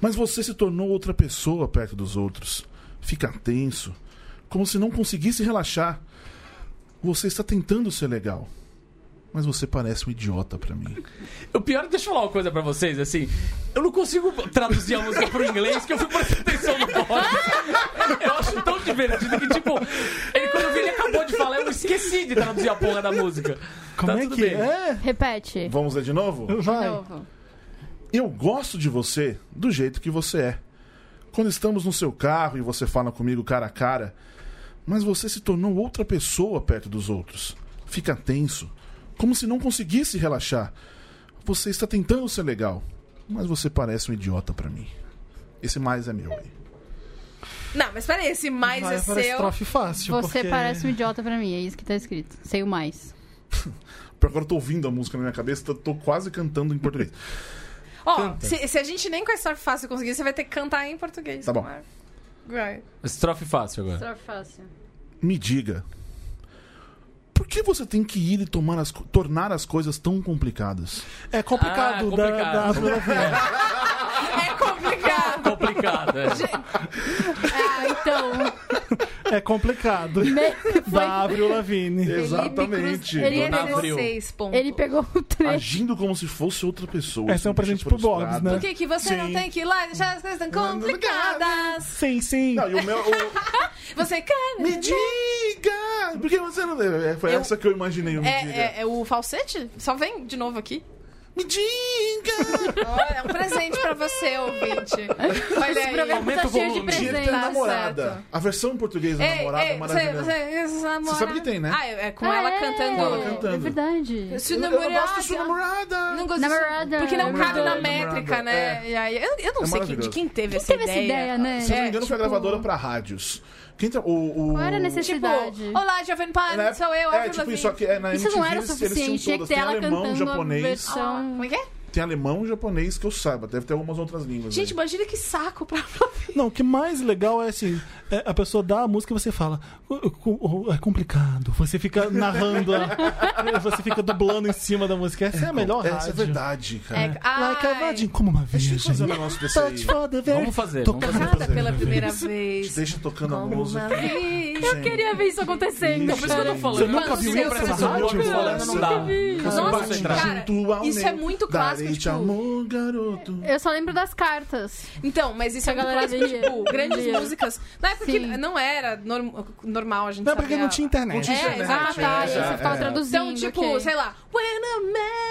[SPEAKER 2] Mas você se tornou outra pessoa perto dos outros. Fica tenso, como se não conseguisse relaxar. Você está tentando ser legal, mas você parece um idiota pra mim.
[SPEAKER 4] O pior, é deixa eu falar uma coisa pra vocês, assim. Eu não consigo traduzir a música pro inglês que eu fico prestando atenção no Boris. Eu acho tão divertido que, tipo, ele, quando eu vi ele acabou de falar, eu esqueci de traduzir a porra da música.
[SPEAKER 6] Como
[SPEAKER 4] tá
[SPEAKER 6] é
[SPEAKER 4] tudo
[SPEAKER 6] que
[SPEAKER 4] bem.
[SPEAKER 6] é?
[SPEAKER 1] Repete.
[SPEAKER 2] Vamos ler de novo?
[SPEAKER 1] De
[SPEAKER 6] Vai.
[SPEAKER 1] novo.
[SPEAKER 2] Eu gosto de você do jeito que você é. Quando estamos no seu carro e você fala comigo cara a cara, mas você se tornou outra pessoa perto dos outros. Fica tenso, como se não conseguisse relaxar. Você está tentando ser legal, mas você parece um idiota pra mim. Esse mais é meu. hein?
[SPEAKER 5] Não, mas peraí, esse mais
[SPEAKER 6] Vai
[SPEAKER 5] é
[SPEAKER 6] para a
[SPEAKER 5] seu.
[SPEAKER 6] estrofe fácil.
[SPEAKER 1] Você
[SPEAKER 6] Tipo, porque-
[SPEAKER 1] parece um idiota pra mim, é isso que tá escrito. Sei o mais.
[SPEAKER 2] Porque Agora eu tô ouvindo a música na minha cabeça, tô, tô quase cantando em português.
[SPEAKER 5] Ó, se, se a gente nem com a estrofe fácil conseguir, você vai ter que cantar em português.
[SPEAKER 2] Tá bom.
[SPEAKER 5] Vai. Vai.
[SPEAKER 4] Estrofe fácil agora.
[SPEAKER 1] Troca fácil.
[SPEAKER 2] Me diga, por que você tem que ir e tomar as co- tornar as coisas tão complicadas?
[SPEAKER 6] É complicado.
[SPEAKER 4] Ah,
[SPEAKER 6] da-
[SPEAKER 4] complicado.
[SPEAKER 6] da- da-
[SPEAKER 2] <laughs>
[SPEAKER 5] É complicado.
[SPEAKER 4] Complicado, é.
[SPEAKER 1] Ah, então.
[SPEAKER 6] É complicado. da Avril Lavigne.
[SPEAKER 2] Exatamente.
[SPEAKER 1] Ele é
[SPEAKER 4] Dona Avril.
[SPEAKER 5] 16 pontos.
[SPEAKER 1] Ele pegou o trem.
[SPEAKER 2] Agindo como se fosse outra pessoa. assim, tipo,
[SPEAKER 6] Esse é um
[SPEAKER 2] bicho
[SPEAKER 6] presente pro
[SPEAKER 2] frustrado.
[SPEAKER 6] Bob's, né?
[SPEAKER 5] Por que, que você não
[SPEAKER 2] Sim.
[SPEAKER 5] tem que ir lá e deixar as coisas tão complicadas?
[SPEAKER 6] Sim, sim.
[SPEAKER 2] Não, e o meu.
[SPEAKER 1] <laughs>
[SPEAKER 2] o-
[SPEAKER 5] Você cara.
[SPEAKER 2] Me diga! Por que você não. é, Foi
[SPEAKER 5] Eu-
[SPEAKER 2] essa que eu imaginei. Eu me diga.
[SPEAKER 5] É, é, é o falsete? Só vem de novo aqui.
[SPEAKER 2] Me
[SPEAKER 1] <laughs>
[SPEAKER 2] diga!
[SPEAKER 5] Olha, é um presente pra você, ouvinte.
[SPEAKER 2] <laughs>
[SPEAKER 5] Olha aí.
[SPEAKER 2] é
[SPEAKER 4] Aumenta o
[SPEAKER 1] tá cheio de
[SPEAKER 4] volume.
[SPEAKER 2] Dia
[SPEAKER 1] presente.
[SPEAKER 2] de namorada.
[SPEAKER 5] certo.
[SPEAKER 2] A versão em português da
[SPEAKER 5] Ei,
[SPEAKER 2] namorada é
[SPEAKER 5] ei, você,
[SPEAKER 2] maravilhosa.
[SPEAKER 5] você, você namora...
[SPEAKER 2] Você sabe que tem, né?
[SPEAKER 5] Ah, é é com
[SPEAKER 1] Ah,
[SPEAKER 5] ela
[SPEAKER 1] é.
[SPEAKER 5] cantando.
[SPEAKER 2] ela cantando.
[SPEAKER 1] É verdade.
[SPEAKER 5] Se
[SPEAKER 2] eu, eu não gosto de sua namorada!
[SPEAKER 5] Não gosto
[SPEAKER 1] Namorada.
[SPEAKER 5] Porque não cabe na
[SPEAKER 2] Namorada, namorada,
[SPEAKER 5] métrica, né? E aí, eu,
[SPEAKER 2] É
[SPEAKER 5] eu não sei quem- de
[SPEAKER 2] maravilhoso.
[SPEAKER 5] quem teve
[SPEAKER 1] Quem
[SPEAKER 5] essa
[SPEAKER 1] teve
[SPEAKER 5] ideia. É.
[SPEAKER 1] essa ideia, né?
[SPEAKER 2] Se eu não me engano, foi a
[SPEAKER 1] tipo-
[SPEAKER 2] gravadora pra rádios. Quem tra... o, o...
[SPEAKER 1] Qual era a necessidade?
[SPEAKER 5] Tipo,
[SPEAKER 1] Cidade.
[SPEAKER 5] olá, Jovem Pan,
[SPEAKER 2] Na época-
[SPEAKER 5] sou eu,
[SPEAKER 2] é,
[SPEAKER 5] Avril
[SPEAKER 2] tipo,
[SPEAKER 5] Lavigne."
[SPEAKER 2] isso aqui, é, na
[SPEAKER 1] Isso não
[SPEAKER 2] MTV
[SPEAKER 1] era
[SPEAKER 2] eles- eles
[SPEAKER 1] suficiente,
[SPEAKER 2] tinham
[SPEAKER 1] tinha que
[SPEAKER 2] todas.
[SPEAKER 1] ter
[SPEAKER 2] Tem
[SPEAKER 1] ela
[SPEAKER 2] alemão,
[SPEAKER 1] cantando
[SPEAKER 2] japonês.
[SPEAKER 1] a versão.
[SPEAKER 5] Como é que é?
[SPEAKER 2] Tem alemão e japonês que eu saiba, deve ter algumas outras línguas.
[SPEAKER 5] Gente,
[SPEAKER 2] aí.
[SPEAKER 5] imagina que saco pra
[SPEAKER 6] Não, o que mais legal é assim: é, a pessoa dá a música e você fala, "O- o- o- é complicado. Você fica narrando, a- <laughs> você fica dublando em cima da música. Essa é a melhor
[SPEAKER 2] Essa
[SPEAKER 6] rádio.
[SPEAKER 2] é verdade, cara.
[SPEAKER 5] É, ai,
[SPEAKER 6] Like a virgin, como uma
[SPEAKER 2] Deixa eu fazer um
[SPEAKER 6] virgem. Tá
[SPEAKER 2] negócio desse aí.
[SPEAKER 6] Touch for the
[SPEAKER 4] Vamos
[SPEAKER 6] very...
[SPEAKER 4] fazer.
[SPEAKER 6] Tô
[SPEAKER 4] Vamos fazer.
[SPEAKER 5] Nada pela
[SPEAKER 2] Fazer,
[SPEAKER 5] primeira
[SPEAKER 2] Te
[SPEAKER 5] vez.
[SPEAKER 2] deixa tocando a
[SPEAKER 5] Como
[SPEAKER 2] música.
[SPEAKER 5] uma vez.
[SPEAKER 2] Eu
[SPEAKER 1] Queria ver isso acontecendo.
[SPEAKER 4] É
[SPEAKER 2] um
[SPEAKER 4] por isso que eu tô
[SPEAKER 1] cara.
[SPEAKER 4] falando.
[SPEAKER 6] Você nunca
[SPEAKER 4] Mano,
[SPEAKER 6] viu
[SPEAKER 4] se
[SPEAKER 6] isso
[SPEAKER 4] eu
[SPEAKER 6] na
[SPEAKER 4] preciso
[SPEAKER 6] rádio?
[SPEAKER 4] de um falando, não dá.
[SPEAKER 2] um
[SPEAKER 5] Nossa,
[SPEAKER 4] Não posso entrar.
[SPEAKER 5] cara, isso é muito clássico, tipo- É,
[SPEAKER 2] amor, garoto.
[SPEAKER 1] Eu só lembro das cartas.
[SPEAKER 5] Então, mas isso é
[SPEAKER 1] A
[SPEAKER 5] muito
[SPEAKER 1] galera
[SPEAKER 5] clássico,
[SPEAKER 1] via.
[SPEAKER 5] tipo, grandes
[SPEAKER 1] Via.
[SPEAKER 5] músicas. Na época que
[SPEAKER 1] Sim.
[SPEAKER 5] não era norm- normal a gente
[SPEAKER 6] Não, é
[SPEAKER 5] saber
[SPEAKER 6] porque
[SPEAKER 5] a-
[SPEAKER 6] não tinha
[SPEAKER 2] Não
[SPEAKER 6] internet.
[SPEAKER 2] tinha
[SPEAKER 5] É,
[SPEAKER 2] internet,
[SPEAKER 1] Ah,
[SPEAKER 2] é,
[SPEAKER 1] tá. e aí
[SPEAKER 2] é,
[SPEAKER 1] você ficava
[SPEAKER 2] é.
[SPEAKER 1] traduzindo.
[SPEAKER 5] Então, tipo,
[SPEAKER 1] ok.
[SPEAKER 5] sei lá, When a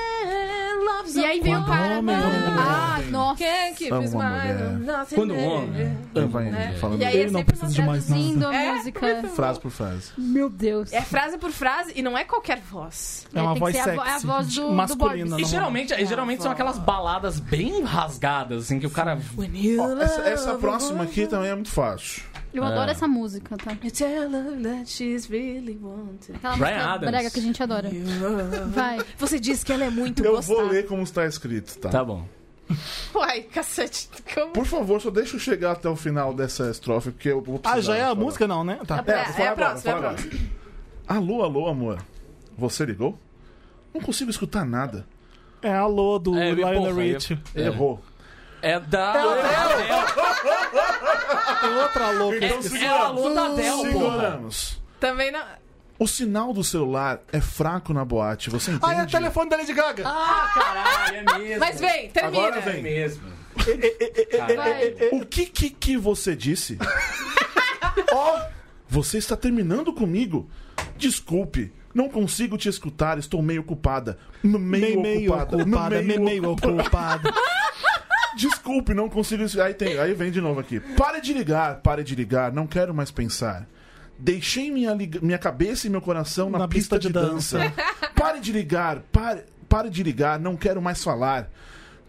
[SPEAKER 5] man loves
[SPEAKER 1] E aí veio o
[SPEAKER 6] Quando
[SPEAKER 1] cara.
[SPEAKER 6] homem, quando
[SPEAKER 1] Ah, nossa.
[SPEAKER 5] Quem é que
[SPEAKER 2] Ama
[SPEAKER 5] fez
[SPEAKER 2] uma
[SPEAKER 5] mais?
[SPEAKER 2] mulher.
[SPEAKER 5] Nossa,
[SPEAKER 4] Quando o
[SPEAKER 5] né?
[SPEAKER 4] homem
[SPEAKER 2] Ele
[SPEAKER 4] ama
[SPEAKER 2] vai
[SPEAKER 4] a mulher.
[SPEAKER 2] falando
[SPEAKER 5] E aí é
[SPEAKER 6] Ele não
[SPEAKER 5] sempre
[SPEAKER 6] precisa de mais nada.
[SPEAKER 1] Traduzindo a
[SPEAKER 5] É,
[SPEAKER 1] música.
[SPEAKER 2] frase por frase.
[SPEAKER 1] Meu Deus.
[SPEAKER 5] É frase por frase e não é qualquer voz.
[SPEAKER 6] É uma
[SPEAKER 1] tem que
[SPEAKER 6] voz
[SPEAKER 1] ser a vo-
[SPEAKER 6] sexy,
[SPEAKER 1] é a voz do- do
[SPEAKER 6] masculina.
[SPEAKER 1] Bob.
[SPEAKER 4] E
[SPEAKER 6] não-
[SPEAKER 4] geralmente, e geralmente são aquelas baladas bem rasgadas, assim, que o cara.
[SPEAKER 2] Ó, essa, essa próxima aqui também é muito fácil.
[SPEAKER 1] Eu
[SPEAKER 4] É.
[SPEAKER 1] adoro essa música, tá?
[SPEAKER 5] You tell her that she's really wanted.
[SPEAKER 1] Aquela
[SPEAKER 4] Bryan
[SPEAKER 1] música
[SPEAKER 4] Adams.
[SPEAKER 1] brega que a gente adora. <laughs> Vai.
[SPEAKER 5] <laughs> Você diz que ela é muito
[SPEAKER 2] eu
[SPEAKER 5] gostada.
[SPEAKER 2] vou ler como está escrito, tá?
[SPEAKER 4] Tá bom.
[SPEAKER 5] Uai, cacete, como?
[SPEAKER 2] Por favor, só deixa eu chegar até o final dessa estrofe, porque eu vou
[SPEAKER 6] Ah,
[SPEAKER 2] precisar
[SPEAKER 6] já é a
[SPEAKER 2] falar.
[SPEAKER 6] música, não, né? Tá.
[SPEAKER 2] É, vou
[SPEAKER 5] É,
[SPEAKER 2] falar
[SPEAKER 5] é a
[SPEAKER 2] agora, vou
[SPEAKER 5] próxima, é a
[SPEAKER 2] falar agora. Alô, alô, amor. Você ligou? Não consigo escutar nada.
[SPEAKER 6] É a Lô do
[SPEAKER 4] É,
[SPEAKER 6] Lionel
[SPEAKER 4] porra,
[SPEAKER 6] Rich.
[SPEAKER 4] É.
[SPEAKER 2] Errou.
[SPEAKER 4] É da. É,
[SPEAKER 6] Tem outra Lô que
[SPEAKER 2] Então,
[SPEAKER 6] eu
[SPEAKER 4] é, é a Lô da Del, porra.
[SPEAKER 2] Seguramos.
[SPEAKER 5] Também não.
[SPEAKER 2] O sinal do celular é fraco na boate, você entende?
[SPEAKER 6] Ah, é o telefone da Lady Gaga.
[SPEAKER 4] Ah, caralho, é mesmo.
[SPEAKER 5] Mas vem, termina.
[SPEAKER 2] Agora
[SPEAKER 4] É
[SPEAKER 2] vem.
[SPEAKER 4] mesmo. é,
[SPEAKER 1] Vai.
[SPEAKER 2] O que que que você disse? Ó, você está terminando comigo? Desculpe, não consigo te escutar, estou meio ocupada. M- Meio,
[SPEAKER 6] Meio
[SPEAKER 2] ocupada.
[SPEAKER 6] ocupada,
[SPEAKER 2] meio
[SPEAKER 6] meio <laughs> ocupada.
[SPEAKER 2] Desculpe, não consigo. es- Aí, tem, aí vem de novo aqui. Pare de ligar, pare de ligar, não quero mais pensar. Deixei minha, lig- minha cabeça e meu coração na, pista, de dança. <laughs> Pare de ligar, pare, pare de ligar, não quero mais falar.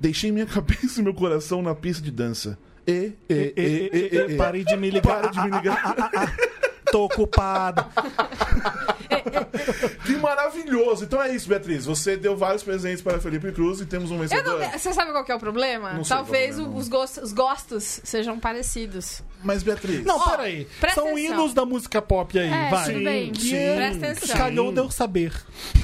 [SPEAKER 2] Deixei minha <laughs> cabeça e meu coração na pista de dança. E, e, e, e, e, e,
[SPEAKER 6] Parei de me ligar.
[SPEAKER 2] Pare de me ligar. Ah,
[SPEAKER 6] Tô ocupado.
[SPEAKER 2] Que maravilhoso. Então é isso, Beatriz. Você deu vários presentes para Felipe Cruz e temos um
[SPEAKER 5] Eu não-
[SPEAKER 2] vencedor.
[SPEAKER 5] você sabe qual que é o problema?
[SPEAKER 2] Não sei
[SPEAKER 5] Talvez
[SPEAKER 2] qual é,
[SPEAKER 5] o-
[SPEAKER 2] não.
[SPEAKER 5] os, gostos, os gostos sejam parecidos.
[SPEAKER 2] Mas, Beatriz.
[SPEAKER 6] Não, peraí.
[SPEAKER 5] presta
[SPEAKER 6] São
[SPEAKER 5] atenção.
[SPEAKER 6] hinos da música pop aí,
[SPEAKER 1] É,
[SPEAKER 6] vai.
[SPEAKER 1] tudo bem.
[SPEAKER 2] Sim,
[SPEAKER 5] Presta atenção.
[SPEAKER 6] Calhou de eu saber.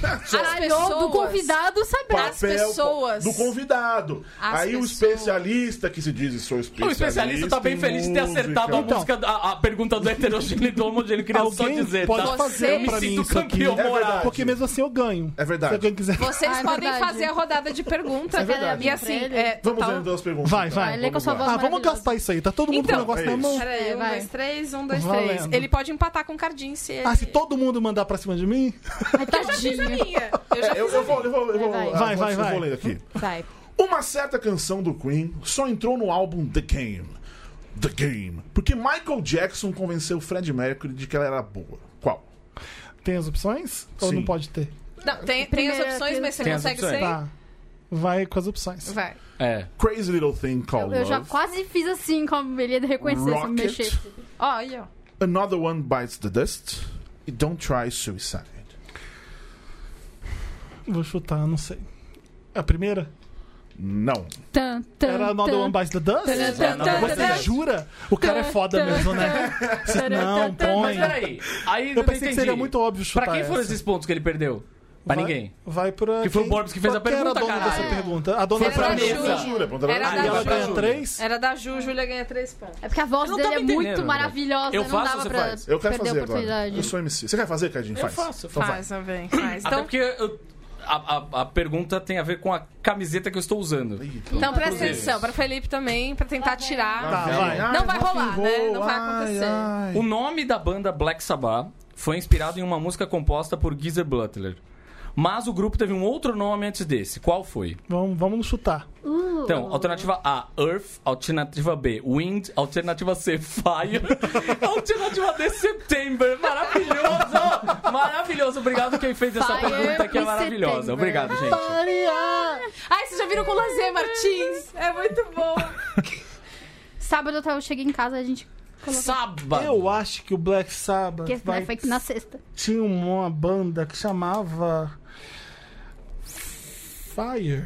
[SPEAKER 5] As
[SPEAKER 1] Calhou do convidado saber.
[SPEAKER 5] As pessoas.
[SPEAKER 2] do convidado.
[SPEAKER 5] As
[SPEAKER 2] Aí o
[SPEAKER 5] pessoas.
[SPEAKER 2] especialista que se diz sou
[SPEAKER 4] O
[SPEAKER 2] especialista.
[SPEAKER 4] especialista tá bem
[SPEAKER 2] em
[SPEAKER 4] feliz de ter
[SPEAKER 6] é
[SPEAKER 2] música.
[SPEAKER 4] acertado um a, música, a, a pergunta do heterogêneo e do homogêneo. Queria só
[SPEAKER 6] Alguém
[SPEAKER 4] dizer,
[SPEAKER 6] pode
[SPEAKER 4] tá?
[SPEAKER 6] fazer
[SPEAKER 4] Eu me
[SPEAKER 6] pra mim
[SPEAKER 4] sinto
[SPEAKER 6] isso aqui.
[SPEAKER 4] campeão
[SPEAKER 2] É
[SPEAKER 4] moral.
[SPEAKER 2] verdade.
[SPEAKER 6] Porque mesmo assim eu ganho.
[SPEAKER 2] É verdade.
[SPEAKER 6] Se alguém quiser.
[SPEAKER 5] Vocês
[SPEAKER 1] Ah, é
[SPEAKER 5] podem
[SPEAKER 1] verdade.
[SPEAKER 5] fazer a rodada de perguntas.
[SPEAKER 1] É verdade.
[SPEAKER 5] e assim, é,
[SPEAKER 4] Tá.
[SPEAKER 2] Vamos
[SPEAKER 5] total-
[SPEAKER 2] ver duas perguntas.
[SPEAKER 6] Vai,
[SPEAKER 2] então.
[SPEAKER 6] vai.
[SPEAKER 1] Vai, lê com a sua
[SPEAKER 2] lá.
[SPEAKER 1] voz
[SPEAKER 6] Ah, vamos gastar isso aí. Tá todo mundo
[SPEAKER 5] Então,
[SPEAKER 6] com o negócio
[SPEAKER 2] é
[SPEAKER 6] na mão.
[SPEAKER 2] isso.
[SPEAKER 5] Peraí, um,
[SPEAKER 1] Vai.
[SPEAKER 5] dois, três, um, dois,
[SPEAKER 6] Valendo.
[SPEAKER 5] três. Ele pode empatar com o Cardim se ele...
[SPEAKER 6] Ah, se todo mundo mandar pra cima de mim?
[SPEAKER 1] Ai,
[SPEAKER 5] Fiz a
[SPEAKER 1] tadinho.
[SPEAKER 5] minha. Eu já
[SPEAKER 2] É, eu,
[SPEAKER 5] fiz
[SPEAKER 2] eu vou, eu vou, eu vou,
[SPEAKER 1] Vai, vai.
[SPEAKER 2] ah,
[SPEAKER 6] Vai, vai,
[SPEAKER 2] eu vou
[SPEAKER 6] vai.
[SPEAKER 2] ler aqui.
[SPEAKER 5] Vai.
[SPEAKER 2] Uma certa canção do Queen só entrou no álbum The Game. The Game. Porque Michael Jackson convenceu Fred Mercury de que ela era boa. Qual?
[SPEAKER 6] Tem as opções? Ou
[SPEAKER 2] Sim.
[SPEAKER 6] não pode ter?
[SPEAKER 5] Não, tem, tem as
[SPEAKER 1] Primeira,
[SPEAKER 5] opções, mas você
[SPEAKER 4] tem as
[SPEAKER 5] consegue
[SPEAKER 4] opções.
[SPEAKER 5] sem?
[SPEAKER 6] Tá. Vai com as opções.
[SPEAKER 5] Vai.
[SPEAKER 4] É.
[SPEAKER 2] Crazy Little Thing Called
[SPEAKER 1] Eu já
[SPEAKER 2] Love.
[SPEAKER 1] quase fiz assim, como ele ia reconhecer se eu me
[SPEAKER 2] Rocket.
[SPEAKER 1] mexesse.
[SPEAKER 5] Ó, aí, ó.
[SPEAKER 2] Another One Bites the Dust. E Don't Try Suicide.
[SPEAKER 6] Vou chutar, não sei. A primeira?
[SPEAKER 2] Não.
[SPEAKER 1] Tan, tan,
[SPEAKER 6] Era Another
[SPEAKER 1] tan.
[SPEAKER 6] One Bites the Dust?
[SPEAKER 4] É,
[SPEAKER 6] Você jura? O cara é foda mesmo, né? Não, põe.
[SPEAKER 4] Mas peraí. Aí
[SPEAKER 6] Eu
[SPEAKER 4] não
[SPEAKER 6] pensei que
[SPEAKER 4] entendi.
[SPEAKER 6] seria muito óbvio chutar
[SPEAKER 4] Pra quem
[SPEAKER 6] essa.
[SPEAKER 4] foram esses pontos que ele perdeu? Pra
[SPEAKER 6] vai-
[SPEAKER 4] ninguém.
[SPEAKER 6] Vai pra.
[SPEAKER 4] Que foi o
[SPEAKER 6] quem-
[SPEAKER 4] Borbs que fez a
[SPEAKER 6] quem era a
[SPEAKER 4] pergunta,
[SPEAKER 6] dona dessa
[SPEAKER 4] caralho.
[SPEAKER 6] pergunta? A dona
[SPEAKER 5] Foi pra
[SPEAKER 6] da
[SPEAKER 5] mesa.
[SPEAKER 2] Pergunta da Júlia, pergunta da-
[SPEAKER 5] Era
[SPEAKER 2] Ah,
[SPEAKER 5] da
[SPEAKER 6] E ela
[SPEAKER 5] Júlia.
[SPEAKER 6] ganha três?
[SPEAKER 5] Era da Ju, Júlia ganha três pontos.
[SPEAKER 1] É porque a voz
[SPEAKER 4] Eu não
[SPEAKER 1] dele
[SPEAKER 4] tava
[SPEAKER 1] é muito
[SPEAKER 4] entendendo,
[SPEAKER 1] maravilhosa,
[SPEAKER 4] eu
[SPEAKER 1] não
[SPEAKER 4] faço,
[SPEAKER 1] dava
[SPEAKER 4] você
[SPEAKER 1] pra
[SPEAKER 4] faz?
[SPEAKER 2] Eu quero
[SPEAKER 1] perder
[SPEAKER 2] fazer
[SPEAKER 1] a
[SPEAKER 2] agora.
[SPEAKER 1] oportunidade.
[SPEAKER 2] Eu sou MC. Você quer fazer, Cadinho? Faz.
[SPEAKER 4] Então vai.
[SPEAKER 5] Faz também, faz.
[SPEAKER 4] Até
[SPEAKER 5] Então,
[SPEAKER 4] porque eu- a, a- a pergunta tem a ver com a camiseta que eu estou usando.
[SPEAKER 2] Ih,
[SPEAKER 5] então presta
[SPEAKER 4] Deus.
[SPEAKER 5] atenção, pra Felipe também, pra tentar tirar.
[SPEAKER 6] Tá,
[SPEAKER 2] vem.
[SPEAKER 6] vai.
[SPEAKER 2] Ai,
[SPEAKER 5] Não vai
[SPEAKER 2] rock and
[SPEAKER 5] rolar, né? Não vai
[SPEAKER 2] roll,
[SPEAKER 5] acontecer.
[SPEAKER 2] ai, ai.
[SPEAKER 4] O nome da banda Black Sabbath foi inspirado em uma música composta por Geezer Butler. Mas o grupo teve um outro nome antes desse. Qual foi?
[SPEAKER 6] Vamos, vamos chutar.
[SPEAKER 4] Então, alternativa A, Earth. Alternativa B, Wind. Alternativa C, Fire.
[SPEAKER 1] <laughs>
[SPEAKER 4] alternativa D, September. Maravilhoso! Maravilhoso. Obrigado quem fez essa
[SPEAKER 1] Fire
[SPEAKER 4] pergunta que é
[SPEAKER 1] e
[SPEAKER 4] maravilhosa.
[SPEAKER 1] September.
[SPEAKER 4] Obrigado, gente.
[SPEAKER 5] Ai, vocês já viram com o Lazer Martins? É muito bom.
[SPEAKER 1] Sábado eu, tava, eu cheguei em casa e a gente colocou.
[SPEAKER 4] Sábado.
[SPEAKER 6] Eu acho que o Black Sabbath
[SPEAKER 1] Porque
[SPEAKER 6] vai-
[SPEAKER 1] né, foi na sexta.
[SPEAKER 6] tinha uma banda que chamava. Fire.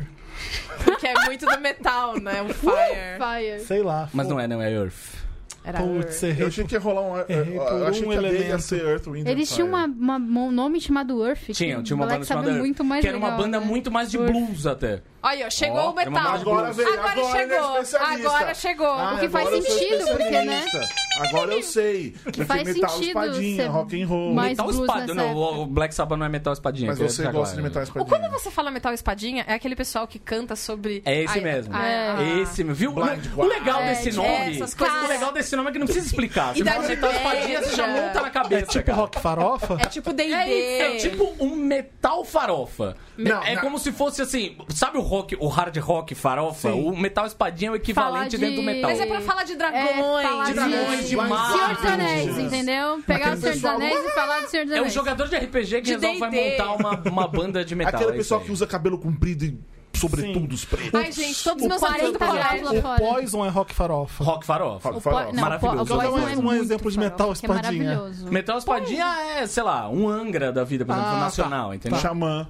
[SPEAKER 5] Porque é muito do metal, né? O Fire.
[SPEAKER 1] Fire.
[SPEAKER 6] Sei lá.
[SPEAKER 4] Mas não é, não é Earth.
[SPEAKER 5] Era
[SPEAKER 6] Putz,
[SPEAKER 2] Eu
[SPEAKER 6] errei.
[SPEAKER 2] achei que ia rolar um.
[SPEAKER 6] Errei
[SPEAKER 2] eu
[SPEAKER 6] por
[SPEAKER 2] achei
[SPEAKER 6] um
[SPEAKER 2] que a D ia
[SPEAKER 6] elemento.
[SPEAKER 2] ser Earth, Wind and
[SPEAKER 1] Eles tinham
[SPEAKER 2] Fire.
[SPEAKER 1] uma, uma- um nome chamado Earth.
[SPEAKER 4] Tinha,
[SPEAKER 1] que
[SPEAKER 4] tinha uma
[SPEAKER 1] Black
[SPEAKER 4] banda
[SPEAKER 1] Sabbath
[SPEAKER 4] chamada
[SPEAKER 1] é muito mais
[SPEAKER 4] que era uma
[SPEAKER 1] legal,
[SPEAKER 4] banda
[SPEAKER 1] né?
[SPEAKER 4] muito mais de
[SPEAKER 1] Earth.
[SPEAKER 4] blues até.
[SPEAKER 5] Olho, ó, chegou
[SPEAKER 4] Ó,
[SPEAKER 5] o
[SPEAKER 4] é uma
[SPEAKER 5] metal.
[SPEAKER 4] mais
[SPEAKER 2] Agora veio,
[SPEAKER 5] Agora
[SPEAKER 2] agora, ele é
[SPEAKER 5] chegou,
[SPEAKER 2] especialista.
[SPEAKER 5] agora chegou.
[SPEAKER 2] Ah,
[SPEAKER 1] O que faz
[SPEAKER 2] agora eu sou
[SPEAKER 1] sentido, porque, né?
[SPEAKER 2] especialista. Agora eu
[SPEAKER 1] <laughs>
[SPEAKER 2] sei. Porque
[SPEAKER 1] faz
[SPEAKER 2] metal
[SPEAKER 1] sentido
[SPEAKER 2] espadinha,
[SPEAKER 1] ser
[SPEAKER 2] rock and roll.
[SPEAKER 1] mais-
[SPEAKER 4] Metal
[SPEAKER 1] blues
[SPEAKER 4] espada.
[SPEAKER 1] nessa
[SPEAKER 4] Não,
[SPEAKER 1] época.
[SPEAKER 4] o Black Sabbath não é metal espadinha.
[SPEAKER 2] Mas
[SPEAKER 4] que eu ia
[SPEAKER 2] você
[SPEAKER 4] deixar
[SPEAKER 2] gosta de
[SPEAKER 4] claro.
[SPEAKER 2] metal
[SPEAKER 5] Ou quando
[SPEAKER 2] espadinha.
[SPEAKER 5] você fala metal espadinha, é aquele pessoal que canta sobre.
[SPEAKER 4] É esse
[SPEAKER 5] a-
[SPEAKER 4] mesmo.
[SPEAKER 5] a-
[SPEAKER 4] É Esse, meu, viu?
[SPEAKER 2] Blind
[SPEAKER 4] o legal
[SPEAKER 1] Guardian.
[SPEAKER 4] desse
[SPEAKER 1] É,
[SPEAKER 4] nome.
[SPEAKER 5] essas coisas-
[SPEAKER 4] O legal desse nome é que não precisa explicar. Se
[SPEAKER 5] Idade
[SPEAKER 4] você metal
[SPEAKER 5] média.
[SPEAKER 4] espadinha, você já
[SPEAKER 1] né?
[SPEAKER 4] monta na
[SPEAKER 6] É
[SPEAKER 4] cabeça.
[SPEAKER 6] tipo
[SPEAKER 4] cara.
[SPEAKER 6] rock farofa?
[SPEAKER 5] É tipo D&D.
[SPEAKER 4] É tipo um metal farofa.
[SPEAKER 2] Não,
[SPEAKER 4] é
[SPEAKER 2] não.
[SPEAKER 4] como se fosse assim, sabe o rock, o hard rock farofa?
[SPEAKER 6] Sim.
[SPEAKER 4] O metal espadinha é o equivalente
[SPEAKER 1] Falar de-
[SPEAKER 4] dentro do metal. um
[SPEAKER 5] Mas é pra falar de
[SPEAKER 1] É, falar
[SPEAKER 5] dragões.
[SPEAKER 1] de-
[SPEAKER 4] dragões, de
[SPEAKER 2] Mas-
[SPEAKER 4] magos.
[SPEAKER 1] Senhor dos Anéis,
[SPEAKER 2] Jesus.
[SPEAKER 1] entendeu? Pegar o
[SPEAKER 2] Aquele
[SPEAKER 1] Senhor dos
[SPEAKER 2] pessoal-
[SPEAKER 1] Anéis e falar do Senhor dos
[SPEAKER 4] É um
[SPEAKER 1] Anéis.
[SPEAKER 4] jogador de RPG que
[SPEAKER 5] De
[SPEAKER 4] resolve vai
[SPEAKER 5] D&D.
[SPEAKER 4] montar uma, uma banda de metal.
[SPEAKER 2] Aquele
[SPEAKER 4] é
[SPEAKER 2] pessoal
[SPEAKER 4] isso
[SPEAKER 2] que
[SPEAKER 4] aí.
[SPEAKER 2] usa cabelo comprido e sobretudos pretos.
[SPEAKER 5] Ai, gente, todos
[SPEAKER 1] O
[SPEAKER 5] os meus amigos do
[SPEAKER 1] 40
[SPEAKER 5] colégio.
[SPEAKER 1] lá
[SPEAKER 6] O
[SPEAKER 1] fora.
[SPEAKER 6] Poison é rock farofa.
[SPEAKER 4] Rock farofa.
[SPEAKER 2] Rock
[SPEAKER 1] po-
[SPEAKER 2] farofa.
[SPEAKER 1] não, o po-
[SPEAKER 4] Maravilhoso.
[SPEAKER 1] o Poison
[SPEAKER 6] Cada um é
[SPEAKER 1] é
[SPEAKER 6] um
[SPEAKER 1] muito
[SPEAKER 6] exemplo de metal
[SPEAKER 1] farofa, que é
[SPEAKER 6] espadinha.
[SPEAKER 1] maravilhoso.
[SPEAKER 4] Metal espadinha é, sei lá, um Angra da vida, por exemplo,
[SPEAKER 6] Ah, tá.
[SPEAKER 4] nacional, entendeu?
[SPEAKER 2] Xamã.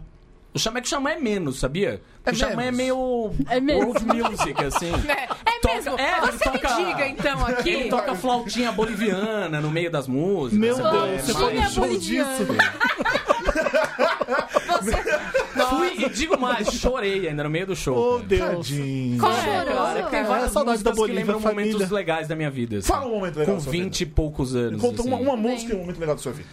[SPEAKER 4] O Xamã é que o Xamã é menos, sabia?
[SPEAKER 2] É
[SPEAKER 4] o Xamã é
[SPEAKER 2] menos.
[SPEAKER 4] meio
[SPEAKER 1] É menos.
[SPEAKER 4] world music, assim.
[SPEAKER 5] É, é
[SPEAKER 4] Toca-
[SPEAKER 5] mesmo.
[SPEAKER 4] é,
[SPEAKER 5] Você
[SPEAKER 4] ele
[SPEAKER 5] me
[SPEAKER 4] toca-
[SPEAKER 5] diga, então,
[SPEAKER 4] Ele
[SPEAKER 5] aqui.
[SPEAKER 4] toca flautinha boliviana no meio das músicas.
[SPEAKER 6] Meu
[SPEAKER 4] sabe?
[SPEAKER 6] Deus, você
[SPEAKER 4] É
[SPEAKER 6] foi no
[SPEAKER 4] mais-
[SPEAKER 6] show disso?
[SPEAKER 4] Fui e digo mais, chorei ainda no meio do show.
[SPEAKER 6] Oh,
[SPEAKER 4] cara.
[SPEAKER 6] Deus.
[SPEAKER 2] Tadinho.
[SPEAKER 1] Qual
[SPEAKER 4] É, cara,
[SPEAKER 1] chorou?
[SPEAKER 4] porque tem
[SPEAKER 6] É,
[SPEAKER 4] várias
[SPEAKER 6] saudade da
[SPEAKER 4] músicas
[SPEAKER 6] Bolívia,
[SPEAKER 4] que lembram
[SPEAKER 6] família.
[SPEAKER 4] momentos legais da minha vida. assim.
[SPEAKER 2] Fala um momento legal.
[SPEAKER 4] Com
[SPEAKER 2] da sua
[SPEAKER 4] 20 e poucos
[SPEAKER 2] vida.
[SPEAKER 4] anos.
[SPEAKER 2] Conta uma,
[SPEAKER 4] assim.
[SPEAKER 2] uma música e um momento legal da sua vida.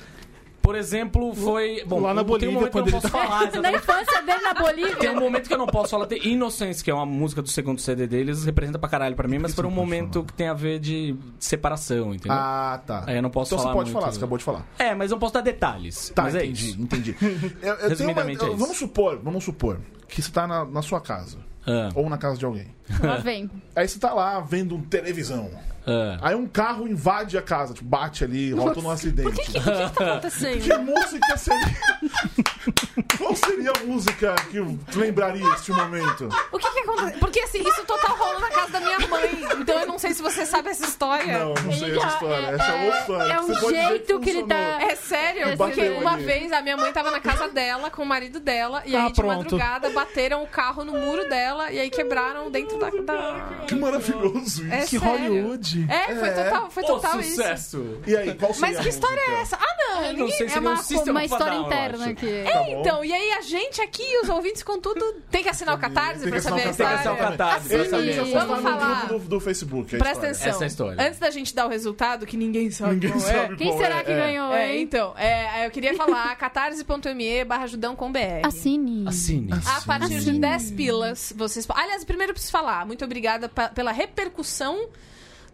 [SPEAKER 4] Por exemplo, foi. Bom,
[SPEAKER 6] Lá na
[SPEAKER 4] tem um
[SPEAKER 6] Bolívia,
[SPEAKER 4] momento que eu
[SPEAKER 6] quando
[SPEAKER 4] não
[SPEAKER 6] ele
[SPEAKER 4] posso
[SPEAKER 6] tá-
[SPEAKER 4] falar. exatamente.
[SPEAKER 1] Na infância dele na
[SPEAKER 4] Tem
[SPEAKER 1] Bolívia,
[SPEAKER 4] um momento que eu não posso falar. Tem Innocence, que é uma música do segundo CD deles, representa pra caralho pra mim, mas foi um momento que tem a ver de separação, entendeu?
[SPEAKER 2] Ah, tá.
[SPEAKER 4] É, eu não posso
[SPEAKER 2] então
[SPEAKER 4] falar
[SPEAKER 2] você pode
[SPEAKER 4] muito.
[SPEAKER 2] falar, você acabou de falar.
[SPEAKER 4] É, mas eu não posso dar detalhes.
[SPEAKER 2] Tá,
[SPEAKER 4] mas é
[SPEAKER 2] entendi,
[SPEAKER 4] isso.
[SPEAKER 2] entendi. Eu- eu tenho uma-
[SPEAKER 4] Resumidamente é
[SPEAKER 2] eu-
[SPEAKER 4] isso.
[SPEAKER 2] vamos supor, vamos supor que você tá na, na sua casa.
[SPEAKER 4] Ah,
[SPEAKER 2] Ou na casa de alguém.
[SPEAKER 1] lá vem.
[SPEAKER 2] Aí você tá lá vendo um televisão.
[SPEAKER 4] ah.
[SPEAKER 2] Aí um carro invade a casa, tipo, bate ali, volta num acidente.
[SPEAKER 5] tá acontecendo?
[SPEAKER 2] Que música seria? Qual seria <laughs> a música que lembraria este momento?
[SPEAKER 5] <laughs> O que que aconteceu? Porque assim, isso total rolou na casa da minha mãe. Então eu não sei se você sabe essa história.
[SPEAKER 2] Não, não sei
[SPEAKER 1] Ele
[SPEAKER 2] essa
[SPEAKER 1] já-
[SPEAKER 2] história.
[SPEAKER 1] é-
[SPEAKER 2] Essa é outra
[SPEAKER 1] é-
[SPEAKER 2] história.
[SPEAKER 1] é um
[SPEAKER 2] Você pode dizer
[SPEAKER 1] jeito que ele tá-
[SPEAKER 2] funcionou.
[SPEAKER 1] dá-
[SPEAKER 5] É
[SPEAKER 2] Bateu
[SPEAKER 5] sério, porque uma
[SPEAKER 2] ali.
[SPEAKER 5] vez a minha mãe tava na casa dela com o marido dela e
[SPEAKER 6] Ah,
[SPEAKER 5] aí de
[SPEAKER 6] pronto.
[SPEAKER 5] madrugada bateram o carro no muro dela e aí quebraram dentro da. da...
[SPEAKER 2] Que maravilhoso isso.
[SPEAKER 5] É
[SPEAKER 6] Que
[SPEAKER 5] sério.
[SPEAKER 6] Hollywood.
[SPEAKER 5] É, foi
[SPEAKER 2] É.
[SPEAKER 5] total, foi
[SPEAKER 4] Ô,
[SPEAKER 5] total isso.
[SPEAKER 4] sucesso!
[SPEAKER 2] E aí, qual seria
[SPEAKER 5] Mas
[SPEAKER 2] a
[SPEAKER 5] que história
[SPEAKER 2] música?
[SPEAKER 5] é essa? Ah, não,
[SPEAKER 4] Eu não
[SPEAKER 5] ninguém-
[SPEAKER 4] sei se
[SPEAKER 5] é uma
[SPEAKER 4] não System
[SPEAKER 1] uma
[SPEAKER 4] of a
[SPEAKER 1] história
[SPEAKER 4] Down, eu
[SPEAKER 1] interna
[SPEAKER 4] acho.
[SPEAKER 1] que...
[SPEAKER 2] Tá bom.
[SPEAKER 5] Então, e aí a gente aqui, os ouvintes, contudo, tem que assinar o Catarse
[SPEAKER 2] Tem que
[SPEAKER 5] pra
[SPEAKER 2] assinar
[SPEAKER 5] saber a
[SPEAKER 2] o Catarse,
[SPEAKER 5] história?
[SPEAKER 2] exatamente.
[SPEAKER 4] um Catarse, pra
[SPEAKER 2] Esse
[SPEAKER 1] saber.
[SPEAKER 2] vídeo eu
[SPEAKER 1] Vamos
[SPEAKER 2] postava no
[SPEAKER 5] falar.
[SPEAKER 2] grupo do, do Facebook. a
[SPEAKER 5] Presta
[SPEAKER 2] história.
[SPEAKER 5] atenção.
[SPEAKER 4] Essa é a história.
[SPEAKER 5] Antes da gente dar o resultado, que ninguém sabe
[SPEAKER 2] Ninguém
[SPEAKER 5] qual
[SPEAKER 2] sabe
[SPEAKER 1] Quem
[SPEAKER 2] qual
[SPEAKER 1] será
[SPEAKER 2] é,
[SPEAKER 1] que
[SPEAKER 2] é.
[SPEAKER 1] ganhou,
[SPEAKER 5] é. É,
[SPEAKER 1] hein?
[SPEAKER 5] então, é, eu queria falar <laughs> catarse.me barra judão.com.br.
[SPEAKER 1] Assine.
[SPEAKER 4] Assine.
[SPEAKER 5] A partir de
[SPEAKER 1] Sim.
[SPEAKER 5] 10 pilas, vocês. Aliás, primeiro eu preciso falar. Muito obrigada pa- pela repercussão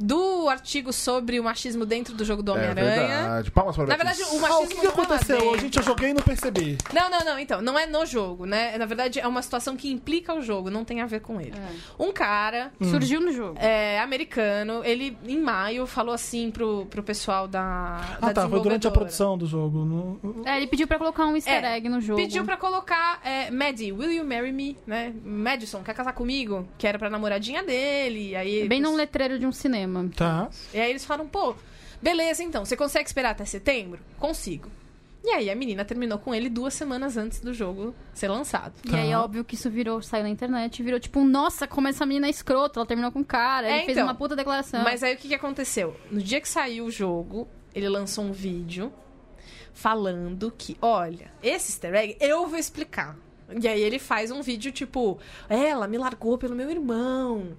[SPEAKER 5] do artigo sobre o machismo dentro do jogo
[SPEAKER 2] É
[SPEAKER 5] do Homem-Aranha.
[SPEAKER 2] verdade. Palmas para
[SPEAKER 5] Na verdade, o
[SPEAKER 6] Ah, o
[SPEAKER 5] machismo.
[SPEAKER 6] que,
[SPEAKER 5] não é
[SPEAKER 6] que
[SPEAKER 5] lá
[SPEAKER 6] aconteceu
[SPEAKER 5] dentro.
[SPEAKER 6] hoje? Gente, eu joguei e não percebi.
[SPEAKER 5] Não, não, não. Então, não é no jogo, né? Na verdade, é uma situação que implica o jogo, não tem a ver com ele. Um cara
[SPEAKER 1] É. Surgiu no jogo.
[SPEAKER 5] é, americano, ele, em maio, falou assim pro, pro pessoal da.
[SPEAKER 6] Ah,
[SPEAKER 5] da
[SPEAKER 6] tá. Foi durante a
[SPEAKER 5] desenvolvedora.
[SPEAKER 6] produção do jogo. não-
[SPEAKER 1] É, ele pediu pra colocar um easter
[SPEAKER 5] É,
[SPEAKER 1] egg no jogo.
[SPEAKER 5] Pediu pra colocar é, Maddie, will you marry me? Né? Madison, quer casar comigo? Que era pra namoradinha dele. e Aí
[SPEAKER 1] Bem num letreiro de um cinema.
[SPEAKER 6] Tá.
[SPEAKER 5] E aí eles falaram, pô, beleza então, você consegue esperar até setembro? Consigo. E aí a menina terminou com ele duas semanas antes do jogo ser lançado.
[SPEAKER 1] E aí, óbvio que isso virou, saiu na internet, virou tipo, nossa, como essa menina é escrota, ela terminou com o cara,
[SPEAKER 5] É,
[SPEAKER 1] ele fez
[SPEAKER 5] então.
[SPEAKER 1] uma puta declaração.
[SPEAKER 5] Mas aí o que, que aconteceu? No dia que saiu o jogo, ele lançou um vídeo falando que, olha, esse easter egg eu vou explicar. E aí ele faz um vídeo tipo, ela me largou pelo meu irmão.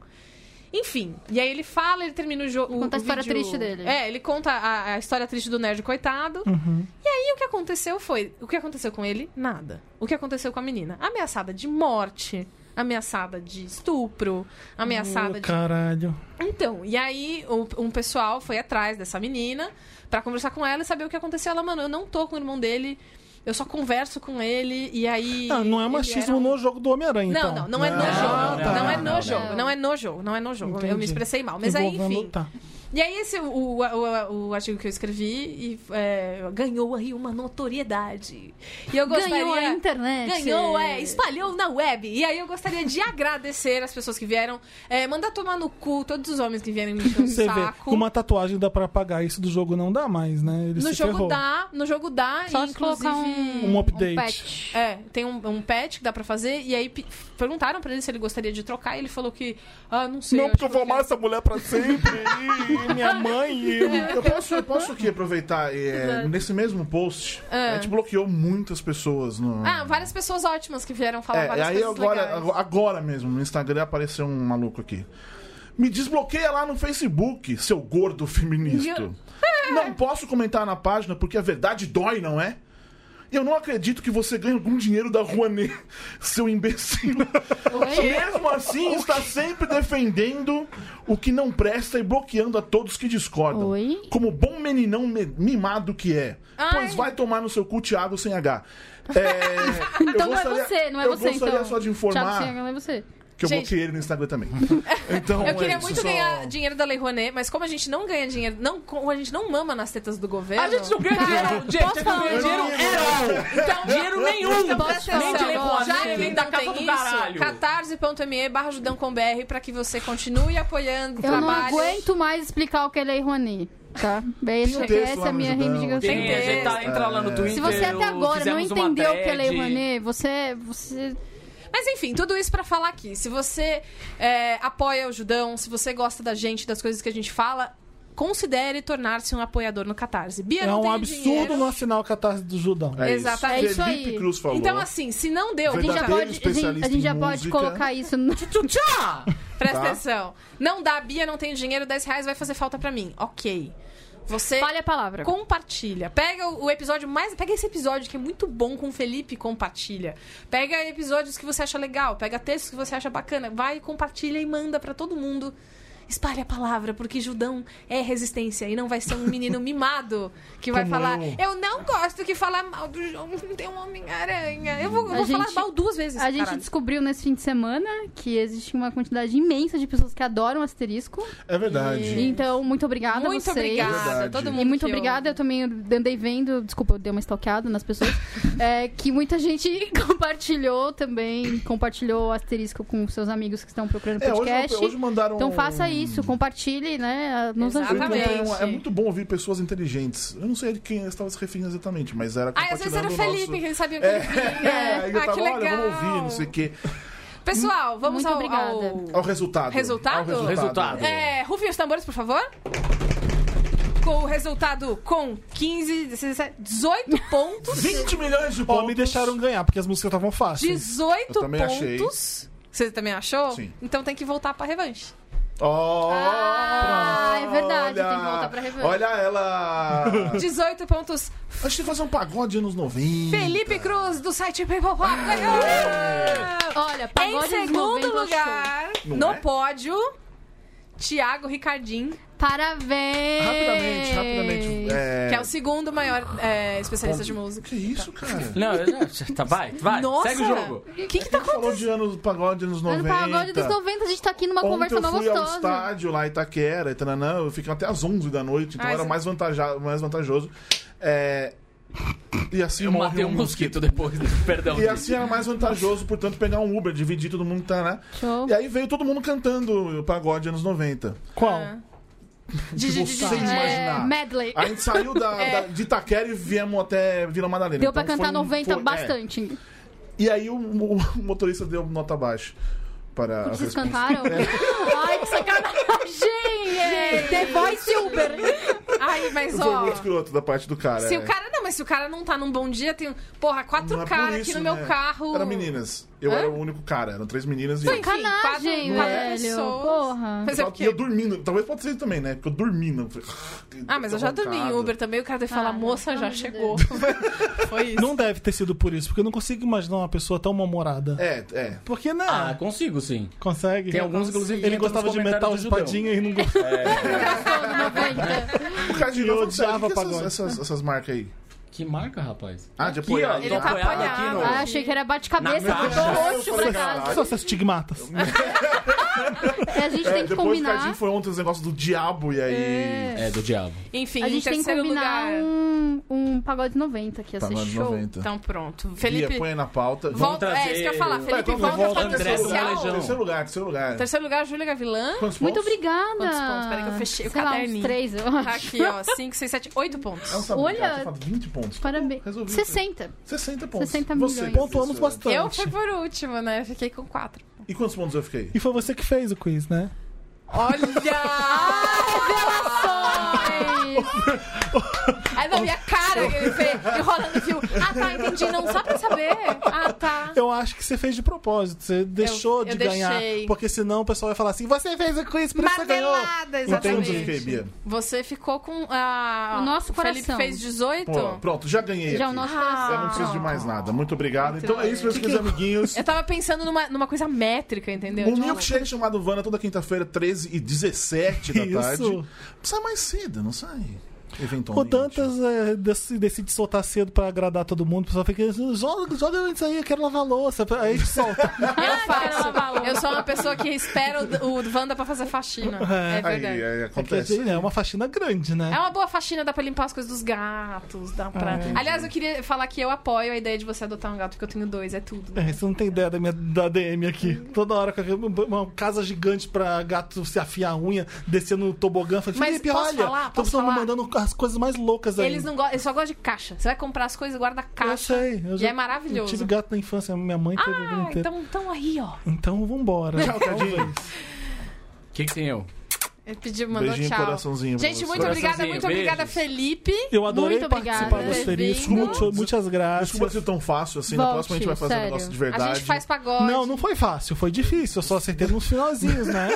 [SPEAKER 5] Enfim, e aí ele fala, ele termina o jogo.
[SPEAKER 1] Conta a história triste dele.
[SPEAKER 5] É, ele conta a, a história triste do nerd coitado. E aí o que aconteceu foi. O que aconteceu com ele? Nada. O que aconteceu com a menina? Ameaçada de morte, ameaçada de estupro, ameaçada
[SPEAKER 6] Ô,
[SPEAKER 5] É de
[SPEAKER 6] Caralho.
[SPEAKER 5] então, e aí o- um pessoal foi atrás dessa menina pra conversar com ela e saber o que aconteceu. Ela, mano, eu não tô com o irmão dele, eu só converso com ele e aí.
[SPEAKER 6] Ah, não é
[SPEAKER 5] ele
[SPEAKER 6] machismo
[SPEAKER 5] era um-
[SPEAKER 6] no jogo do Homem-Aranha,
[SPEAKER 5] Não,
[SPEAKER 6] então.
[SPEAKER 5] não, não é no
[SPEAKER 6] Ah,
[SPEAKER 5] jogo.
[SPEAKER 6] tá.
[SPEAKER 5] Não é no
[SPEAKER 4] Não,
[SPEAKER 5] jogo.
[SPEAKER 1] não.
[SPEAKER 5] Não é no jogo. Não é no jogo. Eu me
[SPEAKER 6] Entendi.
[SPEAKER 5] expressei mal. Mas aí,
[SPEAKER 6] Envolvendo-
[SPEAKER 5] enfim.
[SPEAKER 6] Tá.
[SPEAKER 5] E aí esse o, o, o- o artigo que eu escrevi e, é, ganhou aí uma notoriedade. E eu gostaria
[SPEAKER 1] Ganhou a internet.
[SPEAKER 5] ganhou, é, espalhou na web. E aí eu gostaria de agradecer as pessoas que vieram, é, mandar tomar no cu todos os homens que vieram me encher o
[SPEAKER 6] Você vê,
[SPEAKER 5] um saco.
[SPEAKER 6] com uma tatuagem dá pra apagar isso do jogo, não dá mais, né? Ele
[SPEAKER 5] No
[SPEAKER 6] se
[SPEAKER 5] jogo
[SPEAKER 6] ferrou.
[SPEAKER 5] dá, no jogo dá,
[SPEAKER 1] Só
[SPEAKER 5] e
[SPEAKER 1] de colocar
[SPEAKER 5] inclusive-
[SPEAKER 1] um,
[SPEAKER 6] Um update.
[SPEAKER 1] patch.
[SPEAKER 5] É, tem um, um patch que dá pra fazer, e aí pe- perguntaram pra ele se ele gostaria de trocar, e ele falou que, ah, não sei.
[SPEAKER 2] Não,
[SPEAKER 5] acho
[SPEAKER 2] porque eu
[SPEAKER 5] que
[SPEAKER 2] vou
[SPEAKER 5] quero-
[SPEAKER 2] amar essa mulher pra sempre. e-
[SPEAKER 6] E Minha mãe e eu.
[SPEAKER 2] Eu posso, eu posso aqui aproveitar, é, nesse mesmo post, a gente bloqueou muitas pessoas no.
[SPEAKER 5] Ah, várias pessoas ótimas que vieram falar
[SPEAKER 2] É,
[SPEAKER 5] várias
[SPEAKER 2] aí
[SPEAKER 5] coisas
[SPEAKER 2] agora,
[SPEAKER 5] legais.
[SPEAKER 2] agora- agora mesmo, no Instagram apareceu um maluco aqui. Me desbloqueia lá no Facebook, seu gordo feminista.
[SPEAKER 5] <laughs> Eu-
[SPEAKER 2] Não posso comentar na página porque a verdade dói, não é? Eu não acredito que você ganhe algum dinheiro da Rouanet, <laughs> seu imbecil. Mesmo
[SPEAKER 5] <laughs>
[SPEAKER 2] assim, está sempre defendendo o que não presta e bloqueando a todos que discordam.
[SPEAKER 1] Oi?
[SPEAKER 2] Como bom meninão me- mimado que é.
[SPEAKER 5] Ai.
[SPEAKER 2] Pois vai tomar no seu cu Thiago sem H.
[SPEAKER 5] <laughs>
[SPEAKER 2] É, eu
[SPEAKER 1] Então não
[SPEAKER 2] gostaria-
[SPEAKER 1] é você, não é
[SPEAKER 2] eu
[SPEAKER 1] você
[SPEAKER 2] gostaria
[SPEAKER 1] então.
[SPEAKER 2] só de informar
[SPEAKER 1] Thiago, Singer, não é você.
[SPEAKER 2] que eu
[SPEAKER 5] Gente.
[SPEAKER 2] bloqueei ele no Instagram
[SPEAKER 1] <laughs>
[SPEAKER 2] também. Então,
[SPEAKER 5] Eu queria
[SPEAKER 2] é isso,
[SPEAKER 5] muito
[SPEAKER 2] só-
[SPEAKER 5] ganhar dinheiro da Lei Rouanet, mas como a gente não ganha dinheiro, não, como a gente não mama nas tetas do governo.
[SPEAKER 4] A gente não ganha dinheiro, gente. A gente não ganha dinheiro at all.
[SPEAKER 5] Então,
[SPEAKER 4] um Dinheiro nenhum.
[SPEAKER 5] Então, presta
[SPEAKER 4] Nem de
[SPEAKER 5] atenção.
[SPEAKER 4] lei
[SPEAKER 5] Já
[SPEAKER 4] Rouanet,
[SPEAKER 5] que
[SPEAKER 4] nem
[SPEAKER 5] não
[SPEAKER 4] da
[SPEAKER 5] tem
[SPEAKER 4] capa do
[SPEAKER 5] isso,
[SPEAKER 4] caralho.
[SPEAKER 5] catarse.me barra judancombr pra que você continue apoiando o
[SPEAKER 1] Eu não
[SPEAKER 5] trabalho.
[SPEAKER 1] aguento mais explicar o que é Lei Rouanet,
[SPEAKER 2] <laughs>
[SPEAKER 1] tá? Beijo,
[SPEAKER 2] Tem um
[SPEAKER 1] que
[SPEAKER 2] texto
[SPEAKER 1] essa
[SPEAKER 2] lá
[SPEAKER 1] é a
[SPEAKER 2] no
[SPEAKER 1] minha
[SPEAKER 2] Judão,
[SPEAKER 1] reivindicação. um
[SPEAKER 2] tem.
[SPEAKER 4] Tem, a gente tá, entra lá no Twitter.
[SPEAKER 1] Se você até agora não
[SPEAKER 4] fizemos uma
[SPEAKER 1] entendeu o que é Lei
[SPEAKER 4] thread.
[SPEAKER 1] Rouanet, você, você
[SPEAKER 5] Mas enfim, tudo isso pra falar aqui. Se você é, apoia o Judão, se você gosta da gente, das coisas que a gente fala, considere tornar-se um apoiador no Catarse. Bia
[SPEAKER 6] É
[SPEAKER 5] não
[SPEAKER 6] um
[SPEAKER 5] tem
[SPEAKER 6] absurdo
[SPEAKER 5] dinheiro.
[SPEAKER 6] não assinar o catarse do Judão.
[SPEAKER 2] É
[SPEAKER 5] Exatamente.
[SPEAKER 1] É isso
[SPEAKER 2] Felipe
[SPEAKER 1] aí.
[SPEAKER 2] Cruz falou.
[SPEAKER 5] Então, assim, se não deu,
[SPEAKER 1] a gente já
[SPEAKER 2] Verdadeiro
[SPEAKER 1] pode, a gente, a gente já
[SPEAKER 2] um especialista em
[SPEAKER 1] pode
[SPEAKER 2] música.
[SPEAKER 1] colocar isso no
[SPEAKER 4] Tchá!
[SPEAKER 5] Presta
[SPEAKER 2] Tá.
[SPEAKER 5] atenção. Não dá, Bia, não tenho dinheiro, 10 reais vai fazer falta pra mim. Ok. Você
[SPEAKER 1] Fale a palavra.
[SPEAKER 5] compartilha. Pega o o episódio mais. Pega esse episódio que é muito bom com o Felipe, compartilha. Pega episódios que você acha legal, pega textos que você acha bacana. Vai, compartilha e manda pra todo mundo. Espalhe a palavra, porque Judão é resistência e não vai ser um menino <laughs> mimado que vai
[SPEAKER 6] Como
[SPEAKER 5] falar.
[SPEAKER 6] eu.
[SPEAKER 5] Eu. não gosto que falar mal do João, tem um Homem-Aranha. Eu vou, eu
[SPEAKER 1] A
[SPEAKER 5] vou falar
[SPEAKER 1] gente-
[SPEAKER 5] mal duas vezes.
[SPEAKER 1] A gente
[SPEAKER 5] caralho.
[SPEAKER 1] descobriu nesse fim de semana que existe uma quantidade imensa de pessoas que adoram asterisco.
[SPEAKER 2] É verdade.
[SPEAKER 1] Então, muito obrigada a
[SPEAKER 5] Muito
[SPEAKER 1] vocês.
[SPEAKER 5] obrigada,
[SPEAKER 2] É Verdade.
[SPEAKER 5] todo mundo.
[SPEAKER 1] E muito
[SPEAKER 5] que ouve.
[SPEAKER 1] obrigada, eu também andei vendo, desculpa, eu dei uma stalkeada nas pessoas, <laughs> é, que muita gente <laughs> compartilhou também, compartilhou o asterisco com seus amigos que estão procurando
[SPEAKER 2] É, hoje,
[SPEAKER 1] podcast.
[SPEAKER 2] hoje mandaram.
[SPEAKER 1] Então faça isso, compartilhe, né? Nos
[SPEAKER 2] Eu
[SPEAKER 1] ajude.
[SPEAKER 5] Exatamente.
[SPEAKER 2] encontrei um- é muito bom ouvir pessoas inteligentes. Eu não sei de quem eu estava se referindo exatamente, mas era
[SPEAKER 5] Ah, às vezes era o
[SPEAKER 2] compartilhando o
[SPEAKER 5] Felipe, que
[SPEAKER 2] nosso...
[SPEAKER 5] eles sabiam
[SPEAKER 2] <laughs>
[SPEAKER 5] que
[SPEAKER 2] É,
[SPEAKER 5] ele
[SPEAKER 1] né?
[SPEAKER 5] vinha.
[SPEAKER 2] aí eu
[SPEAKER 5] ah,
[SPEAKER 2] tava,
[SPEAKER 5] que
[SPEAKER 2] olha,
[SPEAKER 5] legal.
[SPEAKER 2] vamos ouvir, não sei o quê.
[SPEAKER 5] Pessoal, vamos
[SPEAKER 1] Muito
[SPEAKER 5] ao,
[SPEAKER 1] obrigada.
[SPEAKER 5] ao-
[SPEAKER 2] Ao resultado.
[SPEAKER 5] Resultado?
[SPEAKER 2] Ao resultado.
[SPEAKER 4] Resultado.
[SPEAKER 5] É, rufem os tambores, por favor. Com o resultado com 15, 17,
[SPEAKER 1] <laughs>
[SPEAKER 5] 18 pontos.
[SPEAKER 2] 20 milhões de
[SPEAKER 6] Ó,
[SPEAKER 2] pontos.
[SPEAKER 6] me deixaram ganhar, porque as músicas estavam fáceis.
[SPEAKER 5] 18
[SPEAKER 2] Eu também achei.
[SPEAKER 5] pontos. Você também achou?
[SPEAKER 2] Sim.
[SPEAKER 5] Então tem que voltar pra revanche.
[SPEAKER 2] Oh,
[SPEAKER 1] Ah, é verdade, tem que voltar pra revanche.
[SPEAKER 2] Olha ela.
[SPEAKER 1] <laughs>
[SPEAKER 5] 18 pontos.
[SPEAKER 2] A gente tem que fazer um pagode anos 90.
[SPEAKER 5] Felipe Cruz, do site Paper Pop, ganhou!
[SPEAKER 1] Olha,
[SPEAKER 5] Em
[SPEAKER 1] pagode
[SPEAKER 5] segundo lugar,
[SPEAKER 2] Não
[SPEAKER 5] no
[SPEAKER 2] é?
[SPEAKER 5] pódio, Thiago Ricardinho.
[SPEAKER 1] Parabéns!
[SPEAKER 2] Rapidamente, rapidamente. É...
[SPEAKER 5] Que é o segundo maior é, especialista de música.
[SPEAKER 2] Que isso, cara?
[SPEAKER 4] Não, eu- não, tá, vai, vai.
[SPEAKER 5] Nossa!
[SPEAKER 4] Segue o jogo.
[SPEAKER 5] O que, que tá acontecendo?
[SPEAKER 2] Falou de anos, pagode anos
[SPEAKER 1] Mas
[SPEAKER 2] 90.
[SPEAKER 1] no pagode dos 90, a gente tá aqui numa
[SPEAKER 2] Ontem
[SPEAKER 1] conversa
[SPEAKER 2] É, eu
[SPEAKER 1] mal
[SPEAKER 2] fui ao
[SPEAKER 1] gostosa.
[SPEAKER 2] estádio lá em Itaquera, e tananã, eu fiquei até às 11 da noite, então
[SPEAKER 5] Ah,
[SPEAKER 2] era
[SPEAKER 5] isso-
[SPEAKER 2] mais, vantaja- mais vantajoso. É, E assim
[SPEAKER 4] Eu
[SPEAKER 2] morre
[SPEAKER 4] matei um mosquito depois, né? perdão.
[SPEAKER 2] E
[SPEAKER 4] gente.
[SPEAKER 2] assim era mais vantajoso, portanto, pegar um Uber, dividir todo mundo, tá, né?
[SPEAKER 1] Show.
[SPEAKER 2] E aí veio todo mundo cantando o pagode anos 90.
[SPEAKER 6] Qual?
[SPEAKER 5] Ah. De, de, de,
[SPEAKER 2] Sem
[SPEAKER 5] de- de-
[SPEAKER 2] imaginar. Ah,
[SPEAKER 1] É, medley.
[SPEAKER 2] A gente saiu da, da- de Itaquera e viemos até Vila Madalena.
[SPEAKER 1] Deu pra
[SPEAKER 2] Então,
[SPEAKER 1] cantar
[SPEAKER 2] foi um-
[SPEAKER 1] 90
[SPEAKER 2] foi- é.
[SPEAKER 1] bastante.
[SPEAKER 2] E aí o, o motorista deu nota baixa para a
[SPEAKER 1] Vocês
[SPEAKER 2] resposta.
[SPEAKER 1] cantaram? <laughs> Ai, que
[SPEAKER 5] <laughs>
[SPEAKER 1] sacanagem! The Voice Uber!
[SPEAKER 5] Ai, mas
[SPEAKER 2] Foi
[SPEAKER 5] ó.
[SPEAKER 2] muito escroto da parte do cara.
[SPEAKER 5] Se
[SPEAKER 2] é.
[SPEAKER 5] o cara. Não, mas mas se o cara não tá num bom dia, tem, porra, quatro
[SPEAKER 2] Não é por
[SPEAKER 5] caras aqui
[SPEAKER 2] isso,
[SPEAKER 5] no meu
[SPEAKER 2] né?
[SPEAKER 5] carro.
[SPEAKER 2] Era meninas. Eu
[SPEAKER 5] Hã?
[SPEAKER 2] era o único cara. Eram três meninas e eu.
[SPEAKER 1] Sacanagem,
[SPEAKER 5] Enfim, quatro- quatro
[SPEAKER 1] velho.
[SPEAKER 5] pessoas.
[SPEAKER 1] Porra.
[SPEAKER 5] Mas é
[SPEAKER 2] Só que
[SPEAKER 5] porque...
[SPEAKER 2] eu dormindo. Talvez pode ser também, né? Porque eu dormindo.
[SPEAKER 5] Ah, mas eu já dormi em
[SPEAKER 2] Roncado.
[SPEAKER 5] Uber também, o cara deve falar,
[SPEAKER 1] Ah,
[SPEAKER 5] moça,
[SPEAKER 1] pelo
[SPEAKER 5] já
[SPEAKER 1] amor de
[SPEAKER 5] chegou. <laughs> Foi isso.
[SPEAKER 6] Não deve ter sido por isso, porque eu não consigo imaginar uma pessoa tão mal-humorada.
[SPEAKER 2] É, é.
[SPEAKER 6] Porque, né?
[SPEAKER 4] Ah, consigo sim.
[SPEAKER 6] consegue.
[SPEAKER 4] Tem alguns, inclusive, que
[SPEAKER 6] Ele
[SPEAKER 4] entram
[SPEAKER 6] gostava
[SPEAKER 4] nos
[SPEAKER 6] de
[SPEAKER 4] comentários
[SPEAKER 6] metal
[SPEAKER 4] do judeu.
[SPEAKER 6] espadinha e não
[SPEAKER 5] É.
[SPEAKER 6] gostava.
[SPEAKER 2] O cara de
[SPEAKER 6] Eu
[SPEAKER 2] novo sabe,
[SPEAKER 6] odiava
[SPEAKER 2] o que que é
[SPEAKER 6] pagode.
[SPEAKER 2] essas, essas, essas marcas aí.
[SPEAKER 4] Que marca, rapaz?
[SPEAKER 2] Ah, de
[SPEAKER 4] Aqui, ó,
[SPEAKER 2] apoiar.
[SPEAKER 4] ele
[SPEAKER 5] tá
[SPEAKER 4] apoiado
[SPEAKER 5] apoiado.
[SPEAKER 4] aqui no...
[SPEAKER 1] <laughs> Ah, achei que era bate-cabeça.
[SPEAKER 4] Na
[SPEAKER 1] Ficou
[SPEAKER 4] caixa.
[SPEAKER 1] roxo por acaso.
[SPEAKER 6] Só essas estigmatas.
[SPEAKER 1] É, A gente tem que
[SPEAKER 2] depois o
[SPEAKER 1] combinar.
[SPEAKER 2] Cardinho foi ontem os negócios do diabo e aí.
[SPEAKER 4] É, do diabo.
[SPEAKER 5] Enfim,
[SPEAKER 1] A
[SPEAKER 5] em
[SPEAKER 1] gente tem que
[SPEAKER 5] terceiro
[SPEAKER 1] combinar
[SPEAKER 5] lugar.
[SPEAKER 1] um, um pagode 90 que ia ser
[SPEAKER 2] Tava de
[SPEAKER 1] show.
[SPEAKER 2] 90.
[SPEAKER 5] Então pronto.
[SPEAKER 2] Bia,
[SPEAKER 5] Felipe,
[SPEAKER 2] põe aí na pauta.
[SPEAKER 5] volta.
[SPEAKER 4] trazer-
[SPEAKER 5] É, isso que eu ia falar.
[SPEAKER 4] Ué,
[SPEAKER 5] Felipe,
[SPEAKER 2] quando
[SPEAKER 5] volta,
[SPEAKER 2] volta,
[SPEAKER 5] pra
[SPEAKER 4] André,
[SPEAKER 5] terceiro
[SPEAKER 4] André
[SPEAKER 5] social.
[SPEAKER 4] Legião.
[SPEAKER 2] Terceiro lugar, terceiro lugar.
[SPEAKER 5] Terceiro lugar, Júlia Gavilã.
[SPEAKER 2] Quantos
[SPEAKER 1] Muito
[SPEAKER 2] pontos?
[SPEAKER 1] obrigada.
[SPEAKER 5] Quantos pontos? Peraí que eu fechei o
[SPEAKER 1] Sei lá, uns
[SPEAKER 5] caderninho.
[SPEAKER 1] três, eu
[SPEAKER 5] Tá
[SPEAKER 1] acho.
[SPEAKER 5] aqui, ó. 5, 6, 7, 8 pontos.
[SPEAKER 2] Eu não sabia,
[SPEAKER 1] Olha-
[SPEAKER 2] cara, tinha falado 20 pontos.
[SPEAKER 1] Parabéns.
[SPEAKER 2] Resolvi.
[SPEAKER 1] 60.
[SPEAKER 2] 60 pontos.
[SPEAKER 1] 60
[SPEAKER 2] Você,
[SPEAKER 1] milhões.
[SPEAKER 6] Pontuamos
[SPEAKER 2] professora.
[SPEAKER 6] bastante.
[SPEAKER 5] Eu fui por último, né? Fiquei com 4.
[SPEAKER 2] E quantos pontos eu fiquei?
[SPEAKER 6] E foi você que fez o quiz, né?
[SPEAKER 2] <laughs>
[SPEAKER 5] Olha!
[SPEAKER 1] Revelações!
[SPEAKER 5] Aí na minha
[SPEAKER 2] <laughs>
[SPEAKER 5] cara que ele fez, enrolando o fio. Ah, tá, entendi. Não, só pra saber. Ah, tá.
[SPEAKER 6] Eu acho que você fez de propósito. Você deixou
[SPEAKER 5] eu
[SPEAKER 6] de ganhar.
[SPEAKER 5] deixei.
[SPEAKER 6] Porque senão o pessoal vai falar assim: você fez o quiz, por isso você ganhou.
[SPEAKER 5] Marmelada,
[SPEAKER 2] Quantos pontos eu
[SPEAKER 5] exatamente.
[SPEAKER 2] fiquei, Bia?
[SPEAKER 5] Você ficou com. ah,
[SPEAKER 1] O nosso
[SPEAKER 5] Felipe
[SPEAKER 1] coração.
[SPEAKER 5] fez 18?
[SPEAKER 2] Pô, pronto, já ganhei.
[SPEAKER 1] Já o
[SPEAKER 2] aqui.
[SPEAKER 1] nosso
[SPEAKER 2] Eu
[SPEAKER 1] coração.
[SPEAKER 2] não preciso de mais nada. Muito obrigado.
[SPEAKER 5] Muito
[SPEAKER 2] então é
[SPEAKER 5] bem.
[SPEAKER 2] isso, meus queridos
[SPEAKER 5] <laughs>
[SPEAKER 2] amiguinhos.
[SPEAKER 5] Eu É tava pensando numa, numa coisa métrica, entendeu?
[SPEAKER 2] Um
[SPEAKER 5] Tipo,
[SPEAKER 2] milkshake chamado Vana toda quinta-feira, 13 e 17 da
[SPEAKER 6] Isso.
[SPEAKER 2] tarde. Sai mais cedo, não sai?
[SPEAKER 6] O
[SPEAKER 2] Eventualmente.
[SPEAKER 6] Dantas é, dec- decide soltar cedo pra agradar todo mundo. O pessoal fica: joga, joga isso aí, eu quero lavar louça. Aí
[SPEAKER 4] <laughs>
[SPEAKER 6] solta.
[SPEAKER 5] Eu faço. Eu sou uma pessoa que espera o, o Wanda pra fazer
[SPEAKER 6] <laughs>
[SPEAKER 5] faxina. É
[SPEAKER 2] Aí,
[SPEAKER 5] verdade.
[SPEAKER 2] aí
[SPEAKER 6] Porque
[SPEAKER 2] acontece.
[SPEAKER 6] assim, é uma faxina grande, né?
[SPEAKER 5] É uma boa faxina, dá pra limpar as coisas dos gatos, dá pra...
[SPEAKER 6] Ah,
[SPEAKER 5] Aliás, eu queria falar que eu apoio a ideia de você adotar um gato, porque eu tenho dois, é tudo.
[SPEAKER 6] É, você não tem ideia da minha da DM aqui. Toda hora com aquele- uma casa gigante pra gato se afiar a unha, descer no tobogã. Falei,
[SPEAKER 5] Mas
[SPEAKER 6] Felipe,
[SPEAKER 5] posso
[SPEAKER 6] olha,
[SPEAKER 5] falar?
[SPEAKER 6] tô
[SPEAKER 5] Posso
[SPEAKER 6] precisando me
[SPEAKER 5] falar?
[SPEAKER 6] mandando as coisas mais loucas aí.
[SPEAKER 5] Eles não gostam, eles só gostam de caixa. Você vai comprar as coisas e guarda a
[SPEAKER 6] Eu
[SPEAKER 5] caixa.
[SPEAKER 6] sei. Eu
[SPEAKER 5] E é maravilhoso.
[SPEAKER 6] Eu tive gato na infância, minha mãe teve o
[SPEAKER 5] Ah,
[SPEAKER 6] inteiro. Então...
[SPEAKER 5] então, então aí, ó.
[SPEAKER 6] vambora.
[SPEAKER 2] Tchau, Cadinho.
[SPEAKER 4] O que, que tem eu?
[SPEAKER 5] Ele pediu, mandou
[SPEAKER 2] Beijinho
[SPEAKER 5] tchau.
[SPEAKER 2] coraçãozinho. pra
[SPEAKER 5] Gente,
[SPEAKER 2] você.
[SPEAKER 5] muito obrigada,
[SPEAKER 4] Coraçãozinho,
[SPEAKER 5] muito obrigada,
[SPEAKER 4] beijos.
[SPEAKER 5] Felipe.
[SPEAKER 6] Eu adorei
[SPEAKER 1] Muito obrigada.
[SPEAKER 6] participar do asterisco.
[SPEAKER 2] Bem-vindo.
[SPEAKER 6] Muito, muitas
[SPEAKER 2] Desculpa
[SPEAKER 6] graças.
[SPEAKER 2] ser tão fácil assim. na
[SPEAKER 1] Volte,
[SPEAKER 2] próxima a gente vai fazer um
[SPEAKER 1] sério.
[SPEAKER 2] negócio de
[SPEAKER 5] A
[SPEAKER 2] verdade.
[SPEAKER 5] gente faz pagode.
[SPEAKER 6] Não, não foi fácil, foi difícil. Eu só acertei nos
[SPEAKER 2] <laughs>
[SPEAKER 6] finalzinhos, né?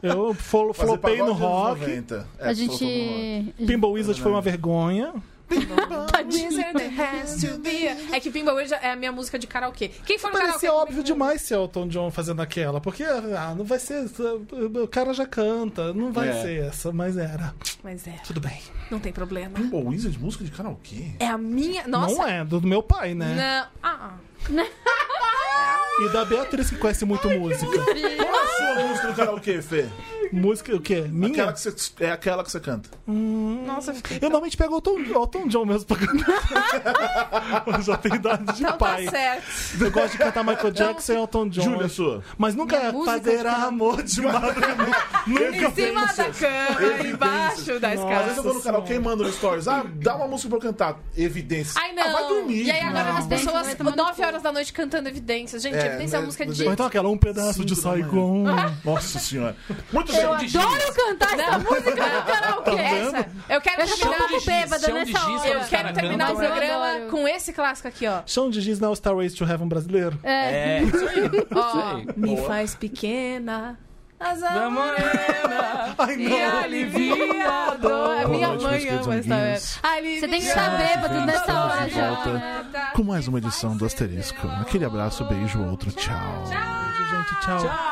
[SPEAKER 6] Eu flo
[SPEAKER 2] Fazer
[SPEAKER 6] flopei no
[SPEAKER 2] pagode anos
[SPEAKER 6] rock.
[SPEAKER 2] 90. É, flopou
[SPEAKER 1] A
[SPEAKER 2] no rock.
[SPEAKER 1] gente.
[SPEAKER 6] Pinball Wizard foi uma vergonha. tá <laughs>
[SPEAKER 5] Wizard has to be a- É que Pimba hoje é a minha música de karaokê. Quem for no karaokê?
[SPEAKER 6] Parecia óbvio demais ser Elton John fazendo aquela, porque ah, não vai ser. O cara já canta, não vai
[SPEAKER 4] É.
[SPEAKER 6] ser essa, mas era.
[SPEAKER 5] Mas é,
[SPEAKER 6] Tudo bem.
[SPEAKER 5] não tem problema.
[SPEAKER 2] Pinball Wizard, música de karaokê?
[SPEAKER 5] É a minha. Nossa.
[SPEAKER 6] Não é, do meu pai, né?
[SPEAKER 5] Não. Ah,
[SPEAKER 6] E da Beatriz que conhece muito música.
[SPEAKER 2] Qual é a sua música do karaokê, Fê?
[SPEAKER 6] Música, o quê? Minha?
[SPEAKER 2] Aquela que você, é aquela que você canta.
[SPEAKER 5] nossa, eu fiquei.
[SPEAKER 6] Eu normalmente pego o Elton, Elton John mesmo pra cantar.
[SPEAKER 5] <laughs>
[SPEAKER 6] eu já tenho idade de
[SPEAKER 5] Então
[SPEAKER 6] pai.
[SPEAKER 5] tá certo. Então,
[SPEAKER 6] eu gosto de cantar Michael Jackson e Elton John.
[SPEAKER 2] Júlia, sua.
[SPEAKER 6] Mas nunca
[SPEAKER 5] Minha
[SPEAKER 6] é
[SPEAKER 5] música de
[SPEAKER 6] fazer
[SPEAKER 5] cantar.
[SPEAKER 6] amor de
[SPEAKER 5] <laughs>
[SPEAKER 6] madrugada.
[SPEAKER 5] Em
[SPEAKER 6] nunca
[SPEAKER 5] cima da cama,
[SPEAKER 2] Evidências.
[SPEAKER 5] embaixo da
[SPEAKER 2] Às vezes
[SPEAKER 5] escada.
[SPEAKER 2] eu vou no karaokê e mando no stories. Ah, dá uma música pra eu cantar. Evidência.
[SPEAKER 5] Ai, não.
[SPEAKER 2] Ah, vai dormir.
[SPEAKER 5] e aí agora
[SPEAKER 2] Não.
[SPEAKER 5] as pessoas, 9 horas da noite, cantando Evidências. Gente,
[SPEAKER 2] É,
[SPEAKER 5] Evidência é
[SPEAKER 2] mas-
[SPEAKER 5] uma música
[SPEAKER 2] mas
[SPEAKER 5] de...
[SPEAKER 6] Ou então aquela, um pedaço
[SPEAKER 2] Cinco
[SPEAKER 6] de
[SPEAKER 2] da
[SPEAKER 6] Saigon.
[SPEAKER 2] Nossa senhora. Muito
[SPEAKER 1] Eu
[SPEAKER 2] bem.
[SPEAKER 1] adoro cantar essa música no karaokê.
[SPEAKER 5] Essa. Eu quero
[SPEAKER 1] Eu sou um
[SPEAKER 5] terminar,
[SPEAKER 1] pouco bêbada
[SPEAKER 4] Chão de
[SPEAKER 1] nessa
[SPEAKER 4] giz,
[SPEAKER 1] hora.
[SPEAKER 4] os
[SPEAKER 5] eu quero
[SPEAKER 4] Cara,
[SPEAKER 5] terminar o
[SPEAKER 4] canta, eu
[SPEAKER 5] programa
[SPEAKER 1] adoro.
[SPEAKER 5] com esse clássico aqui, ó.
[SPEAKER 6] Chão de giz não é o Star Race to Heaven brasileiro?
[SPEAKER 1] É.
[SPEAKER 4] É, isso aí.
[SPEAKER 5] Ó,
[SPEAKER 4] Sei.
[SPEAKER 5] me faz pequena. As
[SPEAKER 4] Da morena,
[SPEAKER 6] Ai,
[SPEAKER 5] <laughs> me alivia a dor. A minha
[SPEAKER 2] noite,
[SPEAKER 5] mãe
[SPEAKER 2] meus queridos
[SPEAKER 5] ama essa
[SPEAKER 2] amiguinhos.
[SPEAKER 1] Você tem que estar bêbado nessa hora já.
[SPEAKER 2] volta.
[SPEAKER 1] né?
[SPEAKER 2] Com mais uma edição do Asterisco. Aquele abraço, beijo, outro tchau.
[SPEAKER 6] Gente, tchau.
[SPEAKER 4] Tchau.